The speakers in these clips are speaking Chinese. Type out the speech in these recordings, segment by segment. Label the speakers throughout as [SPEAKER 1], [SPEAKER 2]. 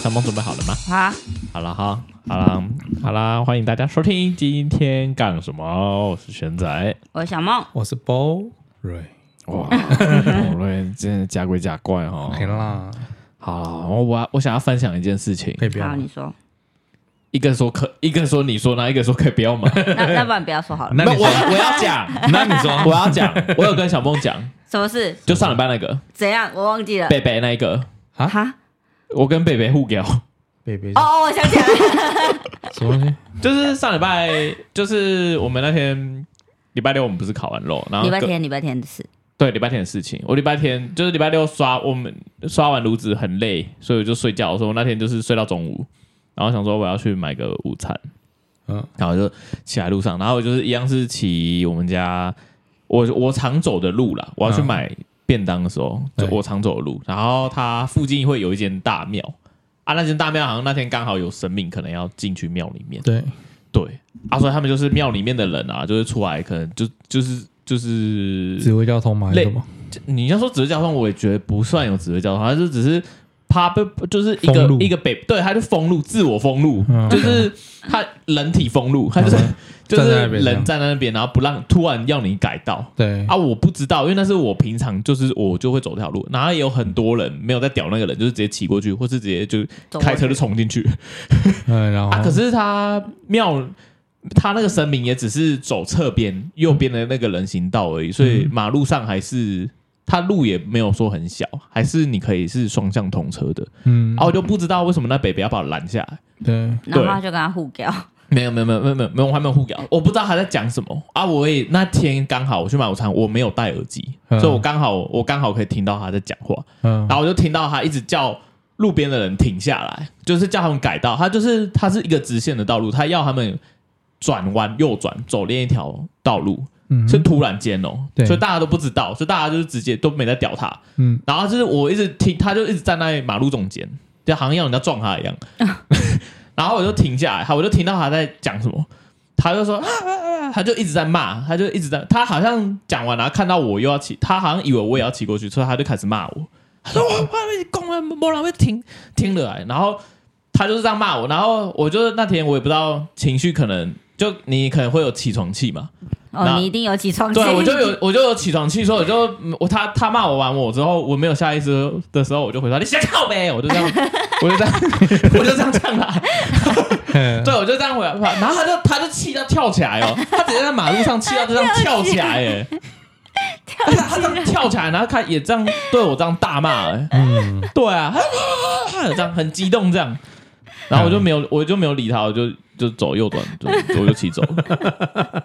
[SPEAKER 1] 小梦准备好了吗？
[SPEAKER 2] 啊，
[SPEAKER 1] 好了哈，好了，好啦，欢迎大家收听今天干什么？我是玄仔。
[SPEAKER 2] 我是小梦，
[SPEAKER 3] 我是包瑞，
[SPEAKER 1] 哇，我们真的假鬼假怪哈。
[SPEAKER 3] 行啦，
[SPEAKER 1] 好，我要我想要分享一件事情，
[SPEAKER 3] 可以不要
[SPEAKER 2] 好，
[SPEAKER 3] 吗
[SPEAKER 2] 你。说，
[SPEAKER 1] 一个说可，一个说你说那，一个说可以不要吗？
[SPEAKER 2] 那那不然不要说好了，
[SPEAKER 3] 那
[SPEAKER 1] 那
[SPEAKER 3] 你
[SPEAKER 1] 我
[SPEAKER 3] 说，
[SPEAKER 1] 我要讲，
[SPEAKER 3] 那你说，
[SPEAKER 1] 我要讲，我有跟小梦 讲，
[SPEAKER 2] 什么事？
[SPEAKER 1] 就上礼拜那个
[SPEAKER 2] 怎样？我忘记了。
[SPEAKER 1] 贝贝那一个，
[SPEAKER 3] 啊
[SPEAKER 2] 哈？
[SPEAKER 1] 我跟贝贝互聊，
[SPEAKER 3] 贝贝
[SPEAKER 2] 哦
[SPEAKER 1] 啊
[SPEAKER 2] 哦，我想起来 了，
[SPEAKER 3] 什么东西？
[SPEAKER 1] 就是上礼拜，就是我们那天礼拜六我们不是烤完肉，然后
[SPEAKER 2] 礼拜
[SPEAKER 1] 隔
[SPEAKER 2] 天，礼拜天的事。
[SPEAKER 1] 对，礼拜天的事情。我礼拜天就是礼拜六刷，我们刷完炉子很累，所以我就睡觉。我说我那天就是睡到中午，然后想说我要去买个午餐，
[SPEAKER 3] 嗯，
[SPEAKER 1] 然后我就起来路上，然后我就是一样是骑我们家我我常走的路啦，我要去
[SPEAKER 3] 嗯
[SPEAKER 1] 买便当的时候，就
[SPEAKER 3] 对
[SPEAKER 1] 我常走的路。然后它附近会有一间大庙啊，那间大庙好像那天刚好有神明，可能要进去庙里面。
[SPEAKER 3] 对，
[SPEAKER 1] 对，啊，所以他们就是庙里面的人啊，就是出来可能就就是就是
[SPEAKER 3] 指挥交通嘛，还是
[SPEAKER 1] 类
[SPEAKER 3] 什么？
[SPEAKER 1] 你要说指挥交通，我也觉得不算有指挥交通，他就只是他被就是一
[SPEAKER 3] 封
[SPEAKER 1] 个
[SPEAKER 3] 路
[SPEAKER 1] 一个北对，他就封路，自我封路，
[SPEAKER 3] 嗯
[SPEAKER 1] 就是他人体封路，他就是、
[SPEAKER 3] 嗯
[SPEAKER 1] 就
[SPEAKER 3] 站在
[SPEAKER 1] 是
[SPEAKER 3] 那边这
[SPEAKER 1] 人
[SPEAKER 3] 样
[SPEAKER 1] 站在那边，然后不让突然要你改道。
[SPEAKER 3] 嗯对，
[SPEAKER 1] 啊，我不知道，因为那是我平常就是我就会走这条路，然后也有很多人没有在屌那个人，就是直接骑过去，或是直接就
[SPEAKER 2] 走过去
[SPEAKER 1] 开车就冲进去。
[SPEAKER 3] 嗯，然后
[SPEAKER 1] 啊，可是他庙他那个神明也只是走侧边右边的那个人行道而已，所
[SPEAKER 3] 嗯
[SPEAKER 1] 以马路上还是他路也没有说很小，还是你可以是双向通车的。
[SPEAKER 3] 嗯
[SPEAKER 1] 啊，，我就不知道为什么那北北要把我拦下来。
[SPEAKER 3] 对，
[SPEAKER 2] 然后
[SPEAKER 1] 对
[SPEAKER 2] 他就跟他互屌，
[SPEAKER 1] 没有没有没有没有没有没有，我还没有互咬，我不知道他在讲什么啊！我也那天刚好我去买午餐，我没有戴耳机，
[SPEAKER 3] 嗯
[SPEAKER 1] 所以我刚好我刚好可以听到他在讲话。
[SPEAKER 3] 嗯
[SPEAKER 1] 然，后我就听到他一直叫路边的人停下来，就是叫他们改道。他就是他是一个直线的道路，他要他们转弯右转走另一条道路，
[SPEAKER 3] 嗯
[SPEAKER 1] 是突然间哦，
[SPEAKER 3] 对
[SPEAKER 1] 所以大家都不知道，所以大家就是直接都没在屌他。
[SPEAKER 3] 嗯，
[SPEAKER 1] 然后就是我一直听，他就一直站在马路中间，就好像要人家撞他一样。然后我就停下来，他我就听到他在讲什么，他就说，啊啊啊他就一直在骂，他就一直在，他好像讲完然后看到我又要骑，他好像以为我也要骑过去，所以他就开始骂我，他说我怕被公安，不然会停停了来。然后他就是这样骂我，然后我就是那天我也不知道情绪可能。就你可能会有起床气嘛？那
[SPEAKER 2] 哦，你一定有起床气。
[SPEAKER 1] 对，啊我就有我就有起床气，所以我就嗯我他他骂我完我之后，我没有下意识的时候，我就回他你先靠呗，我就这样，我就这 样，我就这样呛他。
[SPEAKER 3] 对
[SPEAKER 1] 对，我就这样回来，然后他就他就气到跳起来 哦，他直接在马路上气到就这样跳起来哎，而且他这样跳起来，然后他也这样对我这样大骂哎，
[SPEAKER 3] 嗯，
[SPEAKER 1] 对啊，这样很激动这样，然后我就没有我就没有理他，我就就走右转，就我就骑走了。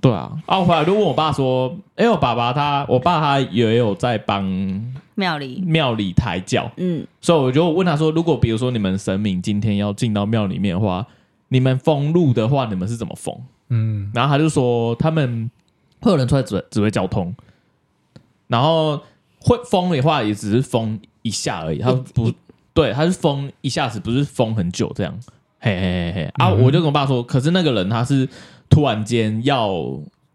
[SPEAKER 1] 对啊，啊，我回来就问我爸说，因为我爸爸他，我爸他也有在帮
[SPEAKER 2] 庙里，
[SPEAKER 1] 庙里抬轿，
[SPEAKER 2] 嗯，
[SPEAKER 1] 所以我就问他说，如果比如说你们神明今天要进到庙里面的话，你们封路的话，你们是怎么封？
[SPEAKER 3] 嗯，
[SPEAKER 1] 然后他就说，他们会有人出来指指挥交通，然后会封的话，也只是封一下而已，他不对，他是封一下子，不是封很久这样。嘿嘿嘿嘿啊！
[SPEAKER 3] 嗯
[SPEAKER 1] 我就跟我爸说，可是那个人他是突然间要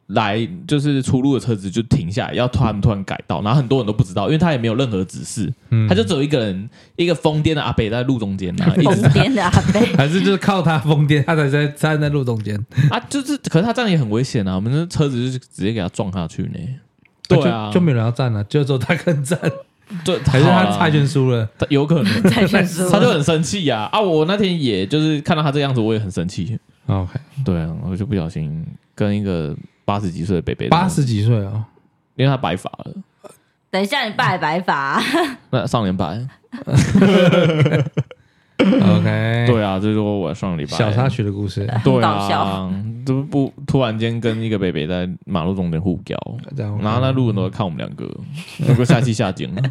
[SPEAKER 1] 来，就是出入的车子就停下来，要突然突然改道，然后很多人都不知道，因为他也没有任何指示，
[SPEAKER 3] 嗯，
[SPEAKER 1] 他就只有一个人，一个疯癫的阿北在路中间啊，一
[SPEAKER 2] 疯
[SPEAKER 1] 直
[SPEAKER 2] 癫的阿 贝
[SPEAKER 3] 还是就是靠他疯癫，他才在站在路中间，
[SPEAKER 1] 啊，就是，可是他这样也很危险啊！我们这车子就是直接给他撞下去呢。对啊，
[SPEAKER 3] 就就没有人要站了，就只有他肯站，
[SPEAKER 1] 就
[SPEAKER 3] 还是他
[SPEAKER 1] 猜
[SPEAKER 3] 猜拳输了，
[SPEAKER 1] 有可能
[SPEAKER 2] 在选书，
[SPEAKER 1] 他就很生气呀、啊！啊，我那天也就是看到他这样子，我也很生气。
[SPEAKER 3] OK，
[SPEAKER 1] 对啊，我就不小心跟一个八十几岁的北北，
[SPEAKER 3] 八，十几岁哦，
[SPEAKER 1] 因为他白发了，
[SPEAKER 2] 等一下你拜白啊发，
[SPEAKER 1] 那上年白。
[SPEAKER 3] OK，，
[SPEAKER 1] 对啊，这就是我上礼拜
[SPEAKER 3] 哎小插。曲的故事，
[SPEAKER 1] 对
[SPEAKER 2] 搞
[SPEAKER 1] 啊
[SPEAKER 2] 笑，
[SPEAKER 1] 都不突然间跟一个北北在马路中间互飙，
[SPEAKER 3] 这样，
[SPEAKER 1] 然后那路人都在看我们两个，如果下气下井 了。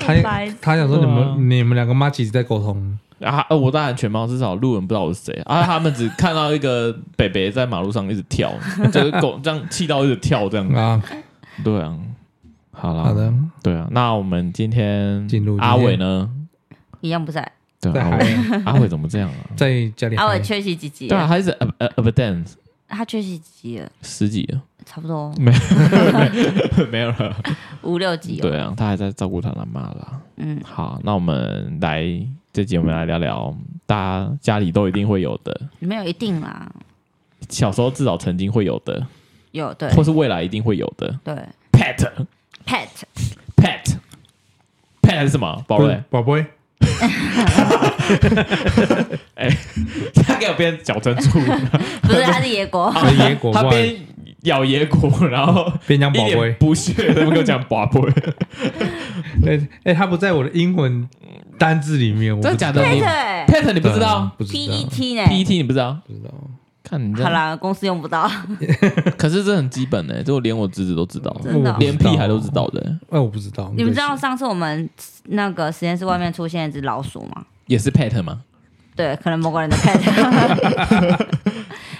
[SPEAKER 3] 他
[SPEAKER 2] 白痴
[SPEAKER 3] 他想说你
[SPEAKER 1] 对啊
[SPEAKER 3] 们你们两个妈几直在沟通，
[SPEAKER 1] 啊，呃我戴安全帽，至少路人不知道我是谁啊。他们只看到一个北北在马路上一直跳，就是狗这样气到一直跳这样。
[SPEAKER 3] 啊，
[SPEAKER 1] 对啊，好啦，
[SPEAKER 3] 好的，
[SPEAKER 1] 对啊。那我们今天
[SPEAKER 3] 进入今天
[SPEAKER 1] 阿伟呢？
[SPEAKER 2] 一样不在。
[SPEAKER 1] 对
[SPEAKER 3] 在
[SPEAKER 1] 啊，阿
[SPEAKER 3] 海
[SPEAKER 1] 伟，阿伟怎么这样 啊？
[SPEAKER 3] 在家里
[SPEAKER 2] 阿伟
[SPEAKER 3] 嗨
[SPEAKER 2] 缺席几集
[SPEAKER 1] 对啊，
[SPEAKER 2] 了？
[SPEAKER 1] 他一直呃呃 up dance
[SPEAKER 2] 他缺席几集了？
[SPEAKER 1] 十几了，哎
[SPEAKER 2] 差不多
[SPEAKER 1] 没有了。
[SPEAKER 2] 五六集哦。
[SPEAKER 1] 对啊，他还在照顾他的妈啦。
[SPEAKER 2] 嗯，
[SPEAKER 1] 好，那我们来这集我们来聊聊大家家里都一定会有的，
[SPEAKER 2] 没有一定啦，
[SPEAKER 1] 小时候至少曾经会有的，
[SPEAKER 2] 有对
[SPEAKER 1] 或是未来一定会有的。
[SPEAKER 2] 对
[SPEAKER 1] Pet
[SPEAKER 2] pet
[SPEAKER 1] pet pet 是什么？宝瑞，
[SPEAKER 3] 宝贝，
[SPEAKER 1] 他给我变小珍珠，
[SPEAKER 2] 不是它是 野果，
[SPEAKER 3] 所哎以野果
[SPEAKER 1] 他
[SPEAKER 3] 外
[SPEAKER 1] 边咬野果，然后
[SPEAKER 3] 边讲
[SPEAKER 1] 一
[SPEAKER 3] 宝
[SPEAKER 1] 脸
[SPEAKER 3] 贝。
[SPEAKER 1] 不屑地跟我讲宝 贝，
[SPEAKER 3] 对，哎，它不在我的英文单字里面，我
[SPEAKER 1] 真的
[SPEAKER 3] 不知
[SPEAKER 1] 假的
[SPEAKER 3] 道嗯
[SPEAKER 1] 你
[SPEAKER 2] pet
[SPEAKER 1] pet 你不知道
[SPEAKER 3] 不知
[SPEAKER 2] p
[SPEAKER 3] 道
[SPEAKER 2] e，t 呢？
[SPEAKER 1] ，PET 你不知道，
[SPEAKER 3] 不知道。
[SPEAKER 1] 看你这
[SPEAKER 2] 好
[SPEAKER 1] 样，
[SPEAKER 2] 啦，公司用 不到，
[SPEAKER 1] 可是这很基本呢，这我连我侄子都知道，
[SPEAKER 2] 真的哦
[SPEAKER 1] 连屁孩都知道的，
[SPEAKER 3] 哎，我不知道。
[SPEAKER 2] 你们知道上次我们那个实验室外面出现一只老鼠吗？
[SPEAKER 1] 也是 pet 吗
[SPEAKER 2] 对，可能某个人 的 pet。哎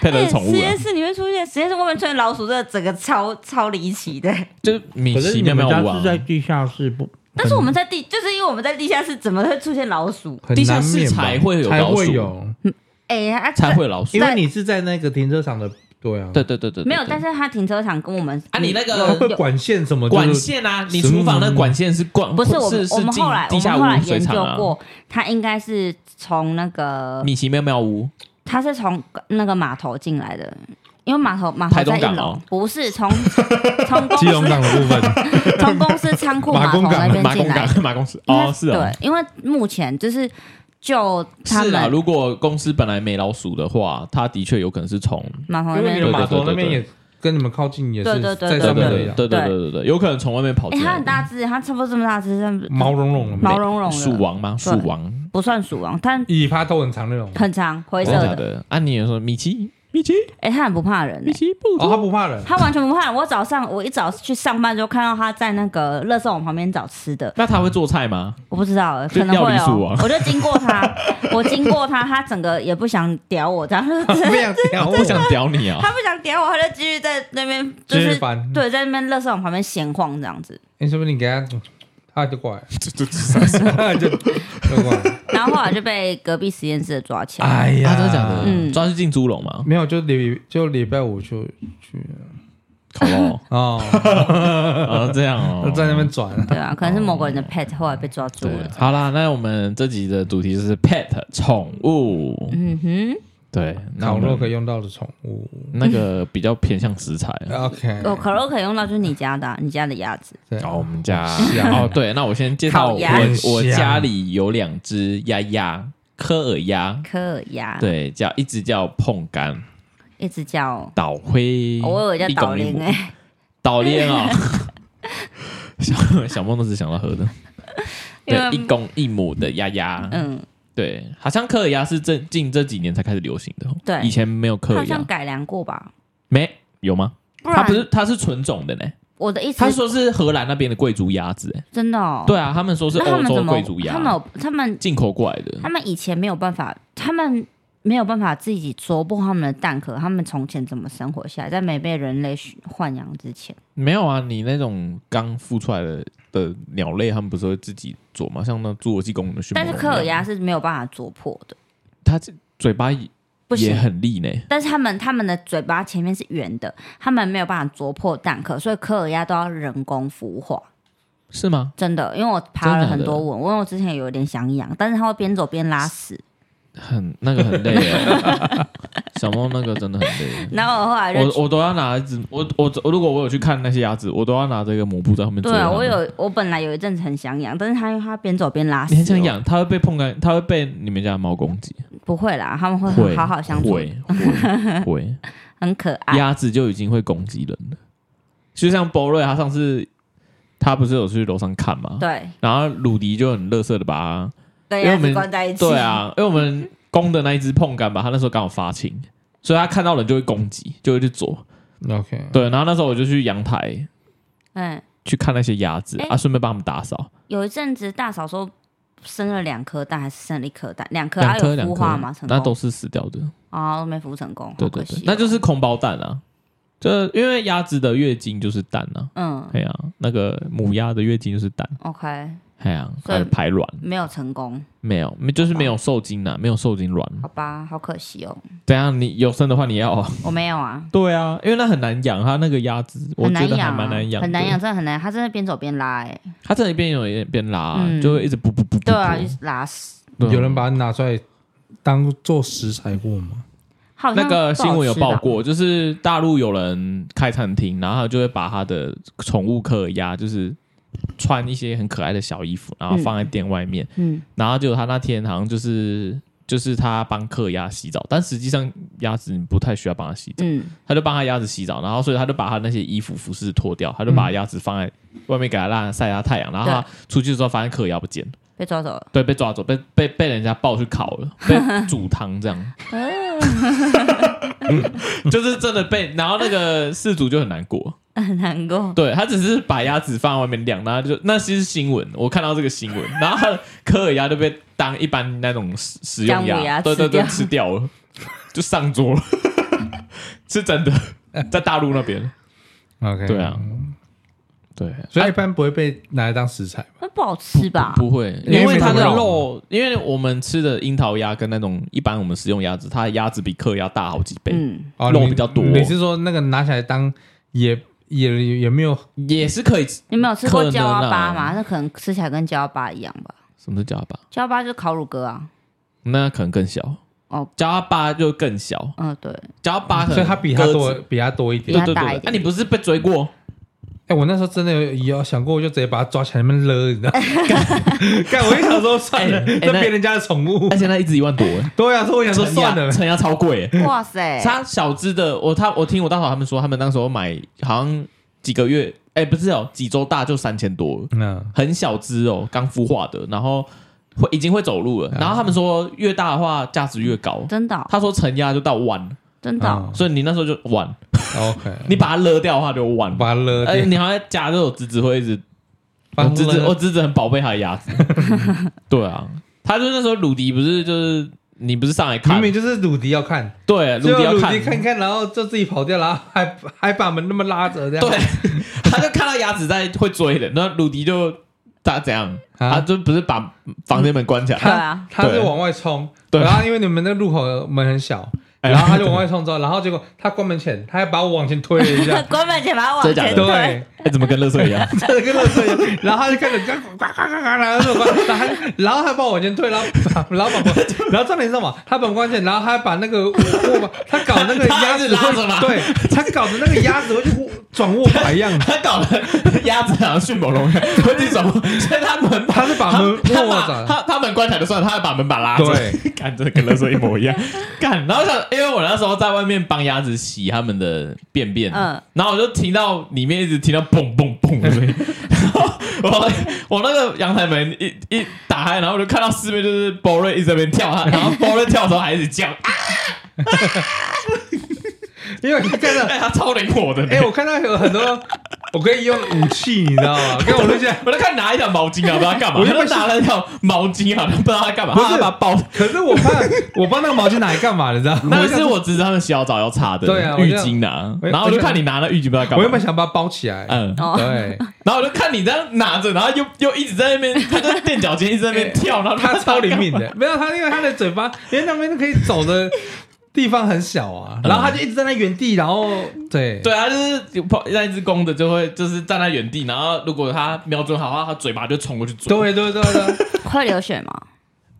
[SPEAKER 1] ？pet 是宠物
[SPEAKER 2] 实
[SPEAKER 1] 啊
[SPEAKER 2] 验，室里面出现，实验室外面出现老鼠，这整个超超离奇 的。
[SPEAKER 1] 就是米
[SPEAKER 4] 可是
[SPEAKER 1] 奇
[SPEAKER 4] 你
[SPEAKER 1] 妙
[SPEAKER 4] 们
[SPEAKER 1] 妙
[SPEAKER 4] 家
[SPEAKER 1] 屋啊
[SPEAKER 4] 是，在地下室不？
[SPEAKER 2] 但是我们在地，就是因为我们在地下室，怎么会出现老鼠？
[SPEAKER 3] 很
[SPEAKER 1] 地下
[SPEAKER 3] 难
[SPEAKER 1] 室
[SPEAKER 3] 免吧
[SPEAKER 1] 才会有
[SPEAKER 3] 才
[SPEAKER 1] 老鼠
[SPEAKER 3] 会有，
[SPEAKER 2] 哎、啊
[SPEAKER 1] 才会有老鼠
[SPEAKER 3] 因，
[SPEAKER 2] 在
[SPEAKER 3] 为你是在那个停车场的，对啊，
[SPEAKER 1] 对对对对，对
[SPEAKER 2] 没有，
[SPEAKER 1] 对
[SPEAKER 2] 但是他停车场跟我们
[SPEAKER 1] 啊你那个
[SPEAKER 2] 有
[SPEAKER 3] 它会
[SPEAKER 2] 有
[SPEAKER 3] 管线什么就是
[SPEAKER 1] 管线啊，你厨房的管线是管，
[SPEAKER 2] 不是我们
[SPEAKER 1] 是
[SPEAKER 2] 我们
[SPEAKER 1] 进
[SPEAKER 2] 后来我
[SPEAKER 1] 地
[SPEAKER 2] 们
[SPEAKER 1] 下
[SPEAKER 2] 后来
[SPEAKER 1] 污水
[SPEAKER 2] 研究
[SPEAKER 1] 厂啊。
[SPEAKER 2] 过，他应该是从那个
[SPEAKER 1] 米奇妙妙屋，
[SPEAKER 2] 他是从那个码头进来的，因为码头码头
[SPEAKER 1] 台
[SPEAKER 2] 在
[SPEAKER 1] 东
[SPEAKER 2] 一
[SPEAKER 1] 港
[SPEAKER 2] 楼，
[SPEAKER 1] 哦
[SPEAKER 2] 不是从 从公
[SPEAKER 3] 基隆港
[SPEAKER 2] 司
[SPEAKER 3] 的部 分，
[SPEAKER 2] 从公司仓库
[SPEAKER 3] 马
[SPEAKER 2] 码头
[SPEAKER 3] 公港
[SPEAKER 2] 那边
[SPEAKER 1] 马
[SPEAKER 2] 进
[SPEAKER 1] 公
[SPEAKER 2] 来的。
[SPEAKER 1] 港， 马公司
[SPEAKER 2] 因为
[SPEAKER 1] 哦，是哦，
[SPEAKER 2] 对，因为目前就是就他
[SPEAKER 1] 是啊。
[SPEAKER 2] 们
[SPEAKER 1] 如果公司本来没老鼠的话，它的确有可能是从
[SPEAKER 2] 码头那
[SPEAKER 3] 因为
[SPEAKER 2] 边
[SPEAKER 3] 你
[SPEAKER 1] 对
[SPEAKER 3] 们码头
[SPEAKER 1] 对
[SPEAKER 3] 那
[SPEAKER 1] 对
[SPEAKER 3] 边
[SPEAKER 1] 对
[SPEAKER 3] 也跟你们靠近，也
[SPEAKER 2] 对对对
[SPEAKER 3] 是在
[SPEAKER 1] 对对
[SPEAKER 3] 上面而
[SPEAKER 1] 对
[SPEAKER 3] 已
[SPEAKER 1] 对
[SPEAKER 3] 啊，
[SPEAKER 1] 对对对对，有可能从外面跑
[SPEAKER 2] 哎、
[SPEAKER 1] 进
[SPEAKER 2] 它
[SPEAKER 1] 来
[SPEAKER 2] 很。大只，它差不多这么大只，像
[SPEAKER 3] 毛茸茸的嘛，
[SPEAKER 2] 毛茸茸的，
[SPEAKER 1] 鼠王吗？
[SPEAKER 2] 对
[SPEAKER 1] 鼠王，
[SPEAKER 2] 不算鼠王，但
[SPEAKER 3] 尾巴都很长那种。
[SPEAKER 2] 很长，灰色
[SPEAKER 1] 真的假
[SPEAKER 2] 的。
[SPEAKER 1] 的？啊，你也说米奇，米奇，
[SPEAKER 2] 哎、它很不怕人、
[SPEAKER 1] 米
[SPEAKER 2] 欸，
[SPEAKER 1] 奇不
[SPEAKER 3] 哦，
[SPEAKER 1] 走，
[SPEAKER 3] 他不 怕人，
[SPEAKER 2] 它完全不怕人。我早上我一早去上班就看到它在那个乐圾桶旁边找吃的，
[SPEAKER 1] 那他会做菜吗？
[SPEAKER 2] 我不知道，
[SPEAKER 1] 就
[SPEAKER 2] 可能
[SPEAKER 1] 料
[SPEAKER 2] 会
[SPEAKER 1] 理鼠
[SPEAKER 2] 哦
[SPEAKER 1] 王。
[SPEAKER 2] 我就经过 它，我经过它，它整个也不想屌我，这样
[SPEAKER 3] 非常屌，
[SPEAKER 1] 不想屌你啊！
[SPEAKER 2] 它不想屌我，它就继续在那边就
[SPEAKER 3] 继续
[SPEAKER 2] 是
[SPEAKER 1] 嗯
[SPEAKER 3] 翻。
[SPEAKER 2] 对，在那边乐圾桶旁边闲晃这样子。
[SPEAKER 3] 你是不是你给他，他就过来，
[SPEAKER 1] 这这这
[SPEAKER 3] 就就过来。
[SPEAKER 2] 然后后来就被隔壁实验室的抓起来。
[SPEAKER 3] 哎
[SPEAKER 1] 啊，
[SPEAKER 3] 呀，
[SPEAKER 1] 真的假的？
[SPEAKER 2] 嗯
[SPEAKER 1] 抓去进猪笼吗？
[SPEAKER 3] 没有，就礼就礼拜五就去
[SPEAKER 1] 烤肉
[SPEAKER 3] 哦，
[SPEAKER 1] 啊，这样哦
[SPEAKER 3] 就，在那边转。
[SPEAKER 2] 对啊，可能是某个人的 pet 后来被抓住了
[SPEAKER 1] 对。，好啦，那我们这集的主题就是 pet 宠物，
[SPEAKER 2] 嗯哼，
[SPEAKER 1] 对，那
[SPEAKER 3] 烤
[SPEAKER 1] 我们
[SPEAKER 3] 肉可以用到的宠物
[SPEAKER 1] 那个比较偏向食材。啊
[SPEAKER 3] ，OK，
[SPEAKER 2] 我可乐可以用到就是你家的啊、你家的鸭子，
[SPEAKER 3] 对
[SPEAKER 1] 哦，我们家
[SPEAKER 3] 香
[SPEAKER 1] 哦，对，那我先介绍
[SPEAKER 2] 烤
[SPEAKER 1] 我
[SPEAKER 2] 鸭
[SPEAKER 1] 我
[SPEAKER 3] 香
[SPEAKER 1] 家里有两只鸭鸭，科尔鸭，
[SPEAKER 2] 科尔鸭，
[SPEAKER 1] 对，叫一只叫碰干
[SPEAKER 2] 一直叫，
[SPEAKER 1] 岛灰，
[SPEAKER 2] 哦我以为
[SPEAKER 1] 一
[SPEAKER 2] 叫
[SPEAKER 1] 种
[SPEAKER 2] 岛
[SPEAKER 1] 名
[SPEAKER 2] 铃
[SPEAKER 1] 目
[SPEAKER 2] 哎，
[SPEAKER 1] 岛链 啊，小小梦都只想到喝的，
[SPEAKER 2] 因为
[SPEAKER 1] 对，一公一母的鸭鸭，
[SPEAKER 2] 嗯，
[SPEAKER 1] 对，好像科尔鸭是这近这几年才开始流行的哦，
[SPEAKER 2] 对
[SPEAKER 1] 以前没有科
[SPEAKER 2] 它好
[SPEAKER 1] 尔
[SPEAKER 2] 像
[SPEAKER 1] 鸭，
[SPEAKER 2] 改良过吧？
[SPEAKER 1] 没有吗？
[SPEAKER 2] 不
[SPEAKER 1] 它
[SPEAKER 2] 然
[SPEAKER 1] 不是，它是纯种的呢。
[SPEAKER 2] 我的意思
[SPEAKER 1] 他
[SPEAKER 2] 是，
[SPEAKER 1] 说是荷兰那边的贵族鸭子、欸，
[SPEAKER 2] 真的哦，，
[SPEAKER 1] 对啊，他们说是
[SPEAKER 2] 那他
[SPEAKER 1] 欧
[SPEAKER 2] 们
[SPEAKER 1] 洲
[SPEAKER 2] 怎么
[SPEAKER 1] 贵族
[SPEAKER 2] 他们
[SPEAKER 1] 鸭嗯
[SPEAKER 2] 有他们
[SPEAKER 1] 进口过来的
[SPEAKER 2] 他，们以前没有办法，他们没有办法自己啄破他们的蛋壳，他们从前怎么生活下来，在没被人类驯豢养之前，
[SPEAKER 1] 没有啊，你那种刚孵出来的的鸟类，他们不是会自己啄吗？像那侏罗纪公园的迅猛
[SPEAKER 2] 但
[SPEAKER 1] 龙
[SPEAKER 2] 是啊
[SPEAKER 1] 一样，
[SPEAKER 2] 科尔鸭是没有办法啄破的，
[SPEAKER 1] 它这嘴巴也
[SPEAKER 2] 不
[SPEAKER 1] 也
[SPEAKER 2] 行。
[SPEAKER 1] 很利呢、
[SPEAKER 2] 但是他们他们的嘴巴前面是圆的，他们没有办法啄破蛋壳，所以科尔鸭都要人工孵化。
[SPEAKER 1] 是吗？
[SPEAKER 2] 真的，因为我爬了
[SPEAKER 1] 真的假的
[SPEAKER 2] 很多文，因为我之前有点想养，但是它会边走边拉屎，
[SPEAKER 1] 很那个很累哦， 小猫那个真的很 累。
[SPEAKER 2] 然后我后来就
[SPEAKER 1] 嗯我我都要拿一只，我我我如果我有去看那些鸭子，我都要拿这个抹布在后面。
[SPEAKER 2] 对啊，我。有我本来有一阵子很想养，但是它因为它边走边拉屎，哦
[SPEAKER 1] 你很想，养，它会被碰干，它会被你们家的猫攻击，
[SPEAKER 2] 不会啦，他们会
[SPEAKER 1] 会
[SPEAKER 2] 好好相处，
[SPEAKER 1] 会 会会，
[SPEAKER 2] 很可爱。
[SPEAKER 1] 鸭子就已经会攻击人了。就像博瑞，他上次他不是有去楼上看吗？
[SPEAKER 2] 对，
[SPEAKER 1] 然后鲁迪就很乐色的把它，
[SPEAKER 2] 跟
[SPEAKER 1] 因为
[SPEAKER 2] 鸭
[SPEAKER 1] 我们
[SPEAKER 2] 子关在一起，
[SPEAKER 1] 对，啊，因为我们公的那一只碰干吧，他那时候刚好发情，所以他看到人就会攻击，就会去啄。
[SPEAKER 3] OK，
[SPEAKER 1] 对，然后那时候我就去阳台
[SPEAKER 2] 嗯，
[SPEAKER 1] 去看那些鸭子、
[SPEAKER 2] 哎
[SPEAKER 1] 啊，顺便帮他们打扫。
[SPEAKER 2] 有一阵子大嫂说生了两颗蛋，还是生了一颗蛋，两颗，
[SPEAKER 1] 两
[SPEAKER 2] 啊有
[SPEAKER 1] 颗两
[SPEAKER 2] 孵化吗？
[SPEAKER 1] 颗
[SPEAKER 2] 成，
[SPEAKER 1] 那
[SPEAKER 2] 功
[SPEAKER 1] 都是死掉的。
[SPEAKER 2] 啊，都没孵成功，
[SPEAKER 1] 对
[SPEAKER 2] 好
[SPEAKER 1] 对
[SPEAKER 2] 可惜
[SPEAKER 1] 对
[SPEAKER 2] 哦，
[SPEAKER 1] 那就是空包蛋啊。这因为鸭子的月经就是蛋啊，
[SPEAKER 2] 嗯
[SPEAKER 1] 哎呀、那个母鸭的月经就是蛋，
[SPEAKER 2] ，OK，
[SPEAKER 1] 哎呀、
[SPEAKER 2] 所
[SPEAKER 1] 还
[SPEAKER 2] 以
[SPEAKER 1] 有排卵
[SPEAKER 2] 没有成功，
[SPEAKER 1] 没有，没就是没有受精啊，没有受精卵。
[SPEAKER 2] 好吧，好可惜哦，
[SPEAKER 1] 怎样？你有生的话你要？
[SPEAKER 2] 我没有啊。
[SPEAKER 1] 对啊，因为那很难养，它那个鸭子我
[SPEAKER 2] 很难
[SPEAKER 1] 觉得还
[SPEAKER 2] 养啊，
[SPEAKER 1] 蛮难养，
[SPEAKER 2] 很难养，。真的很难。它真的边走边拉、欸，哎，
[SPEAKER 1] 它这里边有一边拉，啊
[SPEAKER 2] 嗯
[SPEAKER 1] 就会一直不不不不，
[SPEAKER 2] 对啊，就是拉屎。
[SPEAKER 1] 对啊
[SPEAKER 3] 有人把它拿出来当做食材过吗？
[SPEAKER 2] 好像
[SPEAKER 1] 那个新闻有
[SPEAKER 2] 不好
[SPEAKER 1] 报
[SPEAKER 2] 吃吧，
[SPEAKER 1] 过，就是大陆有人开餐厅，然后他就会把他的宠物客鸭，就是穿一些很可爱的小衣服，然后放在店外面，
[SPEAKER 2] 嗯，
[SPEAKER 1] 然后结果他那天好像就是就是他帮客鸭洗澡，但实际上鸭子你不太需要帮它洗澡，
[SPEAKER 2] 嗯，
[SPEAKER 1] 他就帮他鸭子洗澡，然后所以他就把他那些衣服服饰脱掉，他就把鸭子放在外面给它让它晒下太阳，然后他出去之后发现客鸭不见了，
[SPEAKER 2] 被抓走了。
[SPEAKER 1] 对，被抓走，被被被人家抱去烤了，被煮汤这样。 就是真的被，然后那个事主就很难过，
[SPEAKER 2] 很难过，
[SPEAKER 1] 对他只是把鸭子放在外面晾，然后就那是新闻，我看到这个新闻，然后他的科尔鸭就被当一般那种食食用
[SPEAKER 2] 姜母鸭
[SPEAKER 1] 鸭，对对
[SPEAKER 2] 吃掉
[SPEAKER 1] 对，吃掉了，就上桌了， 是真的，在大陆那边，
[SPEAKER 3] OK，
[SPEAKER 1] 对啊，对，
[SPEAKER 3] 所以它
[SPEAKER 1] 啊
[SPEAKER 3] 一般不会被拿来当食材嘛。
[SPEAKER 2] 那不好吃吧？
[SPEAKER 1] 不会，
[SPEAKER 3] 因为
[SPEAKER 1] 因为它
[SPEAKER 3] 没
[SPEAKER 1] 的
[SPEAKER 3] 什么
[SPEAKER 1] 肉，因为我们吃的樱桃鸭跟那种一般我们食用鸭子，它的鸭子比科尔鸭大好几倍，
[SPEAKER 2] 嗯，
[SPEAKER 3] 哦，
[SPEAKER 1] 肉
[SPEAKER 3] 你
[SPEAKER 1] 比较多
[SPEAKER 3] 你是说那个拿起来当也也也没有
[SPEAKER 1] 也是可以吃，
[SPEAKER 2] 你没有吃过
[SPEAKER 1] 可能
[SPEAKER 2] 焦阿巴
[SPEAKER 1] 啊
[SPEAKER 2] 吗？那可能吃起来跟焦阿巴一样吧。
[SPEAKER 1] 什么是叫吧？
[SPEAKER 2] 焦阿巴就是烤乳鸽啊。
[SPEAKER 1] 那可能更小
[SPEAKER 2] 哦，
[SPEAKER 1] 加八就更小，
[SPEAKER 2] 嗯，对，
[SPEAKER 1] 加八可能
[SPEAKER 3] 所以它比它
[SPEAKER 1] 鸽子
[SPEAKER 3] 多，比它多一
[SPEAKER 2] 比
[SPEAKER 1] 对
[SPEAKER 3] 点。
[SPEAKER 2] 它
[SPEAKER 1] 对
[SPEAKER 2] 大
[SPEAKER 1] 对
[SPEAKER 2] 一，
[SPEAKER 1] 那、啊
[SPEAKER 2] 点
[SPEAKER 1] 你不是被追 过？
[SPEAKER 3] 哎、我那时候真的有有想过，我就直接把它抓起来那边勒，你知道吗？干，我一想说算了，
[SPEAKER 1] 哎哎
[SPEAKER 3] 这
[SPEAKER 1] 那
[SPEAKER 3] 别人家的宠物
[SPEAKER 1] 而。且那一只一万 多，哎
[SPEAKER 3] 对啊，所以我想说算了，
[SPEAKER 1] 成鸭超贵。哎
[SPEAKER 2] 哇塞，
[SPEAKER 1] 它小只的，我他我听我大嫂他们说，他们那时候买好像几个月，哎、不是哦，几周大就三千多了，
[SPEAKER 3] 嗯，
[SPEAKER 1] 很小只哦，刚孵化的，然后会已经会走路了。然后他们说越大的话价值越高，
[SPEAKER 2] 真的哦，
[SPEAKER 1] 他说成鸭就到万，
[SPEAKER 2] 真的哦，
[SPEAKER 1] 所以你那时候就万，
[SPEAKER 3] 哦 OK，
[SPEAKER 1] 你把它勒掉的话就万。
[SPEAKER 3] 把它勒
[SPEAKER 1] 哎、
[SPEAKER 3] 掉，
[SPEAKER 1] 你好像夹着我侄子会一直
[SPEAKER 3] 把
[SPEAKER 1] 我
[SPEAKER 3] 它
[SPEAKER 1] 侄子，我
[SPEAKER 3] 勒
[SPEAKER 1] 侄子很宝贝他的鸭 子。对啊，他就那时候鲁迪不是就是你不是上来看
[SPEAKER 3] 明，明就是鲁迪要看，
[SPEAKER 1] 对，哎鲁迪要
[SPEAKER 3] 结果
[SPEAKER 1] 看
[SPEAKER 3] 鲁，迪看看，然后就自己跑掉，然后还还把门那么拉着这样。
[SPEAKER 1] 对，他就看到鸭子在会追的，那鲁迪就他怎样，他
[SPEAKER 3] 啊，
[SPEAKER 1] 就不是把房间门关起 来，
[SPEAKER 2] 对啊
[SPEAKER 3] 他他是
[SPEAKER 1] 对
[SPEAKER 3] 往外冲，
[SPEAKER 1] 对
[SPEAKER 3] 然后因为你们那入口门很小，
[SPEAKER 1] 哎
[SPEAKER 3] 然后他就往外冲之后，然后结果他关门前，他还把我往前推了 一下，
[SPEAKER 2] 关门前把它往
[SPEAKER 1] 真的假
[SPEAKER 2] 前
[SPEAKER 1] 的
[SPEAKER 2] 推，
[SPEAKER 3] 对，
[SPEAKER 1] 哎，怎么跟乐色一样？
[SPEAKER 3] 这个跟乐色一样，然后他就开始呱呱呱呱呱，然后然后然后他把我往前推，然后 把然后把我， 然后重点是什么？他把我关键，然后他还把那个握把， 他搞那个
[SPEAKER 1] 他
[SPEAKER 3] 鸭子
[SPEAKER 1] 一直拉着吗
[SPEAKER 3] 会，对他搞的那个鸭子会去握转握把一样，
[SPEAKER 1] 他搞的鸭子好像迅猛龙一样，会这种，所以他门把
[SPEAKER 3] 他是把门
[SPEAKER 1] 他
[SPEAKER 3] 握
[SPEAKER 1] 把
[SPEAKER 3] 着，
[SPEAKER 1] 他他门关起来就算了，他还把门把拉着，
[SPEAKER 3] 对，
[SPEAKER 1] 干真的跟乐色一模一样，干。然后想，因为我那时候在外面帮鸭子洗他们的便便，
[SPEAKER 2] 嗯
[SPEAKER 1] 然后我就听到里面一直听到嘣嘣嘣的声音，然后我我那个阳台门一一打开，然后我就看到四面就是 b o r 一直在那边跳，然后 b o r 跳的时候还一直叫，啊
[SPEAKER 3] 因为他看到，
[SPEAKER 1] 哎，他超灵活的，
[SPEAKER 3] 哎，我看到有很多我可以用武器，你知道吗？ 跟我就这样。
[SPEAKER 1] 我就看拿一条毛巾啊，不知道干嘛，
[SPEAKER 3] 我
[SPEAKER 1] 我
[SPEAKER 3] 就
[SPEAKER 1] 就
[SPEAKER 3] 被
[SPEAKER 1] 拿了一条毛巾啊，不知道他干嘛，
[SPEAKER 3] 不是
[SPEAKER 1] 他把它包。
[SPEAKER 3] 可是我怕， 我帮那个毛巾拿来干嘛？你知道吗？
[SPEAKER 1] 那
[SPEAKER 3] 我
[SPEAKER 1] 个是
[SPEAKER 3] 想
[SPEAKER 1] 我侄子他们洗好澡要擦的
[SPEAKER 3] 对啊我
[SPEAKER 1] 浴
[SPEAKER 3] 就
[SPEAKER 1] 巾啊，
[SPEAKER 3] 我
[SPEAKER 1] 然后我就看你拿那浴巾不知道干嘛，
[SPEAKER 3] 我原本想把它包 起来，
[SPEAKER 1] 嗯，
[SPEAKER 2] 哦，
[SPEAKER 3] 对，
[SPEAKER 1] 然后我就看你这样拿着，然后又又一直在那边，他就垫脚尖一直在那边跳， 然后
[SPEAKER 3] 他超灵敏的，没有他，因为他的嘴巴，因为那边可以走的地方很小啊，
[SPEAKER 1] 嗯
[SPEAKER 3] 然后他就一直站在原地，然后对
[SPEAKER 1] 对，他就是碰那一只公的就会就是站在原地，然后如果他瞄准好的话，他嘴巴就冲过去追，
[SPEAKER 3] 对对对 对，
[SPEAKER 2] 会流血吗？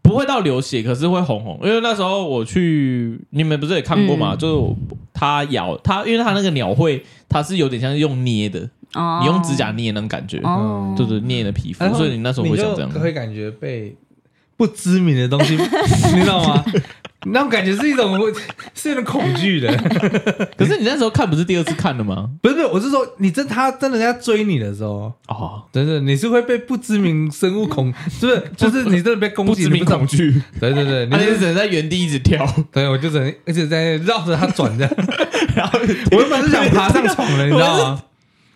[SPEAKER 1] 不会到流血，可是会红红。因为那时候我去，你们不是也看过吗？
[SPEAKER 2] 嗯
[SPEAKER 1] 就是我它咬它，因为它那个鸟会，它是有点像用捏的，
[SPEAKER 2] 哦，
[SPEAKER 1] 你用指甲捏那种感觉，
[SPEAKER 2] 哦，
[SPEAKER 1] 对对，捏你的皮肤
[SPEAKER 3] 然，后
[SPEAKER 1] 所以你那时候会想这样
[SPEAKER 3] 哎你就。会感觉被不知名的 东西，你知道吗？那种感觉是一种是一种恐 惧的，
[SPEAKER 1] 可是你那时候看不是第二次看的 吗？
[SPEAKER 3] 不是不是，我是说你真他真的在追你的时候。
[SPEAKER 1] 哦，
[SPEAKER 3] 真的，你是会被不知名生物恐，就是就是你真的被攻
[SPEAKER 1] 不
[SPEAKER 3] 击，
[SPEAKER 1] 知
[SPEAKER 3] 你
[SPEAKER 1] 名
[SPEAKER 3] 不知道
[SPEAKER 1] 恐惧，
[SPEAKER 3] 对对对，你
[SPEAKER 1] 他就
[SPEAKER 3] 就是
[SPEAKER 1] 只能在原地一直跳。
[SPEAKER 3] 对，我就只能一直在绕着它转这样。
[SPEAKER 1] 然后
[SPEAKER 3] 我原本是想爬上床的，你知道吗？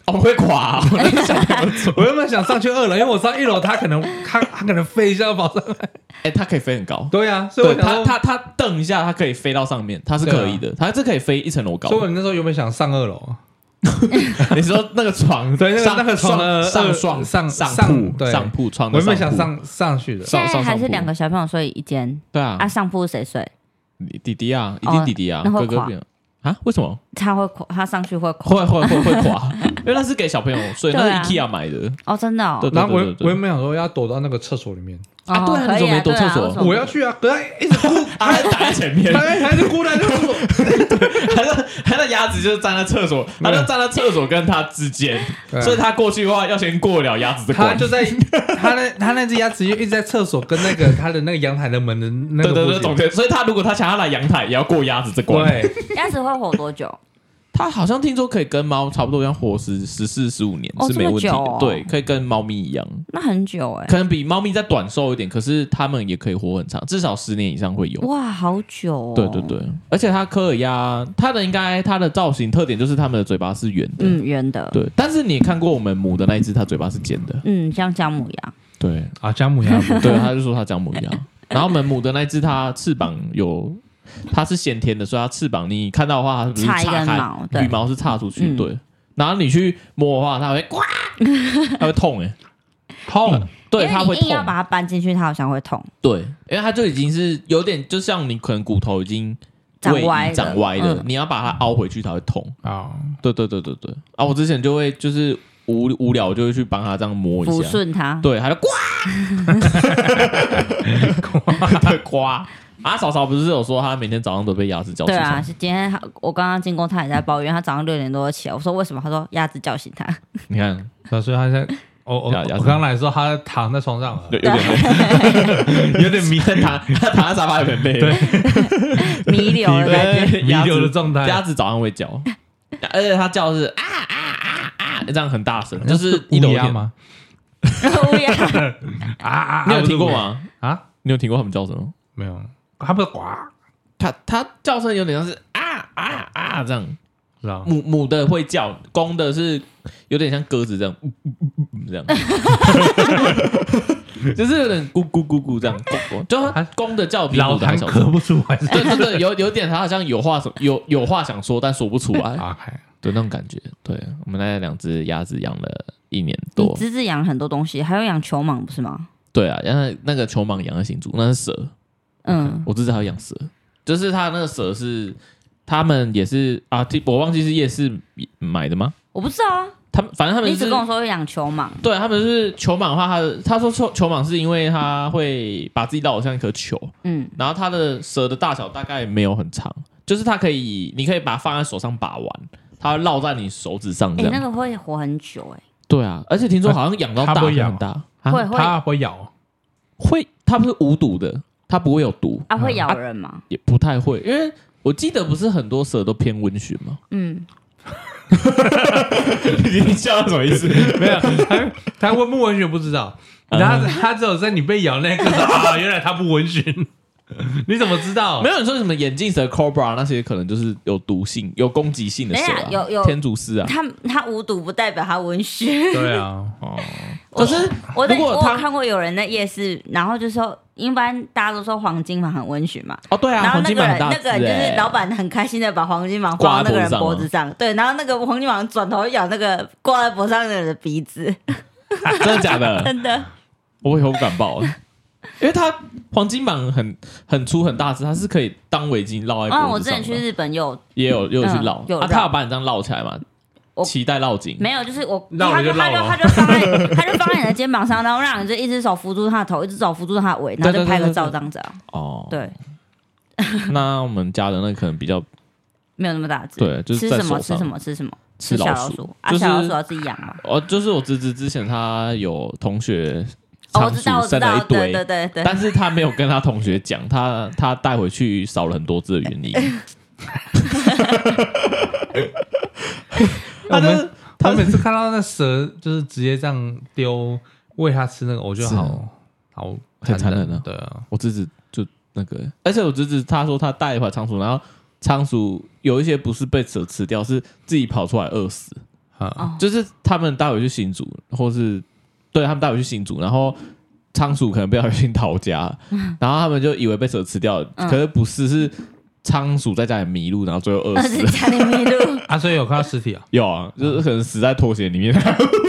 [SPEAKER 1] 哦，我会垮、 啊，我那个小朋友说，
[SPEAKER 3] 我原本想上去二楼，因为我知道一楼它可能它它可能飞一下跑上来。
[SPEAKER 1] 哎、它可以飞很高，
[SPEAKER 3] 对啊，所以
[SPEAKER 1] 对
[SPEAKER 3] 我想
[SPEAKER 1] 它
[SPEAKER 3] 说，
[SPEAKER 1] 它它蹬一下，它可以飞到上面，它是可以的，它是可以飞一层楼高
[SPEAKER 3] 所。以我那时候原本想上二楼，
[SPEAKER 1] 哦你说那个床，
[SPEAKER 3] 对那个
[SPEAKER 1] 上
[SPEAKER 3] 那个床的
[SPEAKER 1] 上
[SPEAKER 3] 二
[SPEAKER 1] 上
[SPEAKER 3] 上
[SPEAKER 1] 上
[SPEAKER 3] 上
[SPEAKER 1] 铺
[SPEAKER 3] 对
[SPEAKER 1] 上铺床
[SPEAKER 3] 我
[SPEAKER 1] 的
[SPEAKER 3] 原
[SPEAKER 1] 上铺，
[SPEAKER 3] 本想上上去的。
[SPEAKER 1] 上
[SPEAKER 2] 现在还
[SPEAKER 1] 上
[SPEAKER 2] 是
[SPEAKER 1] 铺
[SPEAKER 2] 两个小朋友睡一间
[SPEAKER 1] 对啊
[SPEAKER 2] 啊，，上铺谁睡？
[SPEAKER 1] 你弟弟啊，一
[SPEAKER 2] 哦
[SPEAKER 1] 定弟弟啊，
[SPEAKER 2] 那会
[SPEAKER 1] 哥哥
[SPEAKER 2] 垮
[SPEAKER 1] 变啊？为什么
[SPEAKER 2] 他会垮，他上去会垮，
[SPEAKER 1] 会会会会垮？ 因为那是给小朋友，所以那
[SPEAKER 2] 对啊
[SPEAKER 1] 是 IKEA 买的。
[SPEAKER 2] 哦，真的哦，
[SPEAKER 1] 对
[SPEAKER 3] 然后我
[SPEAKER 1] 对对对
[SPEAKER 3] 我也没想说要躲到那个厕所里面，
[SPEAKER 1] 啊对啊
[SPEAKER 2] 哦可
[SPEAKER 1] 你怎么
[SPEAKER 2] 以
[SPEAKER 1] 没躲
[SPEAKER 2] 对啊
[SPEAKER 1] 厕所
[SPEAKER 2] 为什么
[SPEAKER 3] 我要去啊，可是他一直顾，
[SPEAKER 1] 他还打在前 面，
[SPEAKER 3] 他还是顾在那个厕所，
[SPEAKER 1] 他的他的鸭子就是站在厕所，他就站在厕所跟他之间，
[SPEAKER 3] 对啊
[SPEAKER 1] 所以他过去的话要先过了鸭子的
[SPEAKER 3] 他
[SPEAKER 1] 关
[SPEAKER 3] 就。 在他那他那只鸭子就一直在厕所跟那个他的那个阳台的门的那
[SPEAKER 1] 对
[SPEAKER 3] 个
[SPEAKER 1] 对
[SPEAKER 3] 附
[SPEAKER 1] 对，
[SPEAKER 3] 近
[SPEAKER 1] 总结，所以他如果他想要来阳台，也要过鸭子这关。
[SPEAKER 3] 对，
[SPEAKER 2] 鸭子会活多久？
[SPEAKER 1] 他好像听说可以跟猫差不多一样活十十四十五年
[SPEAKER 2] 哦
[SPEAKER 1] 是没问题
[SPEAKER 2] 这么久
[SPEAKER 1] 的
[SPEAKER 2] 哦，
[SPEAKER 1] 对，可以跟猫咪一样，
[SPEAKER 2] 那很久 哎、
[SPEAKER 1] 可能比猫咪再短寿一点，可是它们也可以活很长，至少十年以上会有。
[SPEAKER 2] 哇，好久、哦。
[SPEAKER 1] 对对，对，而且它科尔鸭，它的应该它的造型特点就是它们的嘴巴是圆的，
[SPEAKER 2] 嗯，圆的，
[SPEAKER 1] 对。但是你也看过我们母的那一只，它嘴巴是尖的，
[SPEAKER 2] 嗯，像姜母鸭，
[SPEAKER 1] 对。
[SPEAKER 3] 啊，姜母鸭 不
[SPEAKER 1] 对，他就说他讲母鸭。然后我们母的那只，它翅膀有，它是先天的，所以它翅膀你看到的话，它是不是
[SPEAKER 2] 插一根
[SPEAKER 1] 岔
[SPEAKER 2] 毛，
[SPEAKER 1] 嗯开，羽
[SPEAKER 2] 对，
[SPEAKER 1] 毛是岔出去，
[SPEAKER 2] 嗯
[SPEAKER 1] 对。然后你去摸的话，它会呱，它会痛哎、
[SPEAKER 3] 痛，
[SPEAKER 1] 对，
[SPEAKER 2] 因为
[SPEAKER 1] 它会
[SPEAKER 2] 你硬要
[SPEAKER 1] 痛，
[SPEAKER 2] 把它搬进去，它好像会痛，
[SPEAKER 1] 对，因为它就已经是有点，就像你可能骨头已经
[SPEAKER 2] 长
[SPEAKER 1] 位移
[SPEAKER 2] 歪了
[SPEAKER 1] 长歪了，
[SPEAKER 2] 嗯
[SPEAKER 1] 你要把它凹回去，它会痛。
[SPEAKER 3] 啊，
[SPEAKER 1] 对对对对对。啊，我之前就会就是无无聊，我就会去帮它这样摸一
[SPEAKER 2] 抚
[SPEAKER 1] 下，
[SPEAKER 2] 顺它。
[SPEAKER 1] 对，它 就呱。对瓜。阿嫂嫂不是有说她每天早上都被鸭子叫起
[SPEAKER 2] 对
[SPEAKER 1] 床？
[SPEAKER 2] 啊，是今天我刚刚经过，他也在抱怨，他早上六点多就起来。我说为什么？他说鸭子叫醒他。
[SPEAKER 1] 你看，
[SPEAKER 3] 那所以他现在。我我
[SPEAKER 1] 鸭鸭子
[SPEAKER 3] 我刚来的时候，他躺在床上了，啊
[SPEAKER 1] 对，有
[SPEAKER 2] 啊
[SPEAKER 1] 点
[SPEAKER 3] 有点迷
[SPEAKER 1] 累，躺 她躺在沙发有点累。
[SPEAKER 3] 对
[SPEAKER 2] 弥留的感觉。
[SPEAKER 1] 对
[SPEAKER 3] 迷
[SPEAKER 1] 鸭
[SPEAKER 3] 流的
[SPEAKER 1] 子
[SPEAKER 3] 状态，
[SPEAKER 1] 鸭子早上会叫，而且它叫的是啊啊啊啊，这样很大声，就是一
[SPEAKER 3] 乌
[SPEAKER 1] 楼
[SPEAKER 3] 鸦
[SPEAKER 1] 天。
[SPEAKER 3] 吗？
[SPEAKER 2] 乌鸦，
[SPEAKER 3] 啊啊！啊
[SPEAKER 1] 你有听过？吗？
[SPEAKER 3] 啊，
[SPEAKER 1] 你有听过他们叫什么？
[SPEAKER 3] 没有，他不是呱，
[SPEAKER 1] 它它叫声有点像是啊啊啊这样，
[SPEAKER 3] 知道吗？
[SPEAKER 1] 母母的会叫，公的是有点像鸽子这样，嗯呜呜呜呜这 样，就是有点咕咕咕咕这样，咕咕就是它公的叫比母
[SPEAKER 3] 啊老
[SPEAKER 1] 的还
[SPEAKER 3] 痰
[SPEAKER 1] 小声
[SPEAKER 3] 咳。不出来是
[SPEAKER 1] 对对对，有有点他好像有话什有有话想说，但说不出 来，
[SPEAKER 3] 啊， 哎
[SPEAKER 1] 对那种感觉。对我们那两只鸭子养了一年
[SPEAKER 2] 你
[SPEAKER 1] 多，
[SPEAKER 2] 侄子养很多东西，还有养球蟒不是吗？
[SPEAKER 1] 对啊，然后那个球蟒养的行猪，那是蛇，
[SPEAKER 2] 嗯，
[SPEAKER 1] 我之前还有养蛇，就是它那个蛇是他们也是啊，这我忘记是夜市买的吗？
[SPEAKER 2] 我不知道啊，
[SPEAKER 1] 他们反正他们
[SPEAKER 2] 你
[SPEAKER 1] 是
[SPEAKER 2] 只跟我说有养球蟒，
[SPEAKER 1] 对他们是球蟒的话，他他说球球蟒是因为它会把自己绕得像一颗球，
[SPEAKER 2] 嗯，
[SPEAKER 1] 然后它的蛇的大小大概没有很长，就是它可以，你可以把它放在手上把玩，它会绕在你手指上
[SPEAKER 2] 哎
[SPEAKER 1] 这，样。
[SPEAKER 2] 那个会活很久哎，
[SPEAKER 1] 对啊，而且听说好像养到
[SPEAKER 3] 它
[SPEAKER 1] 大
[SPEAKER 3] 它不
[SPEAKER 1] 很
[SPEAKER 3] 会咬
[SPEAKER 1] 大，啊
[SPEAKER 2] 会会
[SPEAKER 3] 它会咬，
[SPEAKER 1] 会它不是无毒的，它不会有毒，
[SPEAKER 2] 啊会
[SPEAKER 3] 嗯
[SPEAKER 2] 咬人吗？
[SPEAKER 1] 也不太会，因为我记得不是很多蛇都偏温驯吗？
[SPEAKER 2] 嗯，
[SPEAKER 1] 你笑什么意思？
[SPEAKER 3] 没有，它它温不温驯不知道，
[SPEAKER 1] 嗯
[SPEAKER 3] 它它只有在你被咬那 个时候啊，原来它不温驯， 你怎么知道
[SPEAKER 1] 没？有，你说什么眼镜蛇、cobra 那些，可能就是有毒性、有攻击性的蛇、啊
[SPEAKER 2] 等一下有有
[SPEAKER 1] 天竺狮啊。
[SPEAKER 2] 他他无毒不代表他文 学。
[SPEAKER 3] 对啊，
[SPEAKER 1] 哦，
[SPEAKER 2] 我
[SPEAKER 1] 可是
[SPEAKER 2] 我在
[SPEAKER 1] 如
[SPEAKER 2] 我
[SPEAKER 1] 果
[SPEAKER 2] 有
[SPEAKER 1] 他
[SPEAKER 2] 看过有人在夜市，然后就说，一般大家都说黄金蟒很温驯嘛，
[SPEAKER 1] 哦，对啊，
[SPEAKER 2] 然后
[SPEAKER 1] 黄
[SPEAKER 2] 那
[SPEAKER 1] 金
[SPEAKER 2] 个
[SPEAKER 1] 蟒
[SPEAKER 2] 人
[SPEAKER 1] 很大
[SPEAKER 2] 那
[SPEAKER 1] 只、
[SPEAKER 2] 个
[SPEAKER 1] 欸，
[SPEAKER 2] 人就是老板很开心的把黄金蟒
[SPEAKER 1] 挂在
[SPEAKER 2] 挂到那个人
[SPEAKER 1] 脖
[SPEAKER 2] 脖
[SPEAKER 1] 子
[SPEAKER 2] 子上，对，然后那个黄金蟒转头咬那个挂在脖子上的人的鼻子，
[SPEAKER 1] 真的假的？
[SPEAKER 2] 真 的，
[SPEAKER 1] 我以后不敢抱了，因为它黄金蟒很很粗很大只，它是可以当围巾绕在
[SPEAKER 2] 啊，
[SPEAKER 1] 哎脖
[SPEAKER 2] 我
[SPEAKER 1] 子
[SPEAKER 2] 之
[SPEAKER 1] 上
[SPEAKER 2] 前
[SPEAKER 1] 的。
[SPEAKER 2] 去日本有
[SPEAKER 1] 也有也有去
[SPEAKER 2] 嗯
[SPEAKER 1] 绕、
[SPEAKER 2] 有
[SPEAKER 1] 啊，
[SPEAKER 2] 绕
[SPEAKER 1] 它有把你这样绕起来嘛？
[SPEAKER 2] 我
[SPEAKER 1] 脐带绕紧，
[SPEAKER 2] 没有，就是我，
[SPEAKER 3] 那我
[SPEAKER 2] 他
[SPEAKER 3] 就
[SPEAKER 2] 就他
[SPEAKER 3] 绕
[SPEAKER 2] 就他
[SPEAKER 3] 了
[SPEAKER 2] 就放在他就放在你的肩膀上，然后让你就一只手扶住他的头，一只手扶住他的尾，然
[SPEAKER 1] 对
[SPEAKER 2] 后
[SPEAKER 1] 对
[SPEAKER 2] 就拍
[SPEAKER 1] 对
[SPEAKER 2] 个
[SPEAKER 1] 对
[SPEAKER 2] 照
[SPEAKER 1] 对
[SPEAKER 2] 这样子啊，
[SPEAKER 1] 哦。
[SPEAKER 2] 对，
[SPEAKER 1] 那我们家人那可能比较
[SPEAKER 2] 没有那么大只，
[SPEAKER 1] 对就是
[SPEAKER 2] 吃
[SPEAKER 1] 在
[SPEAKER 2] 什么
[SPEAKER 1] 手
[SPEAKER 2] 吃
[SPEAKER 1] 上
[SPEAKER 2] 什么吃什么
[SPEAKER 1] 吃
[SPEAKER 2] 小
[SPEAKER 1] 老
[SPEAKER 2] 老
[SPEAKER 1] 鼠
[SPEAKER 2] 鼠，啊，
[SPEAKER 1] 就
[SPEAKER 2] 小老鼠
[SPEAKER 1] 是
[SPEAKER 2] 要自己养嘛，
[SPEAKER 1] 哦，就是我侄子之前他有同学
[SPEAKER 2] 哦，我
[SPEAKER 1] 仓
[SPEAKER 2] 知
[SPEAKER 1] 鼠
[SPEAKER 2] 道我知
[SPEAKER 1] 生了
[SPEAKER 2] 道
[SPEAKER 1] 一，堆，
[SPEAKER 2] 对对对对，
[SPEAKER 1] 但是他没有跟他同学讲，他他带回去少了很多只的原 因。
[SPEAKER 3] 我
[SPEAKER 1] 他
[SPEAKER 3] 们
[SPEAKER 1] 就
[SPEAKER 3] 我每次看到那蛇就是直接这样丢喂它吃那个，我觉得
[SPEAKER 1] 是啊
[SPEAKER 3] 好好
[SPEAKER 1] 很残忍啊
[SPEAKER 3] 对啊，
[SPEAKER 1] 我侄子就那个，而且我侄子他说他带一块仓鼠，然后仓鼠有一些不是被蛇吃掉，是自己跑出来饿死。
[SPEAKER 3] 啊，
[SPEAKER 2] 哦，
[SPEAKER 1] 就是他们带回去新竹，或是对他们带回去新竹，然后仓鼠可能不小心逃家，然后他们就以为被蛇吃掉，
[SPEAKER 2] 嗯
[SPEAKER 1] 可是不是，是仓鼠在家里迷路，然后最后饿
[SPEAKER 2] 那
[SPEAKER 1] 死
[SPEAKER 2] 是。家里迷路，
[SPEAKER 3] 啊，所以有看到尸体啊，
[SPEAKER 1] 有啊，就是可能死在拖鞋里面。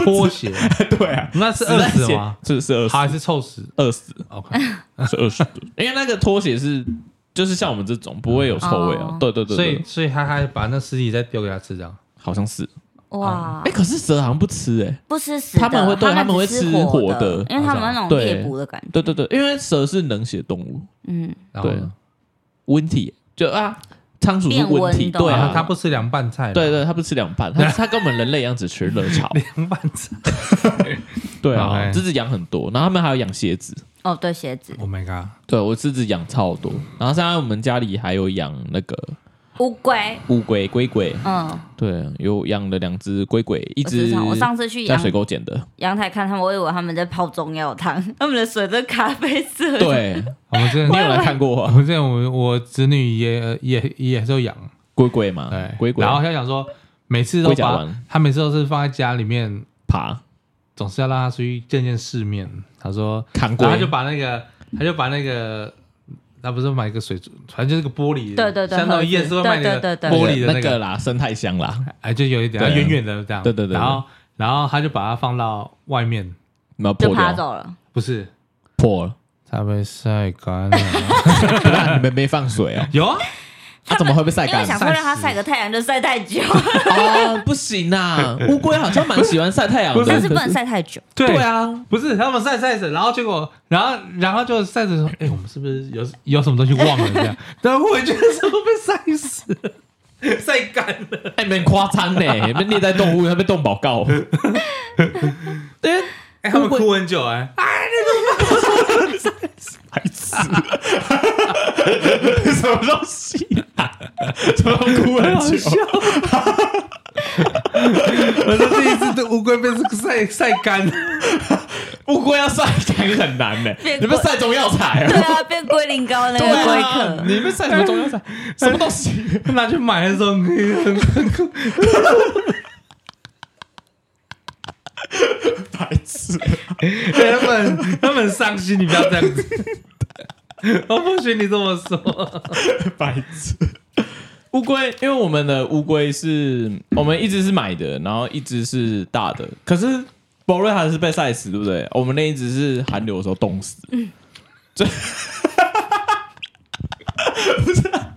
[SPEAKER 3] 拖鞋，
[SPEAKER 1] 对啊，
[SPEAKER 3] 那是
[SPEAKER 1] 死
[SPEAKER 3] 饿
[SPEAKER 1] 在
[SPEAKER 3] 死
[SPEAKER 1] 鞋
[SPEAKER 3] 吗？？
[SPEAKER 1] 是是饿死，
[SPEAKER 3] 还是臭死
[SPEAKER 1] 饿死
[SPEAKER 3] ？OK，
[SPEAKER 1] 是饿死的，因为那个拖鞋是就是像我们这种不会有臭味啊
[SPEAKER 2] 哦。
[SPEAKER 1] 对对对，
[SPEAKER 3] 所
[SPEAKER 1] 对
[SPEAKER 3] 以所以他还把那尸体再丢给他吃，这样
[SPEAKER 1] 好像是
[SPEAKER 2] 哇
[SPEAKER 1] 哎、，可是蛇好像不吃哎、
[SPEAKER 2] 不吃死的，
[SPEAKER 1] 他们会对
[SPEAKER 2] 他
[SPEAKER 1] 他们会
[SPEAKER 2] 只
[SPEAKER 1] 吃
[SPEAKER 2] 吃
[SPEAKER 1] 活
[SPEAKER 2] 的
[SPEAKER 1] 的，
[SPEAKER 2] 因为他们那种
[SPEAKER 1] 对
[SPEAKER 2] 猎捕的感觉。
[SPEAKER 1] 对对对，因为蛇是冷血动物，
[SPEAKER 2] 嗯，
[SPEAKER 3] 然后呢
[SPEAKER 1] 对温体就啊，仓鼠是
[SPEAKER 2] 变
[SPEAKER 1] 温体，
[SPEAKER 2] 温的
[SPEAKER 1] 对
[SPEAKER 3] 然
[SPEAKER 1] 啊
[SPEAKER 3] 后，他不吃凉拌菜，，
[SPEAKER 1] 对对，它不吃凉拌，它它跟我们人类一样只吃热炒
[SPEAKER 3] 凉拌哎菜
[SPEAKER 1] 对啊，
[SPEAKER 3] OK
[SPEAKER 1] 狮子养很多，然后他们还有养蝎子，
[SPEAKER 2] 哦，对，鞋子，
[SPEAKER 3] ，Oh my god，
[SPEAKER 1] 对我狮子养超多，然后现在我们家里还有养那个
[SPEAKER 2] 乌龟，
[SPEAKER 1] 乌龟、龟龟，
[SPEAKER 2] 嗯，
[SPEAKER 1] 对，有养了两只龟龟，一
[SPEAKER 2] 我知
[SPEAKER 1] 只
[SPEAKER 2] 道我上次去
[SPEAKER 1] 在
[SPEAKER 2] 阳
[SPEAKER 1] 水沟捡 的，
[SPEAKER 2] 阳台看他们，我以为他们在泡中药汤， 他们的水都是咖啡色的。
[SPEAKER 1] 对，
[SPEAKER 3] 我们之
[SPEAKER 1] 你
[SPEAKER 3] 前
[SPEAKER 1] 有来看过
[SPEAKER 3] 我
[SPEAKER 1] 啊
[SPEAKER 3] 们之前我我侄女也也也是有养，
[SPEAKER 1] 龟龟吗
[SPEAKER 3] 对？，
[SPEAKER 1] 龟龟，
[SPEAKER 3] 然后她想说每次都
[SPEAKER 1] 龟甲
[SPEAKER 3] 把
[SPEAKER 1] 丸
[SPEAKER 3] 她每次都是放在家里面，
[SPEAKER 1] 爬
[SPEAKER 3] 总是要让她出去见见世面。她说，
[SPEAKER 1] 扛龟
[SPEAKER 3] 然后，她就把那个她就把那个。她不是买一个水族，反正就是个玻璃的，
[SPEAKER 2] 对对对
[SPEAKER 3] 像那种夜市会卖那
[SPEAKER 2] 对
[SPEAKER 3] 个
[SPEAKER 2] 对对
[SPEAKER 1] 那个
[SPEAKER 2] 对
[SPEAKER 3] 玻璃的
[SPEAKER 1] 那个啦，生态箱啦，
[SPEAKER 3] 哎，就有一点
[SPEAKER 1] 对
[SPEAKER 3] 远远的这样。
[SPEAKER 1] 对对对对
[SPEAKER 3] 然后，然后他就把它放到外面，
[SPEAKER 1] 然后
[SPEAKER 2] 就
[SPEAKER 1] 破
[SPEAKER 2] 爬
[SPEAKER 1] 掉，啊
[SPEAKER 2] 走了。
[SPEAKER 3] 不是，
[SPEAKER 1] 破了，
[SPEAKER 3] 它被晒干了。
[SPEAKER 1] 不 然 你们没放水哦，
[SPEAKER 3] 有啊，
[SPEAKER 1] 它怎么会被晒
[SPEAKER 2] 因为
[SPEAKER 1] 干？
[SPEAKER 2] 想说让它晒个太阳，就晒太 久，
[SPEAKER 1] 哦，不行 啊，乌龟好像蛮喜欢晒太阳的，
[SPEAKER 3] 不
[SPEAKER 2] 但是不
[SPEAKER 1] 可
[SPEAKER 2] 能晒 太久。
[SPEAKER 3] 对
[SPEAKER 1] 对，啊，
[SPEAKER 3] 不是他们晒晒着，然后结果，然后然后就晒着说，哎，我们是不是有有什么东西忘了这样？ 但我觉得是不被晒死了， 晒干了。
[SPEAKER 1] 哎，蛮夸张呢，被虐待动物，它被动保告。哎，
[SPEAKER 3] 哎，他们哭很久哎，
[SPEAKER 1] 白痴，什么东西啊？怎么哭很久？
[SPEAKER 3] 我说这一只的乌龟被晒晒干了，
[SPEAKER 1] 乌龟要晒太阳很难呢，
[SPEAKER 2] 变
[SPEAKER 1] 你们晒中药材
[SPEAKER 2] 对
[SPEAKER 1] 啊？
[SPEAKER 2] 啊，变龟苓膏那个龟
[SPEAKER 1] 啊，
[SPEAKER 2] 壳。
[SPEAKER 1] 你们晒什么中 药材？什么东西？
[SPEAKER 3] 拿去买的时候很很很
[SPEAKER 1] 白痴，
[SPEAKER 3] 哎他们他们很伤心，你不要这样子。 我不许你这么说。
[SPEAKER 1] 白痴。乌龟，因为我们的乌龟是我们一只是买的，然后一只是大的，可是博瑞还是被晒死，对不对？我们那一只是寒流的时候冻死，这不是啊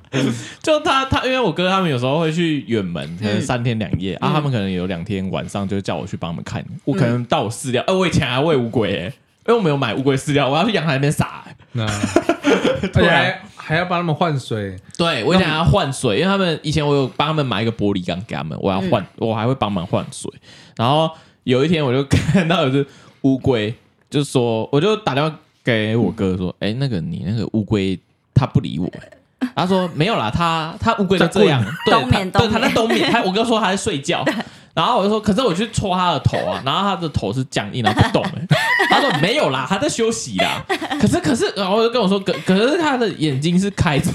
[SPEAKER 1] 就他他，因为我哥他们有时候会去远门，可能三天两夜、啊，他们可能有两天晚上就叫我去帮他们看，我可能到我饲料，哎、我以前还喂乌龟、欸，因为我们有买乌龟饲料，我要去阳台那边撒、欸
[SPEAKER 3] 那而
[SPEAKER 1] 对
[SPEAKER 3] 且
[SPEAKER 1] 啊
[SPEAKER 3] 还还要帮他们换水，
[SPEAKER 1] 对，我想要换水，因为他们以前我有帮他们买一个玻璃缸给他们，我要换，
[SPEAKER 2] 嗯
[SPEAKER 1] 我还会帮忙换水。然后有一天我就看到有只乌龟，就说我就打电话给我哥说：“哎、那个你那个乌龟它不理我、欸他说：“没有啦，它它乌龟就这样，对，
[SPEAKER 2] 冬眠
[SPEAKER 1] 它对，
[SPEAKER 2] 冬
[SPEAKER 1] 它
[SPEAKER 2] 眠
[SPEAKER 1] 在冬眠。它我哥说它在睡觉，然后我就说，可是我去戳它的头啊，然后它的头是僵硬，然后不动、欸。他说没有啦，它在休息啦。 可是可是，然后就跟我说，可可是它的眼睛是开着。”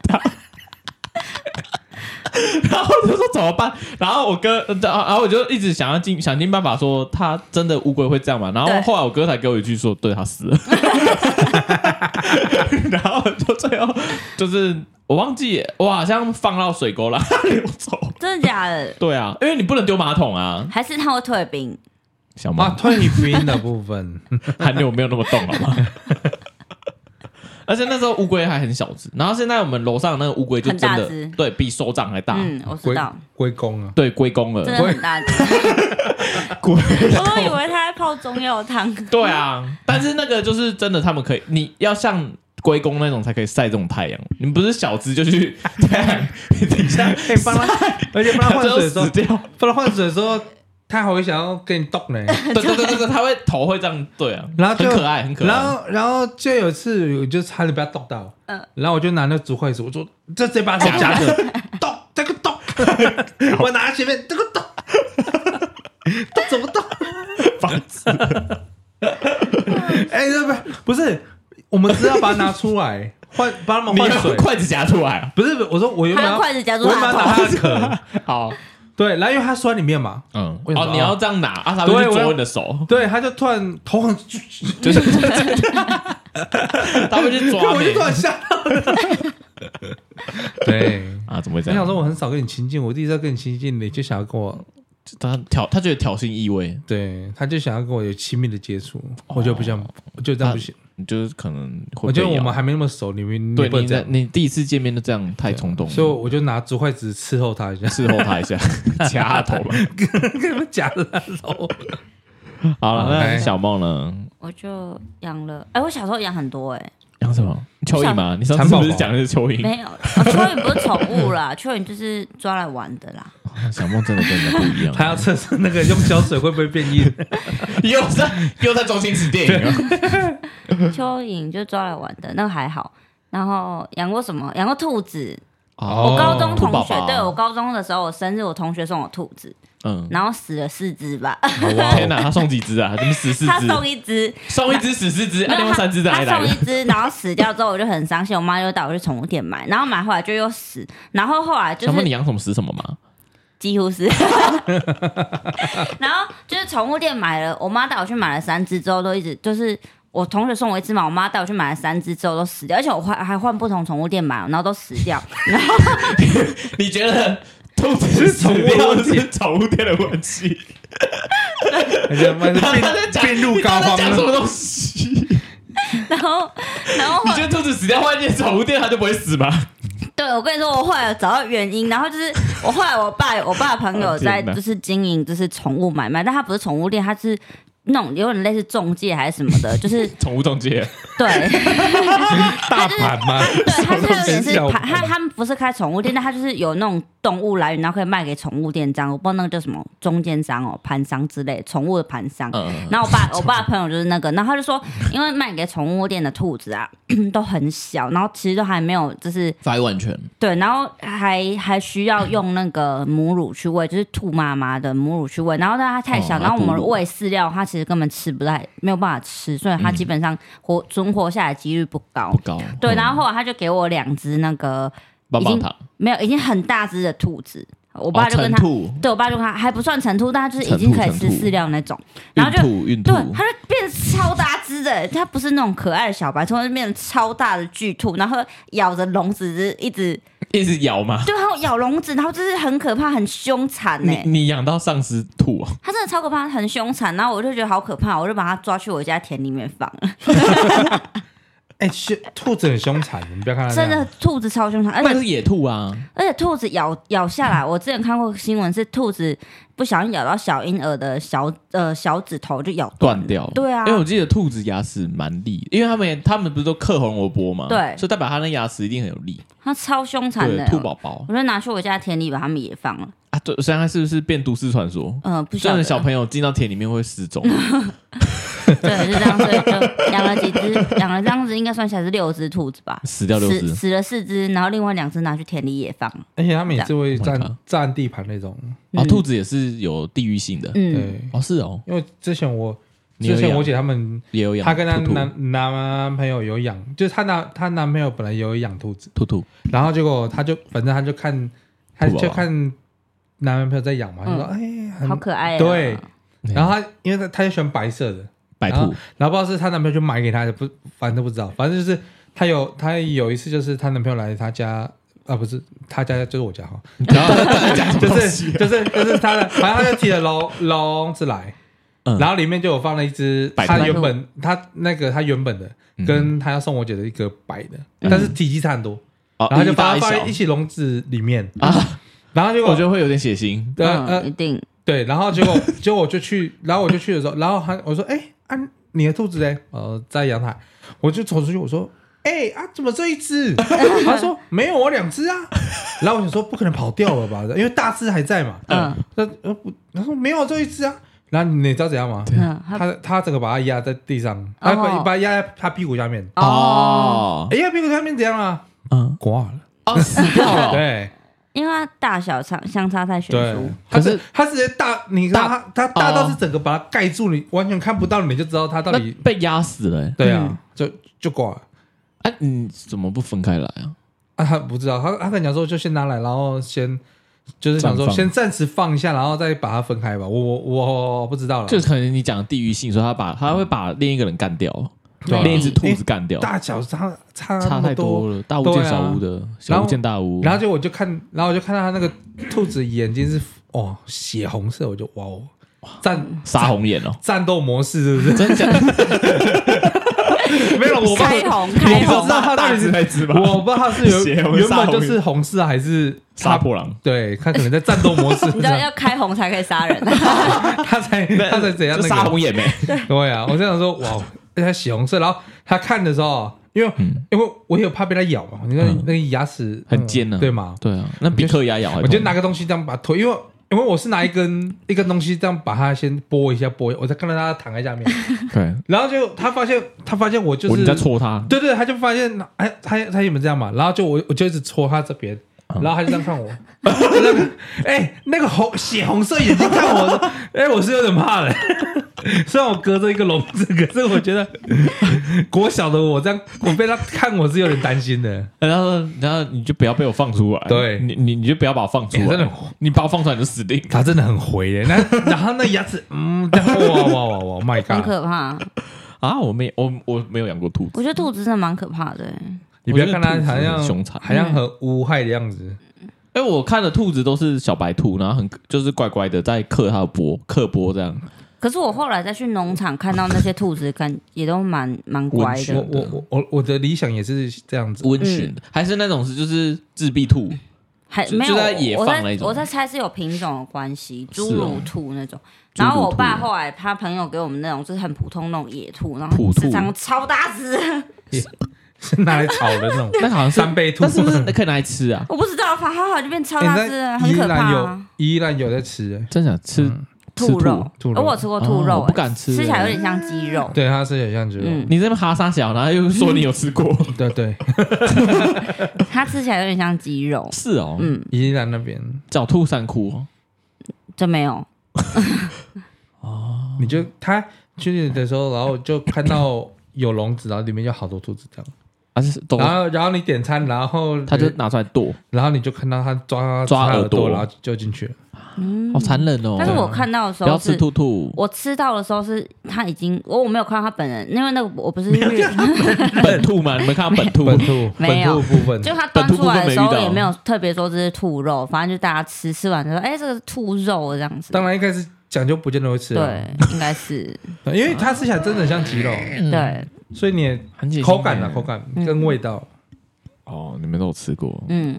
[SPEAKER 1] 然后我就说怎么办？然后我哥，呃然后然后我就一直想要尽想尽办法说，他真的乌龟会这样吗？然后
[SPEAKER 2] 对
[SPEAKER 1] 后来我哥才给我一句说，对他死了。 然后就最后就是我忘记，我好像放到水沟了， 它流走。
[SPEAKER 2] 真的假的？
[SPEAKER 1] 对啊，因为你不能丢马桶啊，
[SPEAKER 2] 还是它会退冰？
[SPEAKER 1] 小
[SPEAKER 3] 啊，
[SPEAKER 1] 猫
[SPEAKER 3] 退冰的 部分，
[SPEAKER 1] 寒流没有那么冻，好吗？ 而且那时候乌龟还很小只，然后现在我们楼上那个乌龟就真
[SPEAKER 2] 很
[SPEAKER 1] 的
[SPEAKER 2] 大只
[SPEAKER 1] 对比手掌还大，
[SPEAKER 2] 嗯，我知
[SPEAKER 3] 归
[SPEAKER 2] 道，
[SPEAKER 3] 归公啊，
[SPEAKER 1] 对龟公了，
[SPEAKER 2] 真的很大只。
[SPEAKER 1] 龟
[SPEAKER 2] 我都以为它在泡中药汤。
[SPEAKER 1] 对啊，但是那个就是真的，他们可以，你要像龟公那种才可以晒这种太阳，你们不是小只就去太阳底下
[SPEAKER 3] 哎，帮他， 而且帮他换
[SPEAKER 1] 就
[SPEAKER 3] 水的时候
[SPEAKER 1] 死， 掉。
[SPEAKER 3] 帮他换水的时候，他还会想要给你动呢。
[SPEAKER 1] 对对对对对，它会头会这样，对啊，
[SPEAKER 3] 然后
[SPEAKER 1] 很
[SPEAKER 3] 就
[SPEAKER 1] 可爱，很可
[SPEAKER 3] 然
[SPEAKER 1] 爱。
[SPEAKER 3] 后然后就有一次，我就差点被他动到，
[SPEAKER 2] 嗯
[SPEAKER 3] 然后我就拿那个竹筷子，我说这这把手夹着，动这个动， 我拿前面这个 动，动怎么 动？
[SPEAKER 1] 房子
[SPEAKER 3] 哎，不不不是，我们只要把它拿出来换，帮他们
[SPEAKER 1] 你
[SPEAKER 3] 换
[SPEAKER 1] 用
[SPEAKER 3] 水。
[SPEAKER 1] 筷子夹出来啊？
[SPEAKER 3] 不是，我说我原本
[SPEAKER 2] 他
[SPEAKER 3] 要
[SPEAKER 2] 用筷子夹住
[SPEAKER 3] 我
[SPEAKER 2] 他
[SPEAKER 3] 原
[SPEAKER 2] 的
[SPEAKER 3] 本
[SPEAKER 2] 头
[SPEAKER 3] 要拿它的壳，
[SPEAKER 1] 好，
[SPEAKER 3] 对，然后因为它缩在里面嘛，
[SPEAKER 1] 嗯，
[SPEAKER 3] 为什么
[SPEAKER 1] 哦，你要这样拿，啊，它会
[SPEAKER 3] 对
[SPEAKER 1] 去
[SPEAKER 3] 我要
[SPEAKER 1] 啄你的 手，
[SPEAKER 3] 对，它就突然头 很，
[SPEAKER 1] 就是它会去抓
[SPEAKER 3] 我就
[SPEAKER 1] 你
[SPEAKER 3] 突然吓到了。对，
[SPEAKER 1] 啊？怎么会这
[SPEAKER 3] 我想
[SPEAKER 1] 样？
[SPEAKER 3] 说我很少跟你亲近，我第一次跟你亲近，你就想要跟我，
[SPEAKER 1] 它挑，它觉得挑衅意味，
[SPEAKER 3] 对，他就想要跟我有亲密的接触，我就不想，我就这样不行。
[SPEAKER 1] 你就是可能哦啊会被咬。
[SPEAKER 3] 我觉得我们还没那么熟，你们
[SPEAKER 1] 对
[SPEAKER 3] 不能
[SPEAKER 1] 你
[SPEAKER 3] 这
[SPEAKER 1] 在
[SPEAKER 3] 样，啊
[SPEAKER 1] 你第一次见面就这样太冲动了，
[SPEAKER 3] 所以我就拿竹筷子伺候他一 下，
[SPEAKER 1] 伺候他一下， 掐他头吧。
[SPEAKER 3] 跟你们讲了，
[SPEAKER 1] 好了，那
[SPEAKER 3] OK
[SPEAKER 1] 小梦呢？
[SPEAKER 2] 我就养了，哎、我小时候养很多、哎，
[SPEAKER 1] 养什么？蚯蚓吗？你上
[SPEAKER 3] 蚕
[SPEAKER 1] 次
[SPEAKER 3] 宝
[SPEAKER 1] 不是
[SPEAKER 3] 宝
[SPEAKER 1] 讲的是蚯蚓？
[SPEAKER 2] 没有，哦蚯蚓不是宠物啦， 蚯蚓就是抓来玩的啦。
[SPEAKER 1] 小梦真的跟你们不一样，
[SPEAKER 3] 他要测试那个用胶水会不会变 硬，
[SPEAKER 1] 又在又在周星驰电影 了。
[SPEAKER 2] 蚯蚓就抓来玩的，那个还好。然后养过什么？养过兔子。
[SPEAKER 3] 哦
[SPEAKER 2] 我高中
[SPEAKER 1] 兔
[SPEAKER 2] 同
[SPEAKER 1] 宝
[SPEAKER 2] 学，
[SPEAKER 1] 宝
[SPEAKER 2] 对我高中的时候，我生日，我同学送我兔子，
[SPEAKER 1] 嗯，
[SPEAKER 2] 然后死了四只吧。
[SPEAKER 3] 哇哦
[SPEAKER 1] 天哪，他送几只啊？怎么死四
[SPEAKER 2] 他
[SPEAKER 1] 只？
[SPEAKER 2] 送一只，
[SPEAKER 1] 送一只死四只，
[SPEAKER 2] 没
[SPEAKER 1] 啊，另
[SPEAKER 2] 有
[SPEAKER 1] 外三只在哪
[SPEAKER 2] 他
[SPEAKER 1] 里
[SPEAKER 2] 他
[SPEAKER 1] 来
[SPEAKER 2] 送一
[SPEAKER 1] 的？
[SPEAKER 2] 只，然后死掉之后我就很伤心，我妈就带我去宠物店买，然后买回来就又死，然后后来就
[SPEAKER 1] 小梦，你
[SPEAKER 2] 是
[SPEAKER 1] 养什么死什么吗？
[SPEAKER 2] 几乎是， 然后就是宠物店买了，我妈带我去买了三只之后都一直就是。我同学送我一只嘛，我妈带我去买了三只之后都死掉，而且我换还换不同宠物店买，然后都死掉。 然后
[SPEAKER 1] 你觉得兔子
[SPEAKER 3] 是宠物的问题
[SPEAKER 1] 死掉是宠物店的问 题？
[SPEAKER 3] 而且妈的
[SPEAKER 1] 他在
[SPEAKER 3] 变
[SPEAKER 1] 讲
[SPEAKER 3] 变入
[SPEAKER 1] 你
[SPEAKER 3] 膏
[SPEAKER 1] 到底在
[SPEAKER 3] 肓
[SPEAKER 1] 讲什
[SPEAKER 3] 了。
[SPEAKER 1] 么东西？
[SPEAKER 2] 然后，然后
[SPEAKER 1] 你
[SPEAKER 2] 后
[SPEAKER 1] 觉得兔子死掉换一间宠物店，它就不会死吗？
[SPEAKER 2] 对我跟你说，我后来有找到原因，然后就是我后来我爸我爸的朋友在
[SPEAKER 1] 哦天哪
[SPEAKER 2] 就是经营就是宠物买卖，但他不是宠物店，他是那种有点类似中介还是什么的， 就是
[SPEAKER 1] 宠物中介，
[SPEAKER 2] 对
[SPEAKER 3] 大盘吗？
[SPEAKER 2] 对，他是有点是
[SPEAKER 1] 啊
[SPEAKER 3] 小
[SPEAKER 2] 盘，他他们不是开宠物店，但他就是有那种动物来源，然后可以卖给宠物店这样，我不知道那个叫什么中间商哦，盘商之类，宠物的盘商。
[SPEAKER 1] 嗯，
[SPEAKER 2] 然后 我爸我爸的朋友就是那个，然后他就说，因为卖给宠物店的兔子啊 都很小，然后其实都还没有就是
[SPEAKER 1] 发育完全，
[SPEAKER 2] 对，然后还还需要用那个母乳去喂，就是兔妈妈的母乳去喂。然后但它太小，
[SPEAKER 1] 哦
[SPEAKER 2] 然后我
[SPEAKER 1] 它
[SPEAKER 2] 们
[SPEAKER 1] 哺乳
[SPEAKER 2] 喂饲料，它其实根本吃不太，没有办法吃，所以
[SPEAKER 1] 嗯
[SPEAKER 2] 它基本上活、存活下来几率不高
[SPEAKER 1] 不。高。
[SPEAKER 2] 对，
[SPEAKER 1] 嗯
[SPEAKER 2] 然后后来他就给我两只那个
[SPEAKER 1] 棒棒
[SPEAKER 2] 已经
[SPEAKER 1] 糖，
[SPEAKER 2] 没有已经很大只的兔子，我
[SPEAKER 1] 我
[SPEAKER 2] 爸就跟他，
[SPEAKER 1] 哦兔，
[SPEAKER 2] 对我爸就跟他还不算成兔，但他就是已
[SPEAKER 1] 成
[SPEAKER 2] 经
[SPEAKER 1] 兔
[SPEAKER 2] 可以吃
[SPEAKER 1] 成兔
[SPEAKER 2] 饲料那种，然后
[SPEAKER 1] 孕
[SPEAKER 2] 就
[SPEAKER 1] 兔，孕
[SPEAKER 2] 对
[SPEAKER 1] 兔，，
[SPEAKER 2] 它就变超大只的，它不是那种可爱的小白兔，它就变成超大的巨兔，然后咬着笼子就是一直。
[SPEAKER 1] 一直咬嘛。
[SPEAKER 2] 对，还有咬笼子，然后就是很可怕，很凶残呢、
[SPEAKER 1] 你你养到丧尸兔啊？
[SPEAKER 2] 它真的超可怕，很凶残。然后我就觉得好可怕，我就把它抓去我家田里面放了。
[SPEAKER 3] 哎，凶兔子很凶残，你不要看它这
[SPEAKER 2] 真
[SPEAKER 3] 样
[SPEAKER 2] 的，兔子超凶残，而
[SPEAKER 1] 那
[SPEAKER 2] 且
[SPEAKER 1] 是野兔啊，
[SPEAKER 2] 而且兔子咬咬下来，我之前看过新闻是兔子不小心咬到小婴儿的小呃小指头就咬
[SPEAKER 1] 断
[SPEAKER 2] 了
[SPEAKER 1] 掉。哎
[SPEAKER 2] 对啊
[SPEAKER 1] 因为我记得兔子牙齿蛮利，因为他们他们不是都克红萝卜嘛，
[SPEAKER 2] 对
[SPEAKER 1] 所以代表它那牙齿一定很有力。
[SPEAKER 2] 它超凶残的
[SPEAKER 1] 对，。兔宝宝
[SPEAKER 2] 我就拿去我家田里把它们也放了。
[SPEAKER 1] 啊，对，现在是不是变都市传说？
[SPEAKER 2] 嗯、不
[SPEAKER 1] 这
[SPEAKER 2] 晓
[SPEAKER 1] 样
[SPEAKER 2] 得
[SPEAKER 1] 的小朋友进到田里面会失 踪，
[SPEAKER 2] 对，就这样，所以就养了几只，养了这样子应该算起来是六只兔子吧。
[SPEAKER 1] 死掉六
[SPEAKER 2] 死
[SPEAKER 1] 只。
[SPEAKER 2] 死了四只，然后另外两只拿去田里也放了。
[SPEAKER 3] 而且它们也是会
[SPEAKER 1] Oh my
[SPEAKER 3] 占
[SPEAKER 1] God
[SPEAKER 3] 占地盘那种。
[SPEAKER 1] 啊，
[SPEAKER 2] 嗯
[SPEAKER 1] 兔子也是有地域性的。
[SPEAKER 2] 嗯，
[SPEAKER 3] 对，
[SPEAKER 1] 哦，是哦，
[SPEAKER 3] 因为之前我
[SPEAKER 1] 你有
[SPEAKER 3] 之前
[SPEAKER 1] 养
[SPEAKER 3] 我姐他们，
[SPEAKER 1] 也有养
[SPEAKER 3] 她跟她
[SPEAKER 1] 兔兔
[SPEAKER 3] 男男朋友有养，就是她男她男朋友本来也有养兔子，
[SPEAKER 1] 兔兔，
[SPEAKER 3] 然后结果她就反正她就看，她
[SPEAKER 1] 兔宝宝
[SPEAKER 3] 就看男朋友在养嘛，就说哎
[SPEAKER 2] 好
[SPEAKER 3] 很，
[SPEAKER 2] 可爱、啊。
[SPEAKER 3] 对
[SPEAKER 1] 嗯
[SPEAKER 3] 然后她因为她她就喜欢白色的，
[SPEAKER 1] 白
[SPEAKER 3] 然后
[SPEAKER 1] 兔，
[SPEAKER 3] 然后不知道是她男朋友就买给她的，不反正都不知道，反正就是她有她有一次就是她男朋友来她家。啊，不是她家就是我家 哈，然后
[SPEAKER 1] 啊
[SPEAKER 3] 就是就是就是她的，反正她就提了笼笼子来，
[SPEAKER 1] 嗯
[SPEAKER 3] 然后里面就有放了一只
[SPEAKER 1] 白兔
[SPEAKER 3] 他原本他那个他原本的，
[SPEAKER 1] 嗯
[SPEAKER 3] 跟他要送我姐的一个白的，
[SPEAKER 1] 嗯
[SPEAKER 3] 但是体积差很多，
[SPEAKER 1] 哦
[SPEAKER 3] 然后就
[SPEAKER 1] 一
[SPEAKER 3] 把
[SPEAKER 1] 大
[SPEAKER 3] 它
[SPEAKER 1] 一
[SPEAKER 3] 放
[SPEAKER 1] 小
[SPEAKER 3] 在一起笼子里面，
[SPEAKER 1] 啊，
[SPEAKER 3] 然后结果
[SPEAKER 1] 我觉得会有点血腥。
[SPEAKER 3] 呃
[SPEAKER 2] 嗯，一
[SPEAKER 3] 呃
[SPEAKER 2] 定。
[SPEAKER 3] 对，然后结果结果我就去，然后我就去的时候，然后他我说哎啊你的兔子嘞，呃在阳台，我就走出去我说。哎、啊，怎么这一只？ 他说没有，我两只啊。然后我想说，不可能跑掉了吧？因为大只还在嘛。
[SPEAKER 2] 嗯
[SPEAKER 3] 他呃不，他说没有这一只啊。然后你你知道怎样吗？
[SPEAKER 2] 嗯，他
[SPEAKER 3] 他他整个把他压在地上，他把
[SPEAKER 2] 哦
[SPEAKER 3] 把他压在他屁股下面，
[SPEAKER 2] 哦，
[SPEAKER 1] 哦
[SPEAKER 3] 哎，压屁股下面怎样啊？
[SPEAKER 1] 嗯，
[SPEAKER 3] 挂了，
[SPEAKER 1] 哦， 死掉了。
[SPEAKER 3] 对
[SPEAKER 2] 因为它大小差相差太悬
[SPEAKER 3] 对
[SPEAKER 2] 殊。，
[SPEAKER 3] 他
[SPEAKER 1] 可是
[SPEAKER 3] 是他直接大，你知道他他大到是整个把它盖住，你完全看不到，你就知道他到
[SPEAKER 1] 那
[SPEAKER 3] 底
[SPEAKER 1] 被压死了欸。
[SPEAKER 3] 对啊，就就挂了。
[SPEAKER 1] 哎，你怎么不分开来啊？
[SPEAKER 3] 啊，他不知道，他他跟你讲说就先拿来，然后先就是想
[SPEAKER 1] 暂
[SPEAKER 3] 说
[SPEAKER 1] 放
[SPEAKER 3] 先暂时放一下，然后再把它分开吧。我我我我不知道了，
[SPEAKER 1] 就是可能你讲的地域性，说他把他会把另一个人干掉，
[SPEAKER 3] 对啊
[SPEAKER 1] 另一只兔子干掉，
[SPEAKER 3] 大小差差那
[SPEAKER 1] 差
[SPEAKER 3] 么
[SPEAKER 1] 太多了，大巫
[SPEAKER 3] 对
[SPEAKER 1] 见
[SPEAKER 3] 啊
[SPEAKER 1] 小巫的，小
[SPEAKER 3] 然
[SPEAKER 1] 巫
[SPEAKER 3] 后
[SPEAKER 1] 见大巫。
[SPEAKER 3] 然后结果我就看，然后我就看到他那个兔子眼睛是哦血红色，我就哇哦，战
[SPEAKER 1] 杀红眼哦，
[SPEAKER 3] 战斗模式是不是？
[SPEAKER 1] 真假的？
[SPEAKER 3] 没有，我不
[SPEAKER 2] 开红开
[SPEAKER 3] 你知
[SPEAKER 2] 红
[SPEAKER 3] 道，他到底是
[SPEAKER 1] 那只吧？
[SPEAKER 3] 我不知道他是
[SPEAKER 1] 血
[SPEAKER 3] 原
[SPEAKER 1] 红
[SPEAKER 3] 原
[SPEAKER 1] 鲨
[SPEAKER 3] 本
[SPEAKER 1] 红
[SPEAKER 3] 就是红色还是
[SPEAKER 1] 杀
[SPEAKER 3] 他
[SPEAKER 1] 破狼，
[SPEAKER 3] 对他可能在战斗模式
[SPEAKER 2] 你知道要开红才可以 杀人，
[SPEAKER 3] 他才他才怎样
[SPEAKER 1] 就
[SPEAKER 3] 那
[SPEAKER 1] 杀
[SPEAKER 3] 个？
[SPEAKER 1] 红 眼眉，
[SPEAKER 3] 对啊，我这样说哇，他血红色，然后他看的时候，因为
[SPEAKER 1] 嗯
[SPEAKER 3] 因为我也有怕被他咬嘛，你看
[SPEAKER 1] 嗯
[SPEAKER 3] 那个牙齿
[SPEAKER 1] 很
[SPEAKER 3] 嗯
[SPEAKER 1] 尖啊
[SPEAKER 3] 对嘛？
[SPEAKER 1] 对啊，那比克牙咬还
[SPEAKER 3] 我就
[SPEAKER 1] 痛
[SPEAKER 3] 拿个东西这样把腿，因为因为我是拿一根一根东西这样把它先拨一下拨一下，我才看到他躺在下面，
[SPEAKER 1] 对，
[SPEAKER 3] 然后就他发现他发现我就
[SPEAKER 1] 我
[SPEAKER 3] 是
[SPEAKER 1] 你在戳他，
[SPEAKER 3] 对对，他就发现，哎，他他有没有这样嘛？然后就我我就一直戳他这边，
[SPEAKER 1] 嗯
[SPEAKER 3] 然后他就这样 看我，那个哎，那个红血红色眼睛看我，哎，我是有点怕的。 虽然我隔着一个笼子，可是我觉得国小的我这样，我被他看我是有点担心的。
[SPEAKER 1] 然后然后你就不要被我放出来，
[SPEAKER 3] 对
[SPEAKER 1] 你你你就不要把我放出来，
[SPEAKER 3] 欸真的
[SPEAKER 1] 你把我放出来你就死定。
[SPEAKER 3] 他真的很回耶，那然后那牙齿，嗯，这样哇哇哇 哇，My
[SPEAKER 2] 很
[SPEAKER 3] God！
[SPEAKER 2] 可怕。
[SPEAKER 1] 啊！我没我我没有养过兔
[SPEAKER 2] 我
[SPEAKER 1] 子，
[SPEAKER 2] 觉得兔子真的蛮可怕的欸，
[SPEAKER 3] 你不要看他好
[SPEAKER 1] 我觉得兔子
[SPEAKER 3] 像
[SPEAKER 1] 很凶残
[SPEAKER 3] 好像很无害的样子，
[SPEAKER 1] 哎，我看的兔子都是小白兔，然后很就是乖乖的在刻它的波刻波这样。
[SPEAKER 2] 可是我后来再去农场看到那些兔子，感也都蛮蛮乖
[SPEAKER 1] 温
[SPEAKER 3] 我
[SPEAKER 1] 驯
[SPEAKER 2] 的。
[SPEAKER 3] 我我我我的理想也是这样子，
[SPEAKER 1] 温驯、还是那种是就是自闭兔，
[SPEAKER 2] 还
[SPEAKER 1] 就
[SPEAKER 2] 没有
[SPEAKER 1] 就在野
[SPEAKER 2] 我
[SPEAKER 1] 放那
[SPEAKER 2] 在
[SPEAKER 1] 种
[SPEAKER 2] 我在猜是有品种的关系，
[SPEAKER 1] 是哦
[SPEAKER 2] 侏儒兔那
[SPEAKER 1] 侏
[SPEAKER 2] 种。
[SPEAKER 1] 儒兔
[SPEAKER 2] 然后我爸后来他朋友给我们那种就是很普通那种野兔，然后
[SPEAKER 1] 普兔
[SPEAKER 2] 智商超大只，
[SPEAKER 3] 是拿来炒的那种。
[SPEAKER 1] 那个好像是
[SPEAKER 3] 三倍兔
[SPEAKER 1] 那是不是可以拿来吃啊？
[SPEAKER 2] 我不知道，反正后来就变超
[SPEAKER 3] 欸
[SPEAKER 2] 大
[SPEAKER 3] 在
[SPEAKER 2] 只了，
[SPEAKER 3] 宜
[SPEAKER 2] 很可
[SPEAKER 3] 兰
[SPEAKER 2] 怕
[SPEAKER 3] 有
[SPEAKER 2] 啊。
[SPEAKER 3] 依然有在吃、欸，
[SPEAKER 1] 真想吃、
[SPEAKER 3] 嗯
[SPEAKER 1] 吃
[SPEAKER 2] 兔肉，
[SPEAKER 3] 兔
[SPEAKER 2] 而
[SPEAKER 3] 肉
[SPEAKER 2] 我有吃过兔
[SPEAKER 1] 哦
[SPEAKER 2] 肉欸，
[SPEAKER 1] 我不敢吃
[SPEAKER 2] 吃起来有点像鸡肉。
[SPEAKER 3] 对，它是很像猪肉，
[SPEAKER 2] 嗯，
[SPEAKER 1] 你这边哈沙小，然后 又说你有吃过，
[SPEAKER 3] 对对，
[SPEAKER 2] 它吃起来有点像鸡 肉。
[SPEAKER 1] 是哦，
[SPEAKER 2] 嗯，
[SPEAKER 3] 依然那边
[SPEAKER 1] 狡兔三窟哦，
[SPEAKER 2] 这没有。
[SPEAKER 3] 你就它去的时候，然后就看到有笼子，然后里面有好多兔子这样，
[SPEAKER 1] 还是懂？
[SPEAKER 3] 然后然后你点餐，然后
[SPEAKER 1] 他就拿出来剁，
[SPEAKER 3] 然后你就看到它抓
[SPEAKER 1] 抓
[SPEAKER 3] 它
[SPEAKER 1] 耳
[SPEAKER 3] 耳朵，
[SPEAKER 1] 朵
[SPEAKER 3] 然后就进去了，
[SPEAKER 1] 好残忍哦！
[SPEAKER 2] 嗯但是我看到的时
[SPEAKER 1] 不要
[SPEAKER 2] 候
[SPEAKER 1] 吃
[SPEAKER 2] 是，
[SPEAKER 1] 兔 兔，
[SPEAKER 2] 我吃到的时候是他已经，我我没有看到他本人，因为那个我 不是日，
[SPEAKER 1] 本兔吗？你们看到本兔？
[SPEAKER 3] 本兔
[SPEAKER 2] 没
[SPEAKER 3] 本
[SPEAKER 2] 有
[SPEAKER 3] 兔部分，
[SPEAKER 2] 就他端出来的
[SPEAKER 1] 本土部分没
[SPEAKER 2] 时
[SPEAKER 1] 遇
[SPEAKER 2] 候
[SPEAKER 1] 到
[SPEAKER 2] 也没有特别说这是兔肉，反正就大家吃吃完就说，哎、这个是兔肉这样子。
[SPEAKER 3] 当然一啊开始讲究不见得会吃，，
[SPEAKER 2] 对，应该是
[SPEAKER 3] 因为它吃起来真的很像鸡肉，
[SPEAKER 2] 对，嗯
[SPEAKER 3] 所以你也
[SPEAKER 1] 很解
[SPEAKER 3] 口感啊口感跟味道，
[SPEAKER 1] 哦，你们都有吃过，
[SPEAKER 2] 嗯，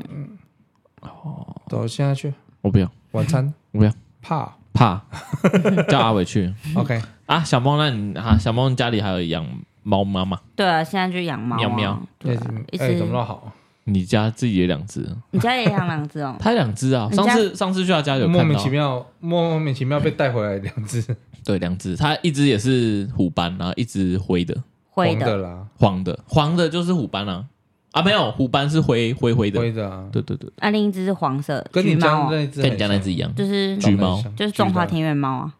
[SPEAKER 3] 走现在去
[SPEAKER 1] 我不要，
[SPEAKER 3] 晚餐
[SPEAKER 1] 我不要，
[SPEAKER 3] 怕
[SPEAKER 1] 怕 叫阿伟去
[SPEAKER 3] OK，
[SPEAKER 1] 啊！小猫，那你啊，小猫你家里还有养猫妈妈？
[SPEAKER 2] 对啊，现在就养猫、啊。
[SPEAKER 1] 喵喵
[SPEAKER 3] 对，
[SPEAKER 2] 一直
[SPEAKER 3] 哎怎么弄好？
[SPEAKER 1] 你家自己也两只，？
[SPEAKER 2] 你家也养两只哦
[SPEAKER 1] 它两只啊！
[SPEAKER 2] 你
[SPEAKER 1] 上
[SPEAKER 2] 家
[SPEAKER 1] 次上次去他家有
[SPEAKER 3] 莫
[SPEAKER 1] 看
[SPEAKER 3] 名
[SPEAKER 1] 到
[SPEAKER 3] 其，妙，莫名其妙被带回来两 只
[SPEAKER 1] 对，两只，它一只也是虎斑，然后一只灰的，
[SPEAKER 2] 会
[SPEAKER 3] 黄
[SPEAKER 2] 的，
[SPEAKER 3] 啦，
[SPEAKER 1] 黄的，黄的就是虎斑啊啊，没有虎斑是灰灰灰的，
[SPEAKER 3] 灰的啊，
[SPEAKER 1] 对对对，
[SPEAKER 2] 啊，另一只是黄色
[SPEAKER 3] 跟
[SPEAKER 2] 橘
[SPEAKER 3] 你家
[SPEAKER 2] 猫、哦，
[SPEAKER 3] 那只很像，
[SPEAKER 1] 跟你家那只一样。
[SPEAKER 2] 就是
[SPEAKER 1] 橘猫
[SPEAKER 3] 长得很像
[SPEAKER 2] 就是中华
[SPEAKER 3] 橘的
[SPEAKER 2] 田园猫啊。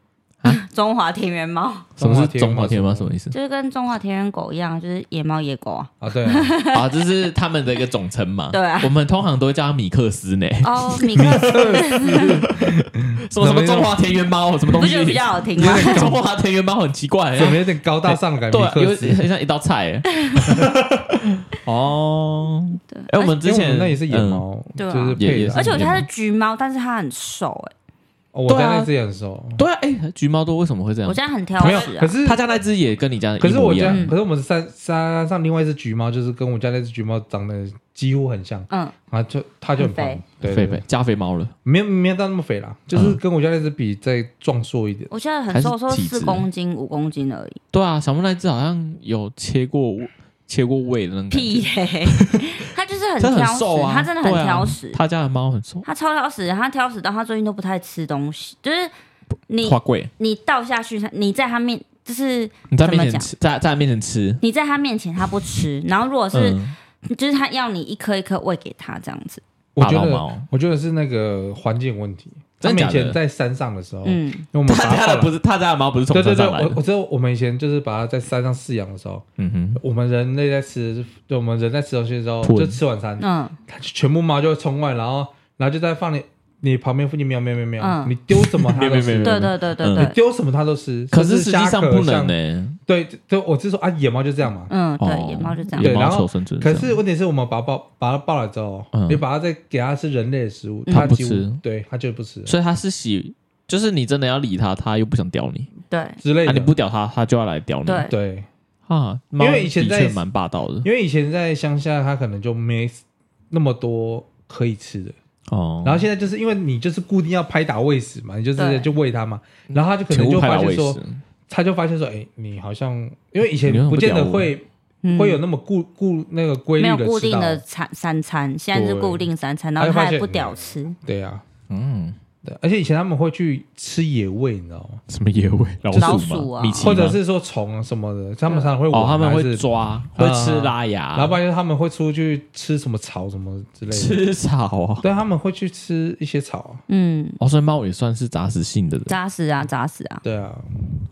[SPEAKER 2] 中华田园猫
[SPEAKER 1] 什么是中
[SPEAKER 3] 中
[SPEAKER 1] 华
[SPEAKER 3] 华
[SPEAKER 1] 田
[SPEAKER 3] 田
[SPEAKER 1] 园
[SPEAKER 3] 园
[SPEAKER 1] 猫？
[SPEAKER 3] 猫
[SPEAKER 1] 什么意思
[SPEAKER 2] 就是跟中华田园狗一样，就是野猫野狗啊。
[SPEAKER 3] 啊，对啊，
[SPEAKER 1] 啊？这是他们的一个总称嘛？
[SPEAKER 2] 对啊
[SPEAKER 1] 我们通常都会叫它米克斯呢。
[SPEAKER 3] 啊
[SPEAKER 2] 哦，米克斯
[SPEAKER 1] 什么什么中华田园猫？什么东
[SPEAKER 2] 不
[SPEAKER 1] 西
[SPEAKER 2] 觉得？比较好听吗？
[SPEAKER 1] 中华田园猫很奇怪欸，
[SPEAKER 3] 怎么有点高大上的感觉？
[SPEAKER 1] 对啊，有
[SPEAKER 3] 米克斯
[SPEAKER 1] 很像一道菜 欸。哦，
[SPEAKER 2] 对，
[SPEAKER 1] 哎，我们之
[SPEAKER 3] 啊因为我
[SPEAKER 1] 前
[SPEAKER 3] 们那也是野
[SPEAKER 1] 嗯，
[SPEAKER 3] 猫，
[SPEAKER 2] 对啊
[SPEAKER 3] 就是
[SPEAKER 1] 也
[SPEAKER 3] 配
[SPEAKER 1] 也
[SPEAKER 3] 的
[SPEAKER 1] 是
[SPEAKER 2] 而且我觉得它
[SPEAKER 1] 野
[SPEAKER 2] 是橘猫，但是它很瘦哎、
[SPEAKER 3] 哦我家那只也很熟，
[SPEAKER 1] 对啊，哎，橘猫多为什么会这样
[SPEAKER 2] 我？现在很挑
[SPEAKER 3] 没有，
[SPEAKER 2] 食
[SPEAKER 3] 可
[SPEAKER 2] 啊。
[SPEAKER 3] 是
[SPEAKER 1] 他家那只也跟你家
[SPEAKER 3] 可
[SPEAKER 1] 一
[SPEAKER 3] 是我
[SPEAKER 1] 模一
[SPEAKER 3] 家
[SPEAKER 1] 样，
[SPEAKER 2] 嗯，
[SPEAKER 3] 可是我们山山上另外一只橘猫，就是跟我家那只橘猫长得几乎很像，
[SPEAKER 2] 嗯，
[SPEAKER 3] 啊，就它就很
[SPEAKER 2] 很
[SPEAKER 3] 胖
[SPEAKER 2] 肥，
[SPEAKER 3] 对，
[SPEAKER 1] 肥
[SPEAKER 3] 对
[SPEAKER 1] 肥，加肥猫了。
[SPEAKER 3] 没有没有到那么肥啦，
[SPEAKER 1] 嗯
[SPEAKER 3] 就是跟我家那只比再壮硕一点，
[SPEAKER 2] 我现在很瘦，
[SPEAKER 1] 还是
[SPEAKER 2] 瘦
[SPEAKER 1] 体质
[SPEAKER 2] 四公斤五公斤而已。
[SPEAKER 1] 对啊，小木那只好像有切过切过胃的那种感觉
[SPEAKER 2] 屁， 嘞、它就是很
[SPEAKER 1] 它
[SPEAKER 2] 挑
[SPEAKER 1] 很
[SPEAKER 2] 食
[SPEAKER 1] 瘦，啊，
[SPEAKER 2] 它真的很
[SPEAKER 1] 对啊
[SPEAKER 2] 挑食，
[SPEAKER 1] 他家的猫很瘦，
[SPEAKER 2] 它超挑食，它挑食到它最近都不太吃东西，就是你
[SPEAKER 1] 花贵。
[SPEAKER 2] 你倒下去，它你在它面就是
[SPEAKER 1] 你在
[SPEAKER 2] 怎么
[SPEAKER 1] 面前
[SPEAKER 2] 讲
[SPEAKER 1] 吃，在在他面前吃，
[SPEAKER 2] 你在它面前它不吃，然后如果是、
[SPEAKER 1] 嗯，
[SPEAKER 2] 就是它要你一颗一颗喂给它这样子，
[SPEAKER 3] 我觉
[SPEAKER 1] 霸道
[SPEAKER 3] 得
[SPEAKER 1] 猫
[SPEAKER 3] 我觉得是那个环境问题。
[SPEAKER 1] 真
[SPEAKER 3] 他
[SPEAKER 1] 的
[SPEAKER 3] 们
[SPEAKER 1] 假
[SPEAKER 3] 以
[SPEAKER 1] 的
[SPEAKER 3] 前在山上的时候，因
[SPEAKER 2] 嗯，
[SPEAKER 3] 为我们把
[SPEAKER 1] 他
[SPEAKER 3] 它
[SPEAKER 1] 家
[SPEAKER 3] 放
[SPEAKER 1] 的
[SPEAKER 3] 了
[SPEAKER 1] 不是他家的猫，不是从
[SPEAKER 3] 对对
[SPEAKER 1] 山
[SPEAKER 3] 对，
[SPEAKER 1] 上来
[SPEAKER 3] 我我
[SPEAKER 1] 的。
[SPEAKER 3] 知道我们以前就是把它在山上饲养的时候，
[SPEAKER 1] 嗯哼，
[SPEAKER 3] 我们人类在吃，就我们人在吃东西的时候，
[SPEAKER 1] 吞
[SPEAKER 3] 就吃晚餐，
[SPEAKER 2] 嗯，
[SPEAKER 3] 它就全部猫就会冲过来，然后然后就在放你你旁边附近喵喵喵喵，
[SPEAKER 2] 嗯
[SPEAKER 3] 你丢什么它都
[SPEAKER 1] 喵
[SPEAKER 3] 吃，
[SPEAKER 1] 喵喵
[SPEAKER 2] 对对对对
[SPEAKER 1] 嗯
[SPEAKER 2] 对，
[SPEAKER 3] 丢什么它都吃，
[SPEAKER 1] 可是
[SPEAKER 3] 甚
[SPEAKER 1] 实
[SPEAKER 3] 至
[SPEAKER 1] 际
[SPEAKER 3] 虾
[SPEAKER 1] 上
[SPEAKER 3] 壳
[SPEAKER 1] 不能欸呢、
[SPEAKER 3] 像对对，我是说啊，野猫就这样嘛。
[SPEAKER 2] 嗯，
[SPEAKER 1] 哦
[SPEAKER 2] 对，野猫就这样。
[SPEAKER 1] 野
[SPEAKER 3] 对
[SPEAKER 1] 猫
[SPEAKER 3] 然后
[SPEAKER 1] 求生存。
[SPEAKER 3] 可是问题是我们把它抱把它抱来之后
[SPEAKER 1] 嗯，
[SPEAKER 3] 你把它再给它吃人类的食物，
[SPEAKER 1] 它不
[SPEAKER 3] 几乎
[SPEAKER 1] 吃
[SPEAKER 3] 对它就不吃
[SPEAKER 1] 所以他是喜，就是你真的要理他，他又不想屌你。
[SPEAKER 2] 对
[SPEAKER 3] 之类
[SPEAKER 1] 啊，你
[SPEAKER 3] 的
[SPEAKER 1] 不，屌他，他就要来屌你。
[SPEAKER 2] 对
[SPEAKER 3] 对，
[SPEAKER 1] 啊，猫
[SPEAKER 3] 因为以前
[SPEAKER 1] 的
[SPEAKER 3] 在
[SPEAKER 1] 确蛮霸道的
[SPEAKER 3] 因为以前在乡下，它可能就没那么多可以吃的。
[SPEAKER 1] 哦。
[SPEAKER 3] 然后现在就是因为你就是固定要拍打喂食嘛，你就是
[SPEAKER 2] 对
[SPEAKER 3] 就喂它嘛，然后它就可
[SPEAKER 1] 请
[SPEAKER 3] 能
[SPEAKER 1] 勿
[SPEAKER 3] 就
[SPEAKER 1] 拍打
[SPEAKER 3] 发
[SPEAKER 1] 喂
[SPEAKER 3] 现说
[SPEAKER 1] 食，，
[SPEAKER 3] 他就发现说，哎、你好像因为以前
[SPEAKER 1] 你为什么不
[SPEAKER 3] 不见得
[SPEAKER 1] 屌哦我
[SPEAKER 3] 会
[SPEAKER 2] 嗯
[SPEAKER 3] 会有那么固固那个规律
[SPEAKER 2] 没有
[SPEAKER 3] 的
[SPEAKER 2] 固
[SPEAKER 3] 吃
[SPEAKER 2] 定
[SPEAKER 3] 到，
[SPEAKER 2] 的餐三餐，现在是
[SPEAKER 3] 对
[SPEAKER 2] 固定三餐，
[SPEAKER 3] 他
[SPEAKER 2] 然
[SPEAKER 3] 就
[SPEAKER 2] 后
[SPEAKER 3] 发
[SPEAKER 2] 他也
[SPEAKER 3] 现
[SPEAKER 2] 不屌吃，
[SPEAKER 3] 对啊，
[SPEAKER 1] 嗯，
[SPEAKER 3] 对，而且以前他们会去吃野味，你知道吗？
[SPEAKER 1] 什么野味、老
[SPEAKER 2] 老
[SPEAKER 1] 鼠
[SPEAKER 2] 鼠
[SPEAKER 1] 吗？
[SPEAKER 2] 啊
[SPEAKER 1] 米奇吗
[SPEAKER 3] 或者是说虫啊什么的，他们常常会
[SPEAKER 1] 哦，
[SPEAKER 3] 玩，
[SPEAKER 1] 他们
[SPEAKER 3] 还
[SPEAKER 1] 会
[SPEAKER 3] 是，
[SPEAKER 1] 抓，会吃
[SPEAKER 3] 嗯
[SPEAKER 1] 拉牙，
[SPEAKER 3] 然后不然就是他们会出去吃什么草什么之 类的，
[SPEAKER 1] 吃草哦。
[SPEAKER 3] 对，他们会去吃一些草，
[SPEAKER 2] 嗯，
[SPEAKER 1] 哦，所以猫也算是杂食性的人
[SPEAKER 2] 扎实啊，扎实啊，
[SPEAKER 3] 对啊，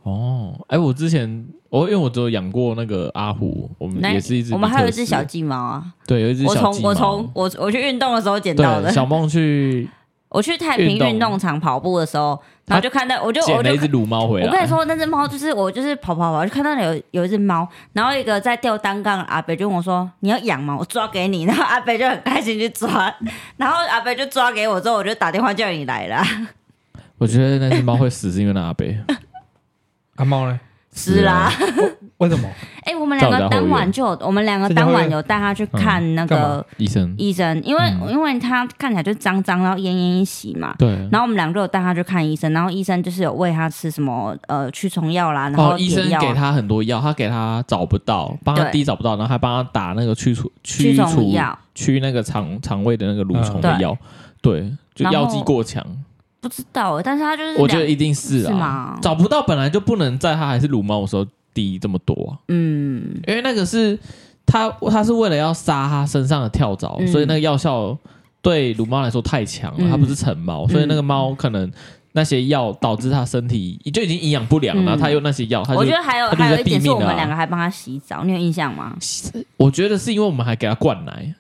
[SPEAKER 1] 哦。哎，我之前我因为我只有养过那个阿虎，我们
[SPEAKER 2] 那
[SPEAKER 1] 嗯也是一只比特斯，
[SPEAKER 2] 我们还有一只小金毛啊，
[SPEAKER 1] 对，有一只
[SPEAKER 2] 我
[SPEAKER 1] 小
[SPEAKER 2] 从
[SPEAKER 1] 金
[SPEAKER 2] 我
[SPEAKER 1] 毛
[SPEAKER 2] 从。我我去运动的时候捡到
[SPEAKER 1] 对，
[SPEAKER 2] 的，
[SPEAKER 1] 小梦去
[SPEAKER 2] 我去太平
[SPEAKER 1] 运动
[SPEAKER 2] 运动场跑步的时候，然后就看到我 就
[SPEAKER 1] 捡
[SPEAKER 2] 我
[SPEAKER 1] 了
[SPEAKER 2] 就
[SPEAKER 1] 一只乳猫回来。
[SPEAKER 2] 我跟你说，那只猫就是我，就是跑跑跑，就看到有有一只猫，然后一个在吊单杠的阿北就问我说：“你要养吗？我抓给你。”然后阿北就很开心去抓，然后阿北就抓给我之后，我就打电话叫你来 啦，
[SPEAKER 1] 我觉得那只猫会死是因为那 阿贝
[SPEAKER 3] 阿猫呢？
[SPEAKER 2] 是
[SPEAKER 1] 啊
[SPEAKER 2] 啦。
[SPEAKER 3] 为什么？
[SPEAKER 2] 哎、我们两
[SPEAKER 1] 在我
[SPEAKER 2] 个
[SPEAKER 1] 家后
[SPEAKER 2] 当
[SPEAKER 1] 院
[SPEAKER 2] 晚就有，我们两个当晚有带它去看那
[SPEAKER 3] 干
[SPEAKER 2] 个
[SPEAKER 1] 医生。
[SPEAKER 2] 医生，因为、
[SPEAKER 1] 嗯
[SPEAKER 2] 因为它看起来就脏脏，然后奄奄一息嘛。
[SPEAKER 1] 对，
[SPEAKER 2] 然后我们两个有带它去看医生，然后医生就是有喂它吃什么呃驱虫药啦，然后
[SPEAKER 1] 哦，医生
[SPEAKER 2] 点药啊
[SPEAKER 1] 给他很多药，他给他找不到，帮他
[SPEAKER 2] 对
[SPEAKER 1] 滴找不到，然后还帮他打那个去除
[SPEAKER 2] 驱
[SPEAKER 1] 去除
[SPEAKER 2] 虫药，
[SPEAKER 1] 去那个肠肠胃的那个蠕虫的
[SPEAKER 2] 嗯
[SPEAKER 1] 药，对，就
[SPEAKER 2] 然后
[SPEAKER 1] 药剂过强，
[SPEAKER 2] 不知道，但是它就是
[SPEAKER 1] 我觉
[SPEAKER 2] 两
[SPEAKER 1] 得一定是
[SPEAKER 2] 是
[SPEAKER 1] 啊
[SPEAKER 2] 吗，
[SPEAKER 1] 找不到本来就不能在它还是乳猫的时候滴这么多啊、
[SPEAKER 2] 嗯，
[SPEAKER 1] 因为那个是它它是为了要杀它身上的跳蚤，
[SPEAKER 2] 嗯
[SPEAKER 1] 所以那个药效对乳猫来说太强了，
[SPEAKER 2] 嗯
[SPEAKER 1] 它不是成猫，所以那个猫可能那些药导致它身体就已经营养不良，
[SPEAKER 2] 嗯
[SPEAKER 1] 然后它又那些药，它就
[SPEAKER 2] 我觉得还有
[SPEAKER 1] 他就
[SPEAKER 2] 还有
[SPEAKER 1] 在
[SPEAKER 2] 一
[SPEAKER 1] 毙
[SPEAKER 2] 点是
[SPEAKER 1] 命
[SPEAKER 2] 我
[SPEAKER 1] 了啊
[SPEAKER 2] 们两个还帮他洗澡，你有印象吗？
[SPEAKER 1] 我觉得是因为我们还给它灌奶。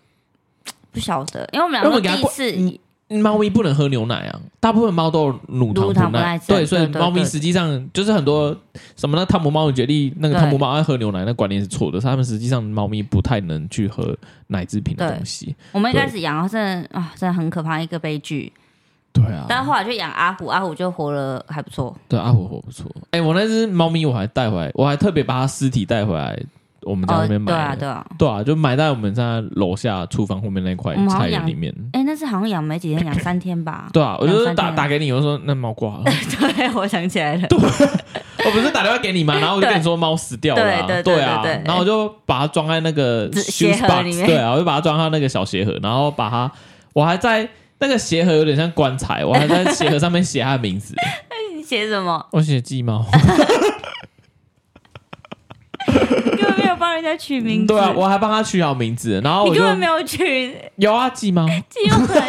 [SPEAKER 2] 不晓得，因为我们
[SPEAKER 1] 因为我们
[SPEAKER 2] 两个
[SPEAKER 1] 给他
[SPEAKER 2] 第一
[SPEAKER 1] 灌
[SPEAKER 2] 次
[SPEAKER 1] 嗯猫咪不能喝牛奶啊，大部分猫都有乳糖
[SPEAKER 2] 乳糖
[SPEAKER 1] 不
[SPEAKER 2] 不耐症
[SPEAKER 1] 对，所以
[SPEAKER 2] 对对
[SPEAKER 1] 猫咪
[SPEAKER 2] 对
[SPEAKER 1] 实际上就是很多什么那汤姆猫决定那个
[SPEAKER 2] 对
[SPEAKER 1] 汤姆猫爱喝牛奶，那观念是错的，是他们实际上猫咪不太能去喝奶制品的
[SPEAKER 2] 对
[SPEAKER 1] 东西。
[SPEAKER 2] 我们一开始养，真的啊，真的很可怕一个悲剧。
[SPEAKER 1] 对啊，
[SPEAKER 2] 但后来就养阿虎，阿虎就活了还不错。
[SPEAKER 1] 对阿火火不错。哎、我那只猫咪我还带回来，我还特别把它尸体带回来我们家
[SPEAKER 2] 哦，
[SPEAKER 1] 那边买
[SPEAKER 2] 对
[SPEAKER 1] 的、
[SPEAKER 2] 啊，对啊。
[SPEAKER 1] 对啊，就埋在我们家楼下厨房后面那块
[SPEAKER 2] 我嗯们好
[SPEAKER 1] 菜
[SPEAKER 2] 像
[SPEAKER 1] 园
[SPEAKER 2] 养
[SPEAKER 1] 里面。。
[SPEAKER 2] 哎，那是好像养没几天，养三天吧
[SPEAKER 1] 对啊，我就是打
[SPEAKER 2] 两三天
[SPEAKER 1] 打给你，我就说那猫挂了，
[SPEAKER 2] 对，我想起 来了。
[SPEAKER 1] 我不是打电话给 你嘛，然后我就跟你说猫死掉了啊、
[SPEAKER 2] 对对对
[SPEAKER 1] 对啊
[SPEAKER 2] 对对，对
[SPEAKER 1] 然后我就把它装在那个
[SPEAKER 2] 纸鞋
[SPEAKER 1] shoes
[SPEAKER 2] 盒里
[SPEAKER 1] box，
[SPEAKER 2] 面
[SPEAKER 1] 对啊，我就把它装到那个小鞋盒，然后把它，我还在那个鞋盒有点像棺材，我还在鞋盒上面写它的名 字，
[SPEAKER 2] 你写什么？
[SPEAKER 1] 我写季猫，
[SPEAKER 2] 根本没有帮人家取名 字。
[SPEAKER 1] 对啊，我还帮它取好名字，然后
[SPEAKER 2] 你
[SPEAKER 1] 我就
[SPEAKER 2] 根本没有取，
[SPEAKER 1] 有啊季 猫，
[SPEAKER 2] 基本上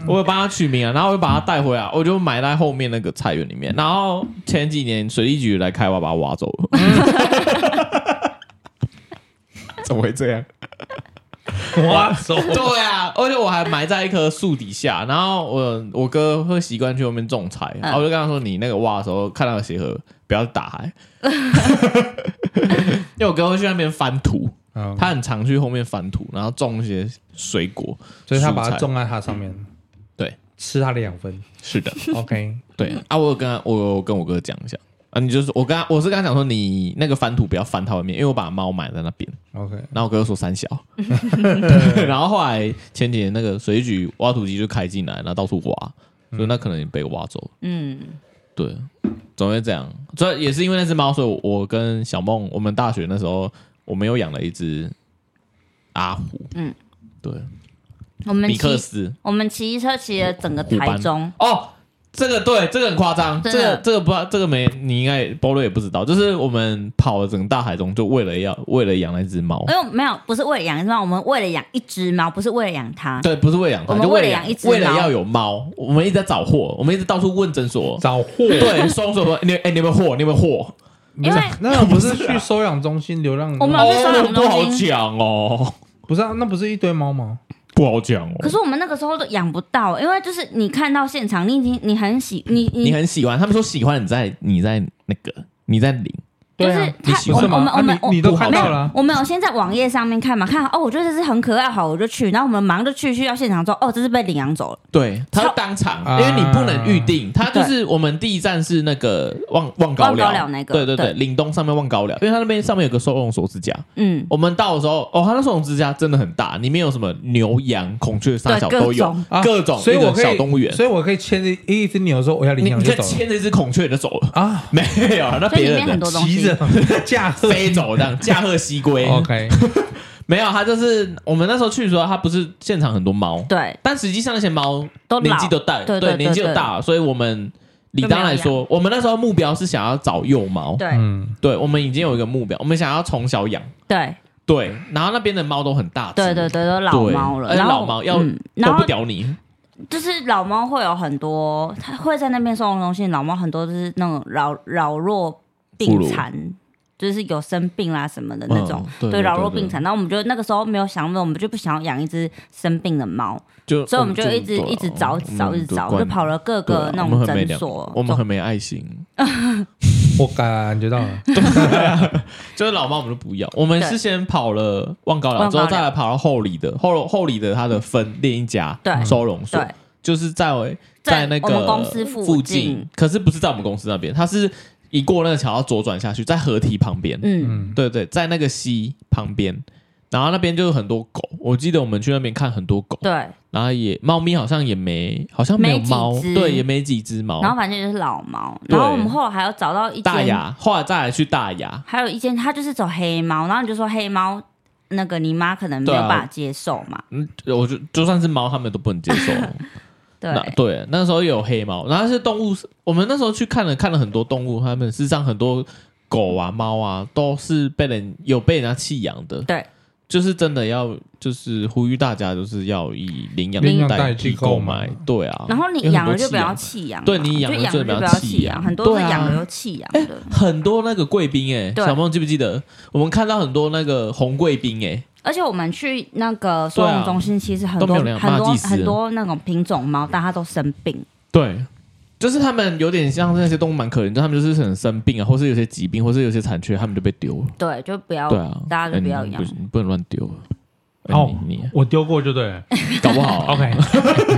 [SPEAKER 1] 我有帮他取名啊，然后我就把它带回来，我就埋在后面那个菜园里面。然后前几年水利局来开挖，把它挖走 了。 怎么会这样？
[SPEAKER 3] 哇手
[SPEAKER 1] 对啊，而且我还埋在一棵树底下。然后我我哥会习惯去外面种菜，然后我就跟他说：“你那个挖的时候看到有鞋盒，不要打开。”因为我哥会去那边翻土，
[SPEAKER 3] 嗯，
[SPEAKER 1] 他很常去后面翻土，然后种一些水果。
[SPEAKER 3] 所以他把
[SPEAKER 1] 蔬
[SPEAKER 3] 它
[SPEAKER 1] 菜
[SPEAKER 3] 种在它上面，
[SPEAKER 1] 对，
[SPEAKER 3] 吃它的养 分。
[SPEAKER 1] 是的。
[SPEAKER 3] OK，
[SPEAKER 1] 对啊，我有跟他，我有跟我哥讲一下啊，你就是我跟他，我是跟他讲说你那个翻土不要翻他外面，因为我把猫埋在那边，
[SPEAKER 3] OK，
[SPEAKER 1] 然后我哥就说三小，然后后来前几年那个水局挖土机就开进来，然后到处挖，所以那可能也被挖走了，
[SPEAKER 2] 嗯，
[SPEAKER 1] 对，总会这样，所以也是因为那只猫，所以我我跟小梦，我们大学那时候我们又养了一只阿虎，嗯
[SPEAKER 2] 嗯，
[SPEAKER 1] 对，
[SPEAKER 2] 我们
[SPEAKER 1] 米克
[SPEAKER 2] 骑
[SPEAKER 1] 斯，
[SPEAKER 2] 我们骑车骑了整个
[SPEAKER 1] 虎斑
[SPEAKER 2] 台中，
[SPEAKER 1] 哦，这个对，这个很夸张，这
[SPEAKER 2] 真的
[SPEAKER 1] 个这个不知道，这个没你应该波瑞也不知道，就是我们跑了整个大海中，就为了要为了养那只猫，
[SPEAKER 2] 因哎为没有不是为了养一只猫，我们为了养一只猫，不是为了养它。
[SPEAKER 1] 对，不是为了养它，
[SPEAKER 2] 我们
[SPEAKER 1] 就
[SPEAKER 2] 为
[SPEAKER 1] 了
[SPEAKER 2] 了
[SPEAKER 1] 养
[SPEAKER 2] 养一只
[SPEAKER 1] 为了
[SPEAKER 2] 猫
[SPEAKER 1] 要有猫，我们一直在找货，我们一直到处问诊所，
[SPEAKER 3] 找货。
[SPEAKER 1] 对，双手说你哎、你有没有货？你有没有货？
[SPEAKER 3] 不是
[SPEAKER 2] 因为
[SPEAKER 3] 啊那不是去收养中心流浪，
[SPEAKER 2] 我们
[SPEAKER 1] 哦
[SPEAKER 2] 有去收养，
[SPEAKER 1] 不好
[SPEAKER 2] 中心
[SPEAKER 1] 讲哦，
[SPEAKER 3] 不是啊？那不是一堆猫吗？
[SPEAKER 1] 不好讲哦。
[SPEAKER 2] 可是我们那个时候都养不到，因为就是你看到现场，你已经你很喜你
[SPEAKER 1] 你
[SPEAKER 2] 你
[SPEAKER 1] 很喜欢，他们说喜欢你在你在那个你在领，
[SPEAKER 2] 就
[SPEAKER 3] 对
[SPEAKER 2] 是
[SPEAKER 3] 啊
[SPEAKER 1] 你
[SPEAKER 2] 他
[SPEAKER 1] 喜
[SPEAKER 2] 我
[SPEAKER 1] 欢
[SPEAKER 2] 们我们我
[SPEAKER 3] 吗
[SPEAKER 2] 们
[SPEAKER 3] 啊
[SPEAKER 2] 我
[SPEAKER 3] 你你都
[SPEAKER 1] 看
[SPEAKER 2] 没有
[SPEAKER 1] 到
[SPEAKER 3] 了啊
[SPEAKER 2] 我们有先在网页上面看嘛，看哦，我觉得这只很可爱，好我就去，然后我们忙着去，去到现场之后，哦，这是被领养走了，
[SPEAKER 1] 对，他
[SPEAKER 2] 超
[SPEAKER 1] 当场，
[SPEAKER 3] 啊
[SPEAKER 1] 因为你不能预定，他就是我们第一站是那个望望高
[SPEAKER 2] 望高寮那个
[SPEAKER 1] 对对对，
[SPEAKER 2] 对
[SPEAKER 1] 岭东上面望高寮，因为他那边上面有个收容所之家，
[SPEAKER 2] 嗯，
[SPEAKER 1] 我们到的时候，哦，他那收容之家真的很大，里面有什么牛羊、孔雀、沙小
[SPEAKER 2] 对
[SPEAKER 1] 都有
[SPEAKER 2] 各种
[SPEAKER 3] 啊，
[SPEAKER 1] 各种，
[SPEAKER 3] 所以
[SPEAKER 1] 一个
[SPEAKER 3] 我可以
[SPEAKER 1] 小动物园，
[SPEAKER 3] 所以我可以牵着一只牛说我要领
[SPEAKER 1] 你
[SPEAKER 3] 养
[SPEAKER 1] 你
[SPEAKER 3] 就
[SPEAKER 1] 就
[SPEAKER 3] 走了
[SPEAKER 1] 牵着一只孔雀就走了，
[SPEAKER 3] 啊，
[SPEAKER 1] 没有，那
[SPEAKER 2] 所以
[SPEAKER 1] 别
[SPEAKER 2] 里
[SPEAKER 1] 人
[SPEAKER 2] 面很
[SPEAKER 1] 的
[SPEAKER 2] 多东
[SPEAKER 3] 骑
[SPEAKER 2] 西，
[SPEAKER 3] 着 驾鹤
[SPEAKER 1] 飞走这样，驾鹤西归。
[SPEAKER 3] ，OK，
[SPEAKER 1] 没有，他就是我们那时候去的时候，他不是现场很多猫，
[SPEAKER 2] 对，
[SPEAKER 1] 但实际上那些猫
[SPEAKER 2] 都
[SPEAKER 1] 年纪
[SPEAKER 2] 老
[SPEAKER 1] 都大，
[SPEAKER 2] 对对对
[SPEAKER 1] 年纪都
[SPEAKER 2] 对
[SPEAKER 1] 大，所以我们理当来
[SPEAKER 2] 就没
[SPEAKER 1] 说，我们那时候目标是想要找幼猫，
[SPEAKER 2] 对
[SPEAKER 3] 嗯，
[SPEAKER 1] 对，我们已经有一个目标，我们想要从小养，
[SPEAKER 2] 对
[SPEAKER 1] 对，然后那边的猫都很大只，
[SPEAKER 2] 对对对，都老
[SPEAKER 1] 对
[SPEAKER 2] 猫了，
[SPEAKER 1] 而且
[SPEAKER 2] 然后
[SPEAKER 1] 老猫要
[SPEAKER 2] 嗯然
[SPEAKER 1] 都
[SPEAKER 2] 后
[SPEAKER 1] 不屌你，
[SPEAKER 2] 就是老猫会有很多，它会在那边收容中心，老猫很多就是那种老老弱病残，就是有生病啦、什么的那种
[SPEAKER 1] 嗯。对对
[SPEAKER 2] 对老弱
[SPEAKER 1] 对
[SPEAKER 2] 病残，那我们就那个时候没有想那么多，我们就不想要养一只生病的猫，
[SPEAKER 1] 就
[SPEAKER 2] 所以我们就一直
[SPEAKER 1] 对啊
[SPEAKER 2] 一直找，
[SPEAKER 1] 我们
[SPEAKER 2] 找，一直找，我
[SPEAKER 1] 关
[SPEAKER 2] 就跑了各
[SPEAKER 1] 对啊
[SPEAKER 2] 个那
[SPEAKER 1] 我们
[SPEAKER 2] 种
[SPEAKER 1] 很没
[SPEAKER 2] 诊
[SPEAKER 1] 良
[SPEAKER 2] 所。
[SPEAKER 1] 我们
[SPEAKER 2] 走
[SPEAKER 1] 很没爱心，
[SPEAKER 3] 我感觉到了，
[SPEAKER 1] 就是老猫我们就不要，我们
[SPEAKER 2] 对
[SPEAKER 1] 是先跑了望高寮，
[SPEAKER 2] 望
[SPEAKER 1] 之
[SPEAKER 2] 高
[SPEAKER 1] 后
[SPEAKER 2] 寮
[SPEAKER 1] 再来跑到后里的后后里的它的分另一家
[SPEAKER 2] 对
[SPEAKER 1] 收容所，
[SPEAKER 2] 对
[SPEAKER 1] 就是在
[SPEAKER 2] 在
[SPEAKER 1] 那
[SPEAKER 2] 我
[SPEAKER 1] 个
[SPEAKER 2] 们公司
[SPEAKER 1] 附
[SPEAKER 2] 附
[SPEAKER 1] 近
[SPEAKER 2] 近，
[SPEAKER 1] 可是不是在我们公司那边，它是一过那个桥要左转下去，在河堤旁边，
[SPEAKER 2] 嗯，
[SPEAKER 3] 嗯，
[SPEAKER 1] 对对，在那个溪旁边，然后那边就有很多狗，我记得我们去那边看很多狗，
[SPEAKER 2] 对，
[SPEAKER 1] 然后也猫咪好像也没，好像没有
[SPEAKER 2] 没几
[SPEAKER 1] 猫，
[SPEAKER 2] 只
[SPEAKER 1] 对，也没几只猫
[SPEAKER 2] 然，后反正就是老猫，
[SPEAKER 1] 对
[SPEAKER 2] 然后我们后来还要找到一
[SPEAKER 1] 大
[SPEAKER 2] 间，
[SPEAKER 1] 雅，后来再来去大雅，
[SPEAKER 2] 还有一间，它就是走黑猫，然后你就说黑猫那个你妈可能没
[SPEAKER 1] 对
[SPEAKER 2] 有
[SPEAKER 1] 啊
[SPEAKER 2] 办法接受嘛，
[SPEAKER 1] 嗯，我就就算是猫，他们都不能接受。
[SPEAKER 2] 对
[SPEAKER 1] 那对，那时候也有黑猫，然后是动物，我们那时候去看了看了很多动物，他们事实上很多狗啊、猫啊都是被人有被人家弃养的，
[SPEAKER 2] 对。
[SPEAKER 1] 就是真的要，就是呼吁大家，就是要以领养
[SPEAKER 3] 领养
[SPEAKER 1] 代
[SPEAKER 3] 代
[SPEAKER 1] 替
[SPEAKER 3] 替
[SPEAKER 1] 购
[SPEAKER 3] 购
[SPEAKER 1] 买
[SPEAKER 3] 买，
[SPEAKER 1] 对啊。
[SPEAKER 2] 然后你
[SPEAKER 1] 因为很
[SPEAKER 2] 养了
[SPEAKER 1] 多
[SPEAKER 2] 就
[SPEAKER 1] 弃
[SPEAKER 2] 不要
[SPEAKER 1] 养
[SPEAKER 2] 弃养嘛，
[SPEAKER 1] 对你养
[SPEAKER 2] 就
[SPEAKER 1] 了
[SPEAKER 2] 养
[SPEAKER 1] 就
[SPEAKER 2] 了
[SPEAKER 1] 不要
[SPEAKER 2] 不要
[SPEAKER 1] 弃
[SPEAKER 2] 弃
[SPEAKER 1] 养
[SPEAKER 2] 很多
[SPEAKER 1] 对
[SPEAKER 2] 是
[SPEAKER 1] 啊哎
[SPEAKER 2] 养了又弃养的，
[SPEAKER 1] 很多那个贵宾哎、
[SPEAKER 2] 对
[SPEAKER 1] 小梦记不记得？我们看到很多那个红贵宾哎、
[SPEAKER 2] 而且我们去那个收
[SPEAKER 1] 对
[SPEAKER 2] 容
[SPEAKER 1] 啊
[SPEAKER 2] 中心，其实很
[SPEAKER 1] 都没
[SPEAKER 2] 多
[SPEAKER 1] 有人要
[SPEAKER 2] 很
[SPEAKER 1] 骂
[SPEAKER 2] 多
[SPEAKER 1] 祭司
[SPEAKER 2] 很多那种品种猫，但它都生病，
[SPEAKER 1] 对，就是他们有点像那些动物蛮可怜，就他们就是很生病啊，或是有些疾病，或是有些残缺，他们就被丢了。
[SPEAKER 2] 对，就不要
[SPEAKER 1] 对啊，
[SPEAKER 2] 哦大家就
[SPEAKER 1] 哎
[SPEAKER 2] 不要
[SPEAKER 1] 你
[SPEAKER 2] 养
[SPEAKER 1] 不，你不能乱丢。哎
[SPEAKER 3] 哦
[SPEAKER 1] 你你
[SPEAKER 3] 我丢过就 对了哦
[SPEAKER 1] 搞不 好
[SPEAKER 3] ，OK，
[SPEAKER 1] 哦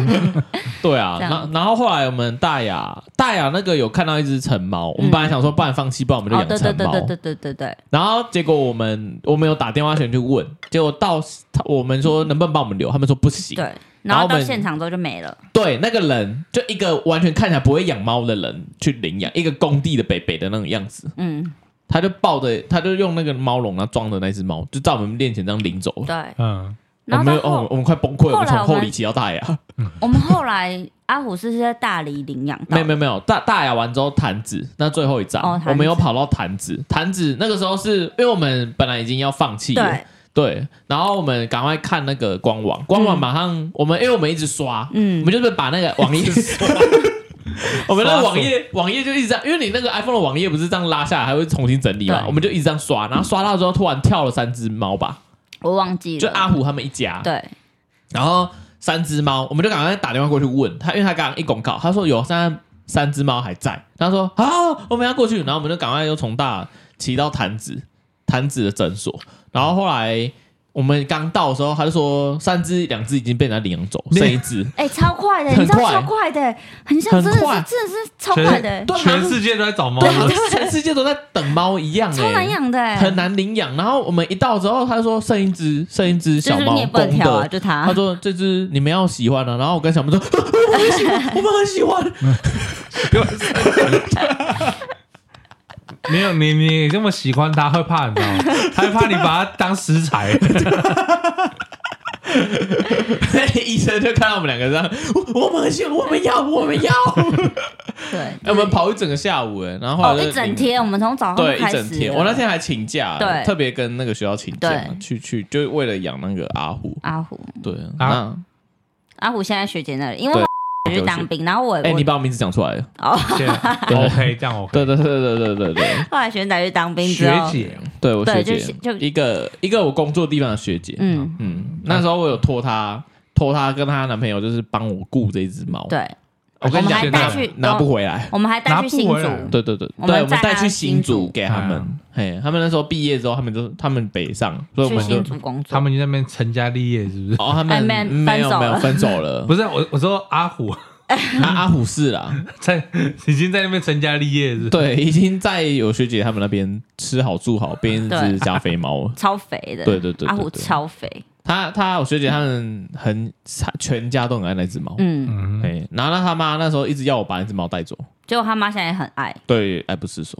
[SPEAKER 1] 对啊，
[SPEAKER 2] 这样
[SPEAKER 1] 然然后后来我们大雅大雅那个有看到一只成猫，我们本来想说不然放弃，不然我们就
[SPEAKER 2] 嗯哦，
[SPEAKER 1] 养
[SPEAKER 2] 对对
[SPEAKER 1] 成
[SPEAKER 2] 对
[SPEAKER 1] 猫
[SPEAKER 2] 对。对对对对，
[SPEAKER 1] 然后结果我们我们有打电话前去问，结果到他我们说能不能帮我们留，他们说不行。
[SPEAKER 2] 对，
[SPEAKER 1] 然
[SPEAKER 2] 然
[SPEAKER 1] 后
[SPEAKER 2] 后
[SPEAKER 1] 我们
[SPEAKER 2] 到现场之后就没了，
[SPEAKER 1] 对，那个人就一个完全看起来不会养猫的人去领养一个工地的北北的那种样子，
[SPEAKER 2] 嗯，
[SPEAKER 1] 他就抱着，他就用那个猫笼，然后装的那只猫，就在我们面前这样领走了。
[SPEAKER 2] 对，
[SPEAKER 3] 嗯，
[SPEAKER 1] 我
[SPEAKER 2] 然后
[SPEAKER 1] 们
[SPEAKER 2] 到
[SPEAKER 1] 哦
[SPEAKER 2] 后，
[SPEAKER 1] 我们快崩溃，我
[SPEAKER 2] 后
[SPEAKER 1] 们
[SPEAKER 2] 来
[SPEAKER 1] 从
[SPEAKER 2] 我们
[SPEAKER 1] 后里骑到大雅，
[SPEAKER 2] 我们后来阿虎是是在大理领养到
[SPEAKER 1] 没有，没有没有，大大雅完之后潭子那最后一站，
[SPEAKER 2] 哦潭子
[SPEAKER 1] 我们有跑到潭子，潭子那个时候是因为我们本来已经要放弃了，
[SPEAKER 2] 对，
[SPEAKER 1] 对，然后我们赶快看那个官网，官网
[SPEAKER 2] 嗯
[SPEAKER 1] 马上我们因为我们一直刷，我
[SPEAKER 2] 嗯
[SPEAKER 1] 们，就是把那个网页， 我们那个网页网页就一直这样，因为你那个 iPhone 的网页不是这样拉下来，还会重新整理嘛，
[SPEAKER 2] 对
[SPEAKER 1] 我们就一直这样刷，然后刷到之后突然跳了三只猫吧，
[SPEAKER 2] 我忘记
[SPEAKER 1] 就阿
[SPEAKER 2] 了，
[SPEAKER 1] 虎啊他们一家，
[SPEAKER 2] 对，
[SPEAKER 1] 然后三只猫，我们就赶快哎打电话过去问他，因为他刚刚一公告，他说有现在三只猫还在，他说好，我们要过去，然后我们就赶快又从大骑到潭子，潭子的诊所，然后后来我们刚到的时候，他就说三只两只已经被人家领养走，剩一只，
[SPEAKER 2] 哎，超快的，
[SPEAKER 1] 很
[SPEAKER 2] 你知道
[SPEAKER 1] 快
[SPEAKER 2] 超快的，很像
[SPEAKER 1] 很
[SPEAKER 2] 真的是
[SPEAKER 1] 快
[SPEAKER 2] 真的是超快的，
[SPEAKER 1] 对
[SPEAKER 3] 全世界都在找猫，
[SPEAKER 1] 对啊，全世界都在等猫一样、欸，
[SPEAKER 2] 超难养的，哎
[SPEAKER 1] 很难领养。然后我们一到之后，他就说剩一只，剩一只
[SPEAKER 2] 就
[SPEAKER 1] 小
[SPEAKER 2] 是
[SPEAKER 1] 猫
[SPEAKER 2] 你也不能
[SPEAKER 1] 公
[SPEAKER 2] 挑啊，
[SPEAKER 1] 的。
[SPEAKER 2] 就它
[SPEAKER 1] 他。说：“这只你们要喜欢的、啊然后我跟小妹说：“ 我们很喜欢，我们很喜欢。
[SPEAKER 3] 没有你你这么喜欢它会怕你知道吗？它会怕你把它当食材，
[SPEAKER 1] 医生就看到我们两个这样，我我们很喜欢，我们要，我们 要。
[SPEAKER 2] 对，
[SPEAKER 1] 哎我们跑一整个下午、哎，然后后
[SPEAKER 2] 哦，
[SPEAKER 1] 来就
[SPEAKER 2] 一整天，我们从早上
[SPEAKER 1] 对，
[SPEAKER 2] 开
[SPEAKER 1] 一
[SPEAKER 2] 始
[SPEAKER 1] 整天。
[SPEAKER 2] 了
[SPEAKER 1] 我那天还请假，
[SPEAKER 2] 对
[SPEAKER 1] 特别跟那个学校请假，
[SPEAKER 2] 对
[SPEAKER 1] 去去，就为了养那个阿虎。
[SPEAKER 2] 阿虎，
[SPEAKER 1] 对，
[SPEAKER 3] 啊
[SPEAKER 2] 呃阿虎现在学姐那里，因 为
[SPEAKER 1] 对
[SPEAKER 2] 我我去当兵，然后我
[SPEAKER 1] 那哎、
[SPEAKER 2] 我
[SPEAKER 1] 你把我名字讲出来了。
[SPEAKER 2] 哦，
[SPEAKER 3] 对 OK，这样 OK，
[SPEAKER 1] 对对对对对对对。”
[SPEAKER 2] 后来学姐去当兵之
[SPEAKER 3] 学
[SPEAKER 2] 后，
[SPEAKER 3] 姐，
[SPEAKER 1] 对我学
[SPEAKER 2] 对
[SPEAKER 1] 姐，
[SPEAKER 2] 就就
[SPEAKER 1] 一个一个我工作地方的学姐，嗯
[SPEAKER 2] 嗯，
[SPEAKER 1] 那时候我有托她，托她跟她男朋友就是帮我雇这一只猫，
[SPEAKER 2] 对，
[SPEAKER 1] 我跟你讲，
[SPEAKER 2] 我们还带去
[SPEAKER 1] 拿拿不回来。
[SPEAKER 2] 我们还带去新
[SPEAKER 3] 拿不啊回来
[SPEAKER 2] 竹，
[SPEAKER 1] 对对对，
[SPEAKER 2] 嗯我们
[SPEAKER 1] 对，我们
[SPEAKER 2] 载
[SPEAKER 1] 带
[SPEAKER 2] 他
[SPEAKER 1] 去
[SPEAKER 2] 新
[SPEAKER 1] 新
[SPEAKER 2] 竹
[SPEAKER 1] 竹给他们
[SPEAKER 3] 啊，
[SPEAKER 1] 嘿，他们那时候毕业之后，他们就他们北上，所以我
[SPEAKER 2] 去
[SPEAKER 1] 们就
[SPEAKER 2] 新竹工
[SPEAKER 3] 他
[SPEAKER 2] 作。
[SPEAKER 3] 们就在那边成家立业，是不是？
[SPEAKER 1] 哦，他
[SPEAKER 2] 哎
[SPEAKER 1] 们
[SPEAKER 2] ，man，
[SPEAKER 1] 没有
[SPEAKER 2] 分手
[SPEAKER 1] 没有
[SPEAKER 2] 了
[SPEAKER 1] 分手了，
[SPEAKER 3] 不是，我我说阿虎
[SPEAKER 1] 阿阿虎是啦，
[SPEAKER 3] 在已经在那边成家立业，是不是？
[SPEAKER 1] 对，已经在有学姐他们那边吃好住好，变一只
[SPEAKER 2] 对
[SPEAKER 1] 加菲猫了。
[SPEAKER 2] 超肥的，
[SPEAKER 1] 对对对对
[SPEAKER 2] 阿虎
[SPEAKER 1] 对
[SPEAKER 2] 超肥，
[SPEAKER 1] 他他我学姐他们很全家都很爱那只猫，
[SPEAKER 2] 嗯，
[SPEAKER 3] 嗯，
[SPEAKER 1] 哎，然后他妈那时候一直要我把那只猫带走，
[SPEAKER 2] 结果他妈现在也很爱，
[SPEAKER 1] 对，哎爱不释 手，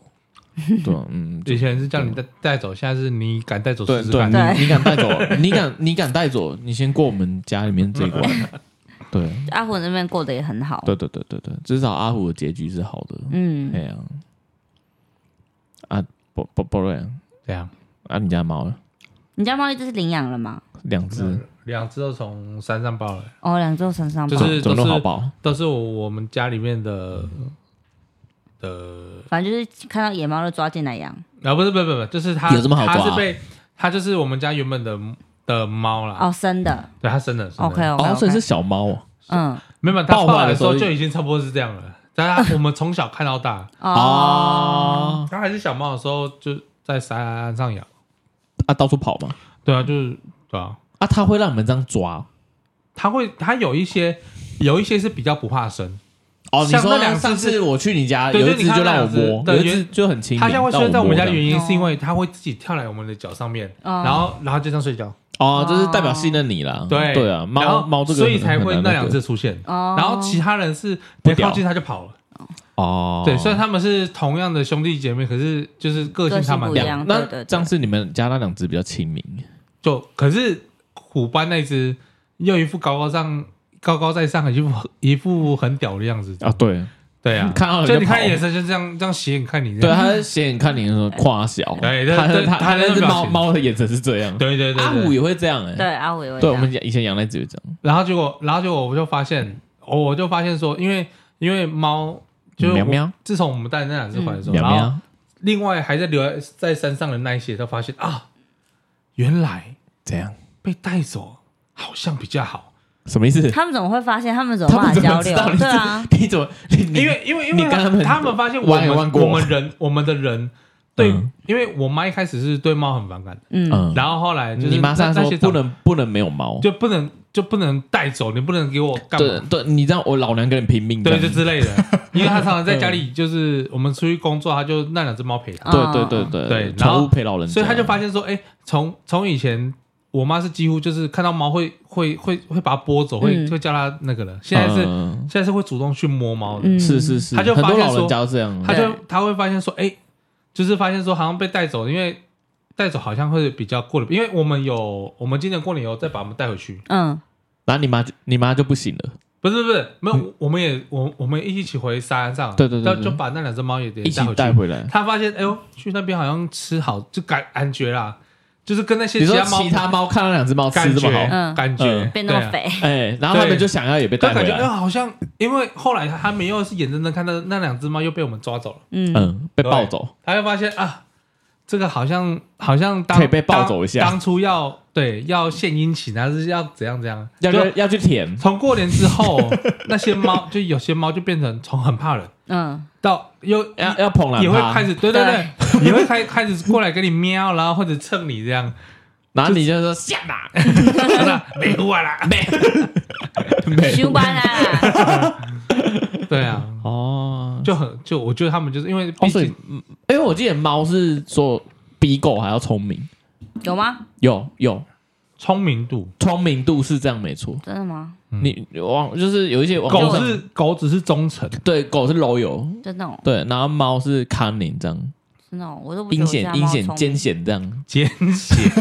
[SPEAKER 1] 对啊，嗯，就
[SPEAKER 3] 以前是叫你带带走，现在是你敢带走
[SPEAKER 1] 对
[SPEAKER 3] 试试看。
[SPEAKER 1] 对，
[SPEAKER 2] 对
[SPEAKER 1] 你你敢带走，你敢你敢带走，你先过我们家里面这一关， 对。
[SPEAKER 2] 阿虎那边过得也很好，
[SPEAKER 1] 对对对对对，至少阿虎的结局是好的。
[SPEAKER 2] 嗯
[SPEAKER 1] 哎，呀、啊，不不不对啊，
[SPEAKER 3] 这样
[SPEAKER 1] 啊你家猫呢
[SPEAKER 2] 你家猫一只是领养了吗？
[SPEAKER 1] 两只，
[SPEAKER 3] 两只都从山上抱来，
[SPEAKER 2] 哦，两只都身上
[SPEAKER 3] 就
[SPEAKER 2] 抱，
[SPEAKER 3] 是
[SPEAKER 1] 总
[SPEAKER 3] 都
[SPEAKER 1] 都
[SPEAKER 3] 是
[SPEAKER 1] 好饱。
[SPEAKER 3] 都是我我们家里面的的
[SPEAKER 2] 反正就是看到野猫就抓进来养。
[SPEAKER 3] 啊，不是，不是，不是，就是它
[SPEAKER 1] 有这么好抓啊
[SPEAKER 3] 它是被它就是我们家原本的的猫啦，
[SPEAKER 2] 哦，生的
[SPEAKER 3] 对，它生的。生的
[SPEAKER 2] OK
[SPEAKER 1] 啊哦，所以是
[SPEAKER 2] OK，
[SPEAKER 1] 小猫哦。
[SPEAKER 2] 嗯，
[SPEAKER 3] 没有，它
[SPEAKER 1] 爆
[SPEAKER 3] 抱
[SPEAKER 1] 发
[SPEAKER 3] 来
[SPEAKER 1] 的
[SPEAKER 3] 的
[SPEAKER 1] 时
[SPEAKER 3] 时
[SPEAKER 1] 候
[SPEAKER 3] 候就已经差不多是这样了。但它我们从小看到大，
[SPEAKER 2] 哦，
[SPEAKER 3] 它还是小猫的时候就在山上养。
[SPEAKER 1] 啊，到处跑嘛。
[SPEAKER 3] 对啊，就是对啊，
[SPEAKER 1] 啊，它会让你们这样抓
[SPEAKER 3] 它会它有一些有一些是比较不怕生，
[SPEAKER 1] 哦。你
[SPEAKER 3] 像
[SPEAKER 1] 说
[SPEAKER 3] 那两
[SPEAKER 1] 上
[SPEAKER 3] 次
[SPEAKER 1] 次我去你家，
[SPEAKER 3] 对
[SPEAKER 1] 有一
[SPEAKER 3] 就
[SPEAKER 1] 只
[SPEAKER 3] 你看
[SPEAKER 1] 就让
[SPEAKER 3] 那
[SPEAKER 1] 我
[SPEAKER 3] 两只
[SPEAKER 1] 摸，
[SPEAKER 3] 对
[SPEAKER 1] 有一
[SPEAKER 3] 因
[SPEAKER 1] 只
[SPEAKER 3] 为
[SPEAKER 1] 就很亲
[SPEAKER 3] 它
[SPEAKER 1] 民，
[SPEAKER 3] 现在会
[SPEAKER 1] 让
[SPEAKER 3] 睡在我
[SPEAKER 1] 摸
[SPEAKER 3] 们家
[SPEAKER 1] 这
[SPEAKER 3] 的
[SPEAKER 1] 样
[SPEAKER 3] 原因
[SPEAKER 2] 哦
[SPEAKER 3] 是因为它会自己跳来我们的脚上面，
[SPEAKER 2] 哦
[SPEAKER 3] 然后然后就这样睡觉。
[SPEAKER 1] 哦，就是代表信任你啦。
[SPEAKER 3] 啊对
[SPEAKER 1] 对啊，
[SPEAKER 3] 然
[SPEAKER 1] 猫
[SPEAKER 3] 后
[SPEAKER 1] 猫这个
[SPEAKER 3] 所以
[SPEAKER 1] 很
[SPEAKER 3] 才
[SPEAKER 1] 很
[SPEAKER 3] 会
[SPEAKER 1] 难
[SPEAKER 3] 那
[SPEAKER 1] 个
[SPEAKER 3] 两只出现。
[SPEAKER 2] 哦，
[SPEAKER 3] 然后其他人是没
[SPEAKER 1] 屌
[SPEAKER 3] 靠近它就跑了。
[SPEAKER 1] 哦，
[SPEAKER 3] 对，虽然他们是同样的兄弟姐妹，可是就是个性差蛮
[SPEAKER 2] 个性不一
[SPEAKER 3] 大
[SPEAKER 2] 样
[SPEAKER 3] 的。
[SPEAKER 1] 两
[SPEAKER 2] 对对
[SPEAKER 1] 那
[SPEAKER 2] 对
[SPEAKER 1] 这样是你们家那两只比较亲民
[SPEAKER 3] 就可是虎斑那只又一副高高上、高高在上，一副一副很屌的样子。
[SPEAKER 1] 啊，对
[SPEAKER 3] 对啊，
[SPEAKER 1] 看到人
[SPEAKER 3] 就你
[SPEAKER 1] 跑
[SPEAKER 3] 看眼神就这样这样斜眼看你这
[SPEAKER 1] 对，
[SPEAKER 3] 样。
[SPEAKER 1] 他
[SPEAKER 2] 嗯
[SPEAKER 1] 在斜眼看你的时候跨小，
[SPEAKER 3] 哎对
[SPEAKER 1] 他
[SPEAKER 3] 对对
[SPEAKER 1] 他他
[SPEAKER 3] 他
[SPEAKER 1] 那
[SPEAKER 3] 那
[SPEAKER 1] 只
[SPEAKER 3] 个表
[SPEAKER 1] 猫
[SPEAKER 3] 情
[SPEAKER 1] 猫的眼神是这样，
[SPEAKER 3] 对对对
[SPEAKER 1] 阿
[SPEAKER 3] 对
[SPEAKER 1] 虎也会这样哎，
[SPEAKER 2] 对啊阿伟也会这
[SPEAKER 1] 对，
[SPEAKER 2] 样，
[SPEAKER 1] 我们以前养那只也这样，
[SPEAKER 3] 然后结果，然后结果我就发现，哦我我就发现说，因为因为猫就是
[SPEAKER 1] 喵
[SPEAKER 3] 我
[SPEAKER 1] 喵嗯
[SPEAKER 3] 自从我们带那两只回来之后，
[SPEAKER 1] 喵
[SPEAKER 3] 然后
[SPEAKER 1] 喵，
[SPEAKER 3] 另外还在留在在山上的那一些，他发现啊，原来
[SPEAKER 1] 怎样？
[SPEAKER 3] 被带走好像比较好。
[SPEAKER 1] 什么意思？
[SPEAKER 2] 他们怎么会发现？他们怎么
[SPEAKER 1] 他们
[SPEAKER 2] 办法
[SPEAKER 1] 怎
[SPEAKER 2] 交
[SPEAKER 1] 么知
[SPEAKER 2] 流
[SPEAKER 1] 道？你是
[SPEAKER 2] 对啊，？
[SPEAKER 1] 你怎么？你你
[SPEAKER 3] 因为因为因
[SPEAKER 1] 你
[SPEAKER 3] 为
[SPEAKER 1] 跟他们
[SPEAKER 3] 他们发现我
[SPEAKER 1] 玩也
[SPEAKER 3] 们
[SPEAKER 1] 玩过
[SPEAKER 3] 我们 人我们的人对
[SPEAKER 1] 嗯，
[SPEAKER 3] 因为我妈一开始是对猫很反感，
[SPEAKER 2] 嗯，
[SPEAKER 1] 嗯，
[SPEAKER 3] 然后后来就是
[SPEAKER 1] 你妈
[SPEAKER 3] 那
[SPEAKER 1] 上
[SPEAKER 3] 那
[SPEAKER 1] 说
[SPEAKER 3] 些
[SPEAKER 1] 不
[SPEAKER 3] 长
[SPEAKER 1] 能不能没有猫，
[SPEAKER 3] 就不能就不能带走，你不能给我干
[SPEAKER 1] 对
[SPEAKER 3] 嘛？
[SPEAKER 1] 对，你知道我老娘跟你拼命这
[SPEAKER 3] 对，
[SPEAKER 1] 样，
[SPEAKER 3] 就之类 的，因为她常常在家里，就是我们出去工作，她就那两只猫陪
[SPEAKER 2] 嗯
[SPEAKER 3] 她，
[SPEAKER 1] 对对对对
[SPEAKER 3] 对然
[SPEAKER 1] 宠
[SPEAKER 3] 后
[SPEAKER 1] 物陪老人家，
[SPEAKER 3] 所以她就发现说，哎，从从以前我妈是几乎就是看到猫会会会会把它拨走，会
[SPEAKER 2] 嗯
[SPEAKER 3] 会叫它那个了，现在是
[SPEAKER 1] 嗯
[SPEAKER 3] 现在是会主动去摸猫的，
[SPEAKER 2] 嗯
[SPEAKER 1] 是是是，
[SPEAKER 3] 他就
[SPEAKER 1] 很
[SPEAKER 3] 发
[SPEAKER 1] 多
[SPEAKER 3] 现
[SPEAKER 1] 老人
[SPEAKER 3] 说
[SPEAKER 1] 家都这样，
[SPEAKER 3] 他就
[SPEAKER 2] 对
[SPEAKER 3] 他会发现说，哎、就是发现说好像被带走，因为带走好像会比较过得，因为我们有我们今年过年以后再把我们带回去，
[SPEAKER 2] 嗯，
[SPEAKER 1] 然后你妈就你妈就不行了，
[SPEAKER 3] 不是不是，没有，我们也我我们一起回山上，
[SPEAKER 1] 嗯
[SPEAKER 3] 啊
[SPEAKER 1] 对对对对
[SPEAKER 3] 就就把那两只猫也得
[SPEAKER 1] 一起
[SPEAKER 3] 带
[SPEAKER 1] 带
[SPEAKER 3] 回去。
[SPEAKER 1] 回来。
[SPEAKER 3] 他发现，哎呦，去那边好像吃好就感感觉啦，就是跟那些
[SPEAKER 1] 你说
[SPEAKER 3] 他猫
[SPEAKER 1] 其他猫看到两只猫吃
[SPEAKER 3] 感
[SPEAKER 1] 这么好
[SPEAKER 3] 觉，，
[SPEAKER 2] 嗯
[SPEAKER 3] 感
[SPEAKER 1] 嗯
[SPEAKER 3] 觉
[SPEAKER 2] 变那
[SPEAKER 3] 对
[SPEAKER 2] 么
[SPEAKER 3] 啊
[SPEAKER 2] 肥，
[SPEAKER 1] 哎，然后他们就想要也被
[SPEAKER 3] 就
[SPEAKER 1] 带
[SPEAKER 3] 感
[SPEAKER 1] 回
[SPEAKER 3] 觉哎、
[SPEAKER 1] 来，
[SPEAKER 3] 好像因为后来他们又是眼睁睁看到那两只猫又被我们抓走了，
[SPEAKER 2] 嗯，
[SPEAKER 1] 嗯，被抱走，
[SPEAKER 3] 他就发现啊，这个好像好像当
[SPEAKER 1] 可以被抱走一下
[SPEAKER 3] 当当初要对要献殷勤，还是要怎样怎样？
[SPEAKER 1] 要
[SPEAKER 3] 就
[SPEAKER 1] 去要去舔，
[SPEAKER 3] 从过年之后， 那些猫就有些猫就变成从很怕人
[SPEAKER 2] 嗯，
[SPEAKER 3] 到又
[SPEAKER 1] 要要捧
[SPEAKER 3] 也
[SPEAKER 1] 两
[SPEAKER 3] 会开
[SPEAKER 1] 它，
[SPEAKER 3] 始对对对，也会开开始过来跟你喵，然后或者蹭你 这样，
[SPEAKER 1] 然后你就说下哪，
[SPEAKER 3] 真的没
[SPEAKER 1] 啊
[SPEAKER 3] 我啦，没
[SPEAKER 1] 没
[SPEAKER 2] 修班啊，
[SPEAKER 3] 对啊，
[SPEAKER 1] 哦，
[SPEAKER 3] 就很就我觉得他们就是因为
[SPEAKER 1] 哦，
[SPEAKER 3] 毕
[SPEAKER 1] 所以
[SPEAKER 3] 竟
[SPEAKER 1] 嗯因为我记得猫是说比狗还要聪明，
[SPEAKER 2] 有吗？
[SPEAKER 1] 有有
[SPEAKER 3] 聪明度，
[SPEAKER 1] 聪明度是这样没错，
[SPEAKER 2] 真的吗？
[SPEAKER 3] 嗯
[SPEAKER 1] 你网就是有一些网络
[SPEAKER 3] 狗
[SPEAKER 1] 上
[SPEAKER 3] 是狗只是忠诚，
[SPEAKER 1] 对狗是 loyal，
[SPEAKER 2] 真的哦，
[SPEAKER 1] 对，然后猫是 cunning 这样，
[SPEAKER 2] 真的哦，我都不觉
[SPEAKER 1] 阴
[SPEAKER 2] 得我家
[SPEAKER 1] 险
[SPEAKER 2] 猫
[SPEAKER 1] 阴险
[SPEAKER 2] 聪明
[SPEAKER 1] 奸险这样，
[SPEAKER 3] 奸险，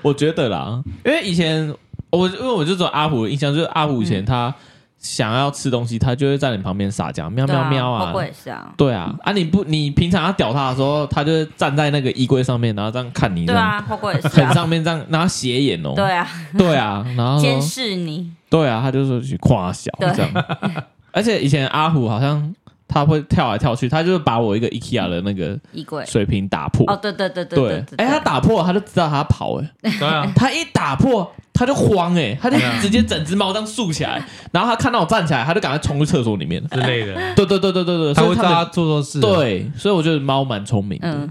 [SPEAKER 1] 我觉得啦，因为以前我因为我就走阿虎的印象，就是阿虎以前他想要吃东西，他就会在你旁边撒娇，喵
[SPEAKER 2] 对
[SPEAKER 1] 喵
[SPEAKER 2] 啊
[SPEAKER 1] 喵
[SPEAKER 2] 包
[SPEAKER 1] 啊
[SPEAKER 2] 括。也是啊，
[SPEAKER 1] 对啊，啊你不你平常要屌他的时候，他就会站在那个衣柜上面，然后这样看你，这
[SPEAKER 2] 对
[SPEAKER 1] 样
[SPEAKER 2] 啊，包括也 是
[SPEAKER 1] 很
[SPEAKER 2] 啊，
[SPEAKER 1] 上面这样，然后斜眼哦，
[SPEAKER 2] 对啊，
[SPEAKER 1] 对啊，然后
[SPEAKER 2] 监
[SPEAKER 1] 说
[SPEAKER 2] 视你，
[SPEAKER 1] 对啊，他就说去夸小
[SPEAKER 2] 对
[SPEAKER 1] 这样，而且以前阿虎好像它会跳来跳去，它就是把我一个 IKEA 的那个
[SPEAKER 2] 衣柜。
[SPEAKER 1] 水瓶打破。
[SPEAKER 2] 哦，对对对
[SPEAKER 1] 对
[SPEAKER 2] 对，对，
[SPEAKER 1] 哎、它打破，它就知道它要跑、哎，
[SPEAKER 4] 对啊，
[SPEAKER 1] 它一打破，它就慌、哎，它就
[SPEAKER 4] 对啊
[SPEAKER 1] 直接整只猫这样竖起来，然后它看到我站起来，它就赶快冲去厕所里面了。
[SPEAKER 4] 之类的，
[SPEAKER 1] 对对对对对对，
[SPEAKER 4] 他
[SPEAKER 1] 所
[SPEAKER 4] 会
[SPEAKER 1] 以
[SPEAKER 4] 知
[SPEAKER 1] 它
[SPEAKER 4] 道
[SPEAKER 1] 们
[SPEAKER 4] 他做错
[SPEAKER 3] 啊
[SPEAKER 4] 事，，
[SPEAKER 1] 对，所以我觉得猫蛮聪明的。
[SPEAKER 2] 嗯，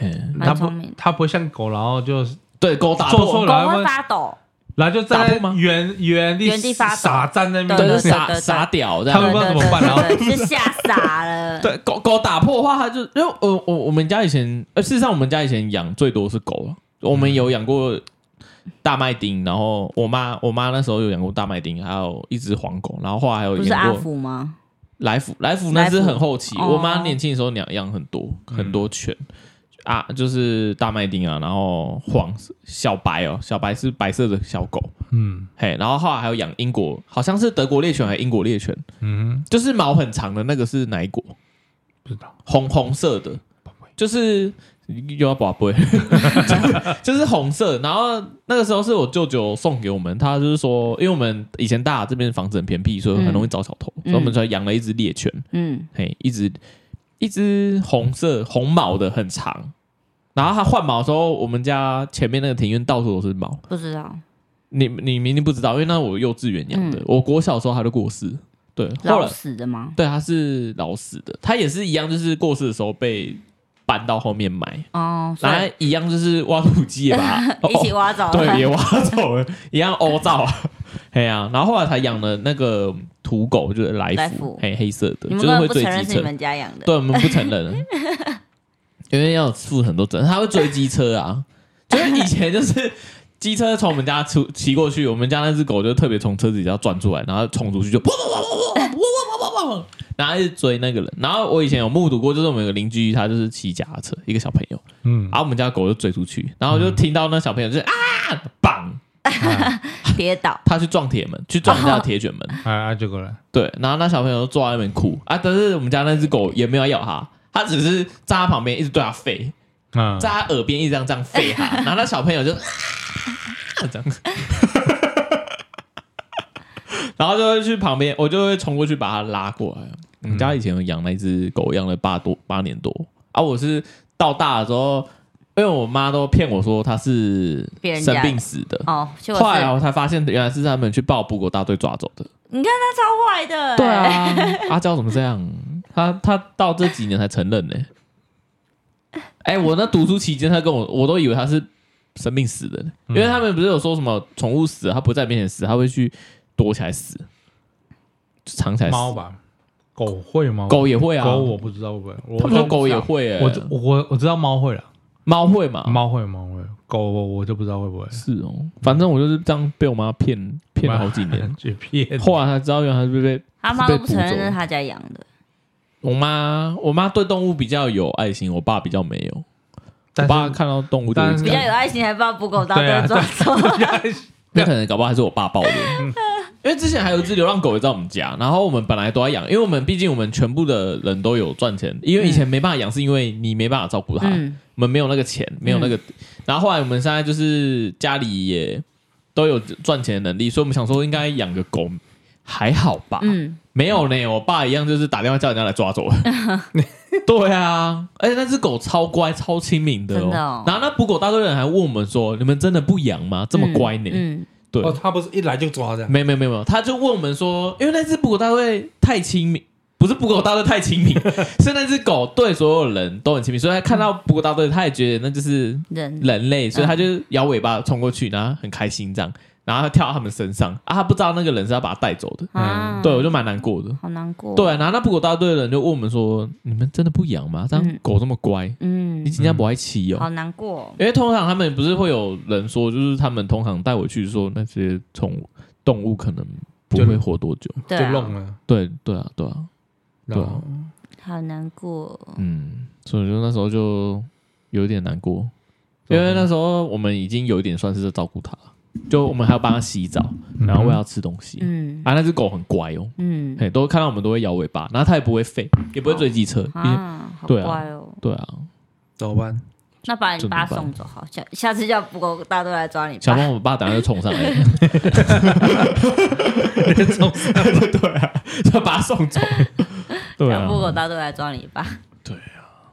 [SPEAKER 1] 嗯，
[SPEAKER 4] 他
[SPEAKER 2] 蛮
[SPEAKER 4] 不
[SPEAKER 2] 聪明的。
[SPEAKER 4] 他不会像狗，然后就
[SPEAKER 1] 对，狗打
[SPEAKER 4] 做错
[SPEAKER 1] 破，
[SPEAKER 4] 了
[SPEAKER 2] 狗会发抖，
[SPEAKER 4] 然后就
[SPEAKER 1] 打
[SPEAKER 4] 站
[SPEAKER 1] 破
[SPEAKER 4] 在
[SPEAKER 1] 吗
[SPEAKER 4] 原原地
[SPEAKER 2] 原地发抖
[SPEAKER 4] 傻站在那
[SPEAKER 1] 对，
[SPEAKER 4] 边
[SPEAKER 1] 就
[SPEAKER 2] 对，
[SPEAKER 1] 是
[SPEAKER 2] 对对
[SPEAKER 1] 傻
[SPEAKER 2] 对
[SPEAKER 1] 傻屌这
[SPEAKER 4] 他们。
[SPEAKER 1] 样
[SPEAKER 4] 不知道怎么办
[SPEAKER 2] 对
[SPEAKER 4] 然后
[SPEAKER 2] 对对对是吓傻 了。
[SPEAKER 1] 对，狗狗打破的话，它就因为我我我们家以前，呃，事实上我们家以前养最多是狗了。我们有养过大麦町，然后我妈我妈那时候有养过大麦町，还有一只黄狗，然后后来还有
[SPEAKER 2] 不是阿
[SPEAKER 1] 养过
[SPEAKER 2] 福吗？
[SPEAKER 1] 来福来福那只很后期，
[SPEAKER 2] 来福哦嗯
[SPEAKER 1] 我妈年轻的时候养养很多很多犬。啊，就是大麦町啊，然后黄小白哦，小白是白色的小狗，
[SPEAKER 4] 嗯
[SPEAKER 1] 嘿，然后后来还有养英国，好像是德国猎犬还是英国猎犬，
[SPEAKER 4] 嗯，
[SPEAKER 1] 就是毛很长的那个是哪一国？
[SPEAKER 4] 不知道，
[SPEAKER 1] 红红色的，就是又要宝贝， 就是红色。然后那个时候是我舅舅送给我们，他就是说，因为我们以前大这边房子很偏僻，所以很容易找小偷，所
[SPEAKER 2] 嗯
[SPEAKER 1] 以我们才养了一只猎犬，
[SPEAKER 2] 嗯，
[SPEAKER 1] 嘿，一只一只红色红毛的很长。然后它换毛的时候，我们家前面那个庭院到处都是毛。
[SPEAKER 2] 不知道。
[SPEAKER 1] 你你明明不知道，因为那我幼稚园养的，
[SPEAKER 2] 嗯
[SPEAKER 1] 我国小的时候它就过世，对，后
[SPEAKER 2] 老
[SPEAKER 1] 来
[SPEAKER 2] 死的吗？
[SPEAKER 1] 对它是老死的，它也是一样，就是过世的时候被搬到后面埋，
[SPEAKER 2] 哦，所
[SPEAKER 1] 然后
[SPEAKER 2] 以
[SPEAKER 1] 它一样就是挖土机也把它
[SPEAKER 2] 一起挖走
[SPEAKER 1] 哦
[SPEAKER 2] 了。
[SPEAKER 1] 对也挖走了，一样欧照啊，嘿呀、然后后来才养了那个土狗，就是来
[SPEAKER 2] 来
[SPEAKER 1] 福
[SPEAKER 2] 福，
[SPEAKER 1] 嘿黑色的，
[SPEAKER 2] 你
[SPEAKER 1] 就是
[SPEAKER 2] 们根
[SPEAKER 1] 会
[SPEAKER 2] 本不
[SPEAKER 1] 追
[SPEAKER 2] 承认
[SPEAKER 1] 机
[SPEAKER 2] 是你
[SPEAKER 1] 车，
[SPEAKER 2] 们家养的。
[SPEAKER 1] 对我们不承认，因为要负很多责任，它会追机车啊，就是以前就是。机车从我们家出骑过去，我们家那只狗就特别从车子底下钻出来，然后冲出去就砰砰砰砰砰砰砰砰砰砰，然后一直追那个人。然后我以前有目睹过，就是我们有个邻居，他就是骑脚踏车，一个小朋友，
[SPEAKER 4] 嗯
[SPEAKER 1] 然后我们家狗就追出去，然后我就听到那小朋友就是啊，砰，
[SPEAKER 4] 哎
[SPEAKER 2] 跌倒，
[SPEAKER 1] 他去撞铁门，去撞人家的铁卷门，
[SPEAKER 4] 啊啊，就过来，
[SPEAKER 1] 对，然后那小朋友就坐在那边哭啊，但是我们家那只狗也没有要咬他，它只是站在旁边一直对它吠，
[SPEAKER 4] 嗯
[SPEAKER 1] 在，他耳边一直这样这样吠 他，然后那小朋友就 这样， 然后就会去旁边，我就会冲过去把它拉过来。我们家以前有养了一只狗，养了八多八年多啊，我是到大的时候，因为我妈都骗我说它是
[SPEAKER 2] 别人家
[SPEAKER 1] 生
[SPEAKER 2] 的
[SPEAKER 1] 病死的。
[SPEAKER 2] 哦，结果
[SPEAKER 1] 后来
[SPEAKER 2] 是
[SPEAKER 1] 我才发现，原来是他们去报捕狗大队抓走的。
[SPEAKER 2] 你看他超坏的。欸
[SPEAKER 1] 对，啊， 阿娇怎么这样？他他到这几年才承认呢、哎、我那读书期间，他跟我，我都以为他是生病死的呢，
[SPEAKER 4] 嗯
[SPEAKER 1] 因为他们不是有说什么宠物死了，他不在面前死，他会去躲起来死，就藏起来死。
[SPEAKER 4] 猫吧，狗会吗？
[SPEAKER 1] 狗也会啊，
[SPEAKER 4] 狗我不知道会不会，
[SPEAKER 1] 他
[SPEAKER 4] 我
[SPEAKER 1] 们说
[SPEAKER 4] 就
[SPEAKER 1] 狗也会、欸，
[SPEAKER 4] 我就我我知道猫会了，
[SPEAKER 1] 猫会嘛？
[SPEAKER 4] 猫会猫会，狗我我就不知道会不会，
[SPEAKER 1] 是哦，反正我就是这样被我妈骗骗了好几 年
[SPEAKER 4] 去骗。
[SPEAKER 1] 后来才知道原来是被被
[SPEAKER 2] 他妈都不承认那是他家养的。
[SPEAKER 1] 我妈，我妈对动物比较有爱心，我爸比较没有。我
[SPEAKER 4] 但
[SPEAKER 1] 爸
[SPEAKER 4] 是
[SPEAKER 1] 看到动物就
[SPEAKER 4] 但
[SPEAKER 1] 是
[SPEAKER 4] 是
[SPEAKER 2] 比 较有爱心，还把捕狗当
[SPEAKER 4] 对啊
[SPEAKER 2] 真抓 走。
[SPEAKER 1] 那可能搞不好还是我爸抱的，因为之前还有一只流浪狗也在我们家，然后我们本来都要养，因为我们毕竟我们全部的人都有赚钱，因为以前没办法养，是因为你没办法照顾它，
[SPEAKER 2] 嗯，
[SPEAKER 1] 我们没有那个钱，没有那个，然后后来我们现在就是家里也都有赚钱的能力，所以我们想说应该养个狗还好吧，
[SPEAKER 2] 嗯，
[SPEAKER 1] 没有呢，我爸一样就是打电话叫人家来抓 走了。对啊，而且那只狗超乖、超亲民的哦。
[SPEAKER 2] 真的哦
[SPEAKER 1] 然后那捕狗大队人还问我们说：“你们真的不养吗？这么乖呢？”
[SPEAKER 2] 嗯，
[SPEAKER 1] 对，
[SPEAKER 3] 哦，他不是一来就抓的，
[SPEAKER 1] 没有没有没有没有，他就问我们说，因为那只捕狗大队太亲民，不是捕狗大队太 亲民，是那只狗对所有人都很亲民，所以他看到捕狗大队，他也觉得那就是
[SPEAKER 2] 人
[SPEAKER 1] 人类，所以他就摇尾巴冲过去，然后很开心这样，然后他跳到他们身上啊，他不知道那个人是要把他带走的，
[SPEAKER 2] 啊，
[SPEAKER 1] 对我就蛮难过的。
[SPEAKER 2] 好难过。
[SPEAKER 1] 对，，然啊后那捕狗大队的人就问我们说：“你们真的不养吗？这样
[SPEAKER 2] 嗯
[SPEAKER 1] 狗这么乖，
[SPEAKER 2] 嗯
[SPEAKER 1] 你，今天不爱骑哦
[SPEAKER 2] 好？”难过。
[SPEAKER 1] 因为通常他们不是会有人说，就是他们通常带回去说那些宠物动物可能不
[SPEAKER 4] 就
[SPEAKER 1] 会活多久。
[SPEAKER 2] 对
[SPEAKER 3] 就
[SPEAKER 2] 啊，
[SPEAKER 3] 弄了，
[SPEAKER 1] 对对啊，对啊，
[SPEAKER 3] 然
[SPEAKER 1] 对
[SPEAKER 3] 后
[SPEAKER 2] 好难过。
[SPEAKER 1] 嗯，所以就那时候就有点难过，因
[SPEAKER 2] 嗯
[SPEAKER 1] 为那时候我们已经有一点算是在照顾它了，就我们还要帮它洗澡，然后喂它吃东西。
[SPEAKER 2] 嗯
[SPEAKER 1] 啊，那只狗很乖哦，
[SPEAKER 2] 嗯
[SPEAKER 1] 嘿，都看到我们都会摇尾巴，然后它也不会吠，也不会追机车。毕竟
[SPEAKER 2] 啊，好
[SPEAKER 1] 对啊
[SPEAKER 2] 乖哦。
[SPEAKER 1] 对啊，
[SPEAKER 3] 怎么 办？
[SPEAKER 2] 那把你
[SPEAKER 1] 怎么
[SPEAKER 2] 爸
[SPEAKER 1] 办
[SPEAKER 2] 送走好，下下次叫捕狗大队来抓你
[SPEAKER 1] 小
[SPEAKER 2] 爸。
[SPEAKER 1] 猫我爸等下就冲上来，对啊，就把他送走。对
[SPEAKER 2] 小
[SPEAKER 1] 啊，
[SPEAKER 2] 布狗到都来抓你吧。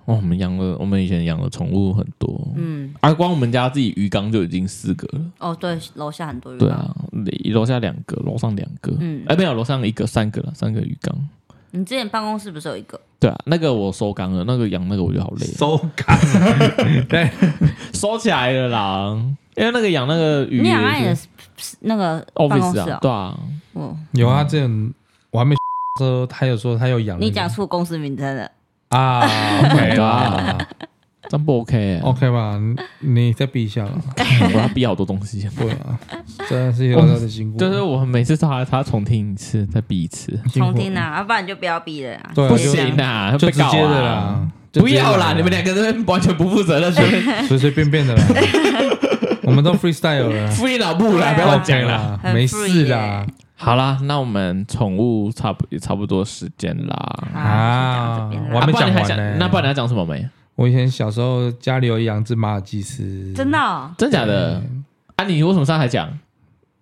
[SPEAKER 1] 哦，我们养了，我们以前养了宠物很多，
[SPEAKER 2] 嗯，
[SPEAKER 1] 啊，光我们家自己鱼缸就已经四个了。
[SPEAKER 2] 哦，对，楼下很多人。
[SPEAKER 1] 对，啊，楼下两个，楼上两个，
[SPEAKER 2] 嗯
[SPEAKER 1] 哎，没有，楼上一个，三个了，三个鱼缸。
[SPEAKER 2] 你之前办公室不是有一个？
[SPEAKER 1] 对啊，那个我收缸了，那个养那个我就好累，
[SPEAKER 4] 收干。对，
[SPEAKER 1] 收起来了啦。因为那个养那个鱼，
[SPEAKER 2] 你想看你的那个办公室
[SPEAKER 1] office
[SPEAKER 2] 哦
[SPEAKER 1] 啊，？对啊，
[SPEAKER 2] 哦，
[SPEAKER 4] 有啊，之前我还没说，他有说他有养那个。
[SPEAKER 2] 嗯你讲出公司名称了。
[SPEAKER 4] 啊
[SPEAKER 1] my
[SPEAKER 4] ？OK
[SPEAKER 2] 啊
[SPEAKER 4] 啦
[SPEAKER 1] 真不 OK 欸。
[SPEAKER 4] 哦
[SPEAKER 3] ，OK 吧？你你再避一下了，
[SPEAKER 1] 我要逼好多东西。
[SPEAKER 3] 对啊，真的是有他的
[SPEAKER 2] 哦
[SPEAKER 3] 辛苦，
[SPEAKER 1] 就是我每次他他重听一次，再逼一次，
[SPEAKER 3] 辛苦
[SPEAKER 2] 重听啊，要不然就不要逼了啊。
[SPEAKER 3] 对啊，
[SPEAKER 1] 不
[SPEAKER 3] 就
[SPEAKER 1] 行啊，
[SPEAKER 3] 就
[SPEAKER 1] 被
[SPEAKER 3] 直
[SPEAKER 1] 告啊啊
[SPEAKER 3] 接的啦，就
[SPEAKER 1] 不
[SPEAKER 3] 直接的
[SPEAKER 1] 要
[SPEAKER 3] 啦
[SPEAKER 1] 啦，你们两个人完全不负 责任，随便
[SPEAKER 3] 随随便便的啦，我们都 freestyle 了啦，
[SPEAKER 1] 敷衍老布啦，不
[SPEAKER 2] 对啊
[SPEAKER 1] 要
[SPEAKER 3] 乱
[SPEAKER 1] 乱讲
[SPEAKER 3] 讲
[SPEAKER 1] 啦。
[SPEAKER 3] 啦，
[SPEAKER 2] 很
[SPEAKER 3] 没事
[SPEAKER 2] free
[SPEAKER 3] 啦
[SPEAKER 2] 耶
[SPEAKER 1] 好啦，那我们宠物差不也差不多时间啦。
[SPEAKER 2] 啊，就讲到这边啦
[SPEAKER 3] 我还
[SPEAKER 1] 啊
[SPEAKER 3] 没
[SPEAKER 1] 不然你还
[SPEAKER 3] 讲完呢
[SPEAKER 1] 那不然你要讲什么没？
[SPEAKER 3] 我以前小时候家里有养只马尔济斯，
[SPEAKER 2] 真的哦。
[SPEAKER 1] 真假的？啊，你为什么上来讲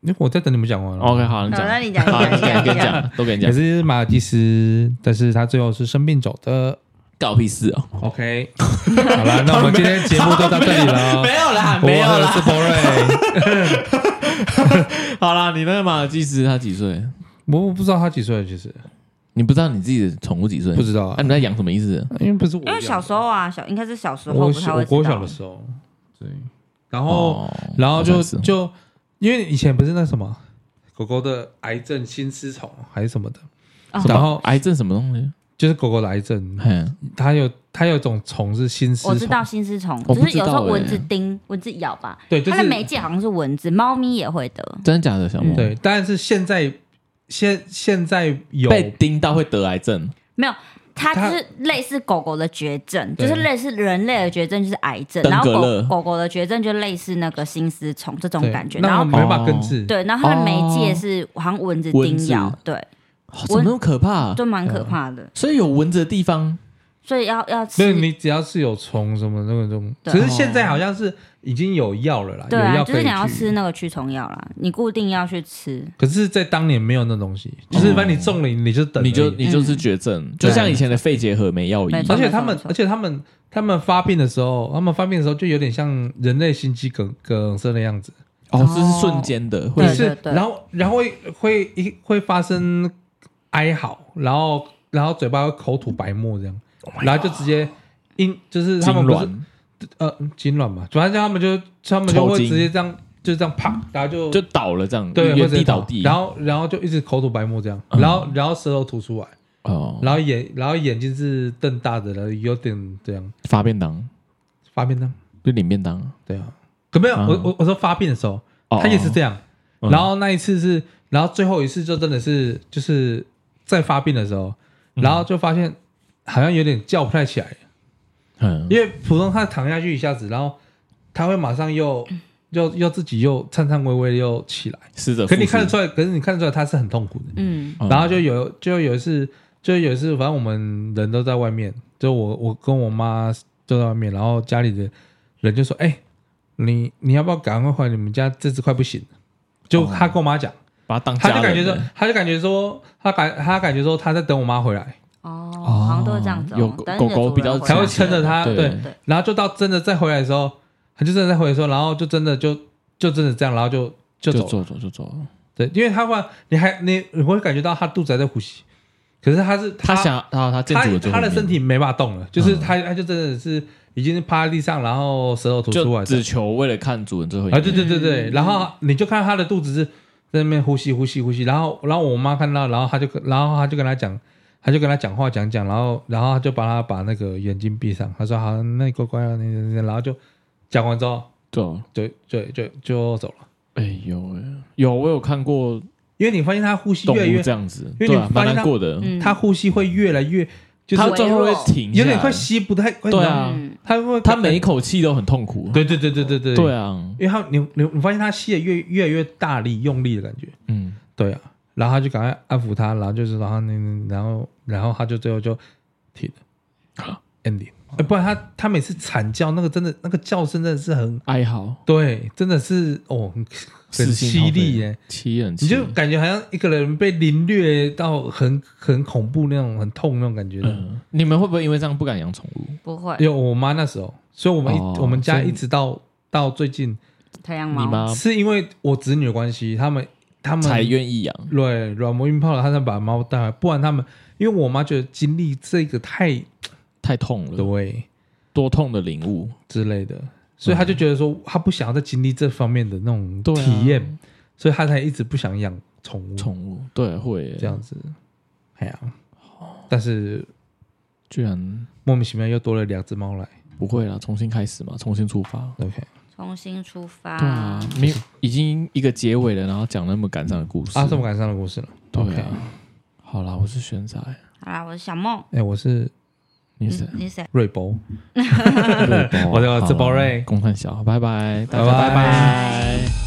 [SPEAKER 3] 诶，我在等你们讲完了。
[SPEAKER 1] ？OK，好，你
[SPEAKER 2] 好
[SPEAKER 1] 讲，
[SPEAKER 2] 那你讲
[SPEAKER 1] 好，
[SPEAKER 2] 你
[SPEAKER 1] 你
[SPEAKER 2] 讲
[SPEAKER 1] 讲，
[SPEAKER 2] 你
[SPEAKER 1] 跟你
[SPEAKER 2] 讲
[SPEAKER 1] 讲，都跟你
[SPEAKER 3] 也
[SPEAKER 1] 哦讲，
[SPEAKER 3] 是马尔济斯，但是他最后是生病走的。
[SPEAKER 1] 搞屁事哦！
[SPEAKER 3] OK，好啦，那我们今天节目就到这里 了。
[SPEAKER 1] 没有啦，
[SPEAKER 3] 哦我
[SPEAKER 1] 没有
[SPEAKER 3] 我是
[SPEAKER 1] 啦。
[SPEAKER 3] 博瑞，
[SPEAKER 1] 好啦，你那个马尔济斯他几岁？
[SPEAKER 3] 我我不知道他几岁了，其实
[SPEAKER 1] 你不知道你自己的宠物几岁？
[SPEAKER 3] 不知道
[SPEAKER 1] 啊
[SPEAKER 3] 啊，
[SPEAKER 1] 你们在养什么意思？
[SPEAKER 3] 因为不是我
[SPEAKER 2] 因为小时
[SPEAKER 3] 候，
[SPEAKER 2] 候啊，小应该是小时候
[SPEAKER 3] 我
[SPEAKER 2] 不太
[SPEAKER 3] 小
[SPEAKER 2] 会
[SPEAKER 3] 我
[SPEAKER 2] 知道。
[SPEAKER 3] 国小的时候，对，然后然后
[SPEAKER 1] 哦好
[SPEAKER 3] 就
[SPEAKER 1] 像是哦
[SPEAKER 3] 就因为以前不是那什么狗狗的癌症心丝虫还是什么的，
[SPEAKER 2] 哦
[SPEAKER 1] 什么
[SPEAKER 3] 然后
[SPEAKER 1] 癌症什么东西？
[SPEAKER 3] 就是狗狗的癌症，
[SPEAKER 1] 嘿，
[SPEAKER 3] 它有它有一种虫是心丝虫，
[SPEAKER 2] 我知道心丝虫，
[SPEAKER 1] 我
[SPEAKER 2] 就
[SPEAKER 1] 不
[SPEAKER 2] 是
[SPEAKER 1] 知道
[SPEAKER 2] 有时候蚊子
[SPEAKER 1] 欸
[SPEAKER 2] 叮、蚊子咬吧。
[SPEAKER 3] 对，就
[SPEAKER 2] 它
[SPEAKER 3] 是
[SPEAKER 2] 的媒介好像是蚊子，猫咪也会得。
[SPEAKER 1] 真的假的？小莫
[SPEAKER 3] 对，但是现在现现在有
[SPEAKER 1] 被叮到会得癌症，
[SPEAKER 2] 没有，它
[SPEAKER 3] 它
[SPEAKER 2] 就是类似狗狗的绝症，就
[SPEAKER 3] 对
[SPEAKER 2] 是类似人类的绝症，就是癌症。
[SPEAKER 1] 登
[SPEAKER 2] 然后
[SPEAKER 1] 革
[SPEAKER 2] 狗
[SPEAKER 1] 热
[SPEAKER 2] 狗狗的绝症就类似那个心丝虫这种
[SPEAKER 3] 对
[SPEAKER 2] 感觉。然
[SPEAKER 3] 那我
[SPEAKER 2] 后
[SPEAKER 3] 们没办法根治，
[SPEAKER 2] 对，然后它的媒介
[SPEAKER 1] 哦
[SPEAKER 2] 是好像蚊子
[SPEAKER 1] 蚊
[SPEAKER 2] 叮
[SPEAKER 1] 子
[SPEAKER 2] 咬，对，
[SPEAKER 1] 哦嗯怎么那么可怕？
[SPEAKER 2] 就蛮可怕的。
[SPEAKER 1] 所以有蚊子的地方，
[SPEAKER 2] 所以要要
[SPEAKER 3] 所以
[SPEAKER 2] 吃，
[SPEAKER 3] 你只要是有虫什么那个种，
[SPEAKER 2] 对
[SPEAKER 3] 只是现在好像是已经有药了啦，
[SPEAKER 2] 对
[SPEAKER 3] 有
[SPEAKER 2] 啊，
[SPEAKER 3] 药
[SPEAKER 2] 就
[SPEAKER 3] 可
[SPEAKER 2] 是
[SPEAKER 3] 以
[SPEAKER 2] 你要
[SPEAKER 3] 去
[SPEAKER 2] 吃那个驱虫药啦，你固定要去吃。
[SPEAKER 3] 可是，在当年没有那东西，
[SPEAKER 2] 哦
[SPEAKER 3] 就是反正你中了你就等而已，嗯
[SPEAKER 1] 你就你就是绝症，就像以前的肺结核没药医，
[SPEAKER 2] 没错
[SPEAKER 3] 而且他们
[SPEAKER 2] 没，错
[SPEAKER 3] 而且他们，他们发病的时候，他们发病的时候就有点像人类心肌梗梗塞的样子，
[SPEAKER 1] 哦，这
[SPEAKER 2] 哦
[SPEAKER 1] 是瞬间的，
[SPEAKER 2] 对
[SPEAKER 1] 会
[SPEAKER 3] 你是
[SPEAKER 2] 对对
[SPEAKER 3] 然后然后会会一会发生哀嚎，然后然后嘴巴会口吐白沫这样，然后就直接因就是他
[SPEAKER 1] Oh 痉
[SPEAKER 3] 们不是
[SPEAKER 1] 挛，
[SPEAKER 3] 呃痉挛嘛，反正他们就他们就
[SPEAKER 1] 抽
[SPEAKER 3] 会
[SPEAKER 1] 筋
[SPEAKER 3] 直接这样就这样啪，然后就
[SPEAKER 1] 就倒了这样，
[SPEAKER 3] 对
[SPEAKER 1] 原
[SPEAKER 3] 会直
[SPEAKER 1] 地
[SPEAKER 3] 接
[SPEAKER 1] 倒地，嗯
[SPEAKER 3] 然后然后就一直口吐白沫这样，然后然后舌头吐出来，
[SPEAKER 1] 哦，
[SPEAKER 3] 然后眼然后眼睛是瞪大的，然后有点这样
[SPEAKER 1] 发便当
[SPEAKER 3] 发便当。
[SPEAKER 1] 就领便当，
[SPEAKER 3] 对啊，可没有，
[SPEAKER 1] 啊
[SPEAKER 3] 我我我说发病的时候，
[SPEAKER 1] 哦
[SPEAKER 3] 他也是这样。
[SPEAKER 1] 嗯
[SPEAKER 3] 然后那一次是，然后最后一次就真的是就是在发病的时候，然后就发现好像有点叫不太起来，
[SPEAKER 1] 嗯，
[SPEAKER 3] 因为普通他躺下去一下子，然后他会马上又又又自己又颤颤巍巍地又起来，
[SPEAKER 1] 死者
[SPEAKER 3] 可你看得
[SPEAKER 1] 来，
[SPEAKER 3] 出来，可是你看得出来他是很痛苦的。
[SPEAKER 2] 嗯，
[SPEAKER 1] 嗯
[SPEAKER 3] 然后就有就有一次，就有一次，反正我们人都在外面，就我我跟我妈都在外面，然后家里的人就说：“哎、你你要不要赶快回来？你们家这只快不行了。”就
[SPEAKER 1] 哦
[SPEAKER 3] 他跟我妈讲，
[SPEAKER 1] 把它当
[SPEAKER 3] 他就
[SPEAKER 1] 家
[SPEAKER 3] 感觉
[SPEAKER 1] 人
[SPEAKER 3] 说
[SPEAKER 1] 了，，
[SPEAKER 3] 他就感觉说，他感他感觉说他在等我妈回来，
[SPEAKER 2] 哦，好像都会这样子、哦。
[SPEAKER 1] 有狗
[SPEAKER 2] 等你的
[SPEAKER 1] 狗
[SPEAKER 2] 主
[SPEAKER 1] 比较
[SPEAKER 2] 人回
[SPEAKER 3] 才
[SPEAKER 2] 来
[SPEAKER 3] 会撑着他。
[SPEAKER 1] 对
[SPEAKER 3] 对
[SPEAKER 2] 对，
[SPEAKER 3] 然后就到真的再回来的时候，他就真的再回来的时候，然后就真的就就真的这样，然后就就
[SPEAKER 1] 就
[SPEAKER 3] 走了。
[SPEAKER 1] 走走就走，
[SPEAKER 3] 对，因为他话你还你你会感觉到他肚子还在呼吸，可是他是
[SPEAKER 1] 他想啊，他建
[SPEAKER 3] 他
[SPEAKER 1] 筑最后
[SPEAKER 3] 他的
[SPEAKER 1] 面
[SPEAKER 3] 身体没办法动了，就是
[SPEAKER 1] 嗯
[SPEAKER 3] 他、他就真的是已经趴在地上，然后舌头吐出
[SPEAKER 1] 就
[SPEAKER 3] 来，
[SPEAKER 1] 只求为了看主人最后一
[SPEAKER 3] 啊
[SPEAKER 1] 面，
[SPEAKER 3] 对对对对，
[SPEAKER 2] 嗯
[SPEAKER 3] 然后你就看他的肚子是在那边呼吸呼吸呼吸，然后然后我妈看到，然后她就跟然后她就跟他讲，她就跟他讲话讲讲，然后然后她就把他把那个眼睛闭上，她说好，那你乖乖啊，那那然后就讲完之后
[SPEAKER 1] 走，
[SPEAKER 3] 就就就就走了，
[SPEAKER 1] 哎呦喂，有我有看过
[SPEAKER 3] 因为你发现他呼吸
[SPEAKER 1] 动
[SPEAKER 3] 越来
[SPEAKER 1] 物
[SPEAKER 3] 越
[SPEAKER 1] 这，样子，
[SPEAKER 3] 因为
[SPEAKER 1] 对
[SPEAKER 3] 你
[SPEAKER 1] 啊，
[SPEAKER 3] 发
[SPEAKER 1] 蛮
[SPEAKER 3] 现
[SPEAKER 1] 难
[SPEAKER 3] 它
[SPEAKER 1] 过的，
[SPEAKER 2] 嗯
[SPEAKER 3] 他呼吸会越来越就是
[SPEAKER 1] 他最后
[SPEAKER 2] 微
[SPEAKER 1] 会
[SPEAKER 2] 弱
[SPEAKER 1] 停下
[SPEAKER 3] 有
[SPEAKER 1] 来，
[SPEAKER 3] 点快吸不太，快
[SPEAKER 1] 对
[SPEAKER 3] 然后
[SPEAKER 1] 啊，
[SPEAKER 2] 嗯
[SPEAKER 3] 他会
[SPEAKER 1] 他每一口气都很痛苦，
[SPEAKER 3] 对对对对对对
[SPEAKER 1] 对啊，
[SPEAKER 3] 因为他你你你发现他吸的越越来越大力用力的感觉，
[SPEAKER 1] 嗯，
[SPEAKER 3] 对啊，然后他就赶快安抚他，然后就是然后那然后然后他就最后就停了，ending，
[SPEAKER 1] 啊
[SPEAKER 3] 哎不然他他每次惨叫那个真的那个叫声真的是很
[SPEAKER 1] 哀嚎，
[SPEAKER 3] 对，真的是哦很很
[SPEAKER 1] 四星
[SPEAKER 3] 凄厉耶，
[SPEAKER 1] 凄人，
[SPEAKER 3] 你就感觉好像一个人被凌虐到很很恐怖那种很痛那种感觉的。
[SPEAKER 1] 嗯，你们会不会因为这样不敢养宠物？
[SPEAKER 2] 不会
[SPEAKER 3] 有我妈那时候，所以我们一、
[SPEAKER 1] 哦
[SPEAKER 3] 我们家
[SPEAKER 1] 所以
[SPEAKER 3] 一直到到最近，
[SPEAKER 2] 太阳
[SPEAKER 1] 你
[SPEAKER 2] 猫，
[SPEAKER 1] 妈
[SPEAKER 3] 是因为我侄女的关系，他们他们
[SPEAKER 1] 才愿意养？
[SPEAKER 3] 对软磨硬泡了，他才把猫带来，不然他们因为我妈觉得经历这个太
[SPEAKER 1] 太痛了，
[SPEAKER 3] 对
[SPEAKER 1] 多痛的领悟，
[SPEAKER 3] 之类的，所以她就觉得说她不想要再经历这方面的那种
[SPEAKER 1] 对啊
[SPEAKER 3] 体验，所以她才一直不想养宠物
[SPEAKER 1] 宠物对会耶
[SPEAKER 3] 这样子。哎呀、但是
[SPEAKER 1] 居然
[SPEAKER 3] 莫名其妙又多了两只猫来。
[SPEAKER 1] 不会啦，重新开始嘛，重新出发。
[SPEAKER 3] 哦 OK
[SPEAKER 2] 重新出发。
[SPEAKER 1] 对啊，没有已经一个结尾了，然后讲那么感伤的故事
[SPEAKER 3] 啊，这么感伤的故事了。
[SPEAKER 1] 对
[SPEAKER 3] OK
[SPEAKER 1] 啊。好啦，我是玄仔，
[SPEAKER 2] 好啦，我是小梦，
[SPEAKER 3] 哎、我是
[SPEAKER 1] 你
[SPEAKER 2] 你
[SPEAKER 1] 是
[SPEAKER 2] 你谁？
[SPEAKER 3] 瑞博。
[SPEAKER 1] 瑞宝
[SPEAKER 3] 我是我是
[SPEAKER 1] 好啦
[SPEAKER 3] 宝瑞
[SPEAKER 1] 龚汉小，拜拜，大家
[SPEAKER 3] 拜拜
[SPEAKER 1] 拜拜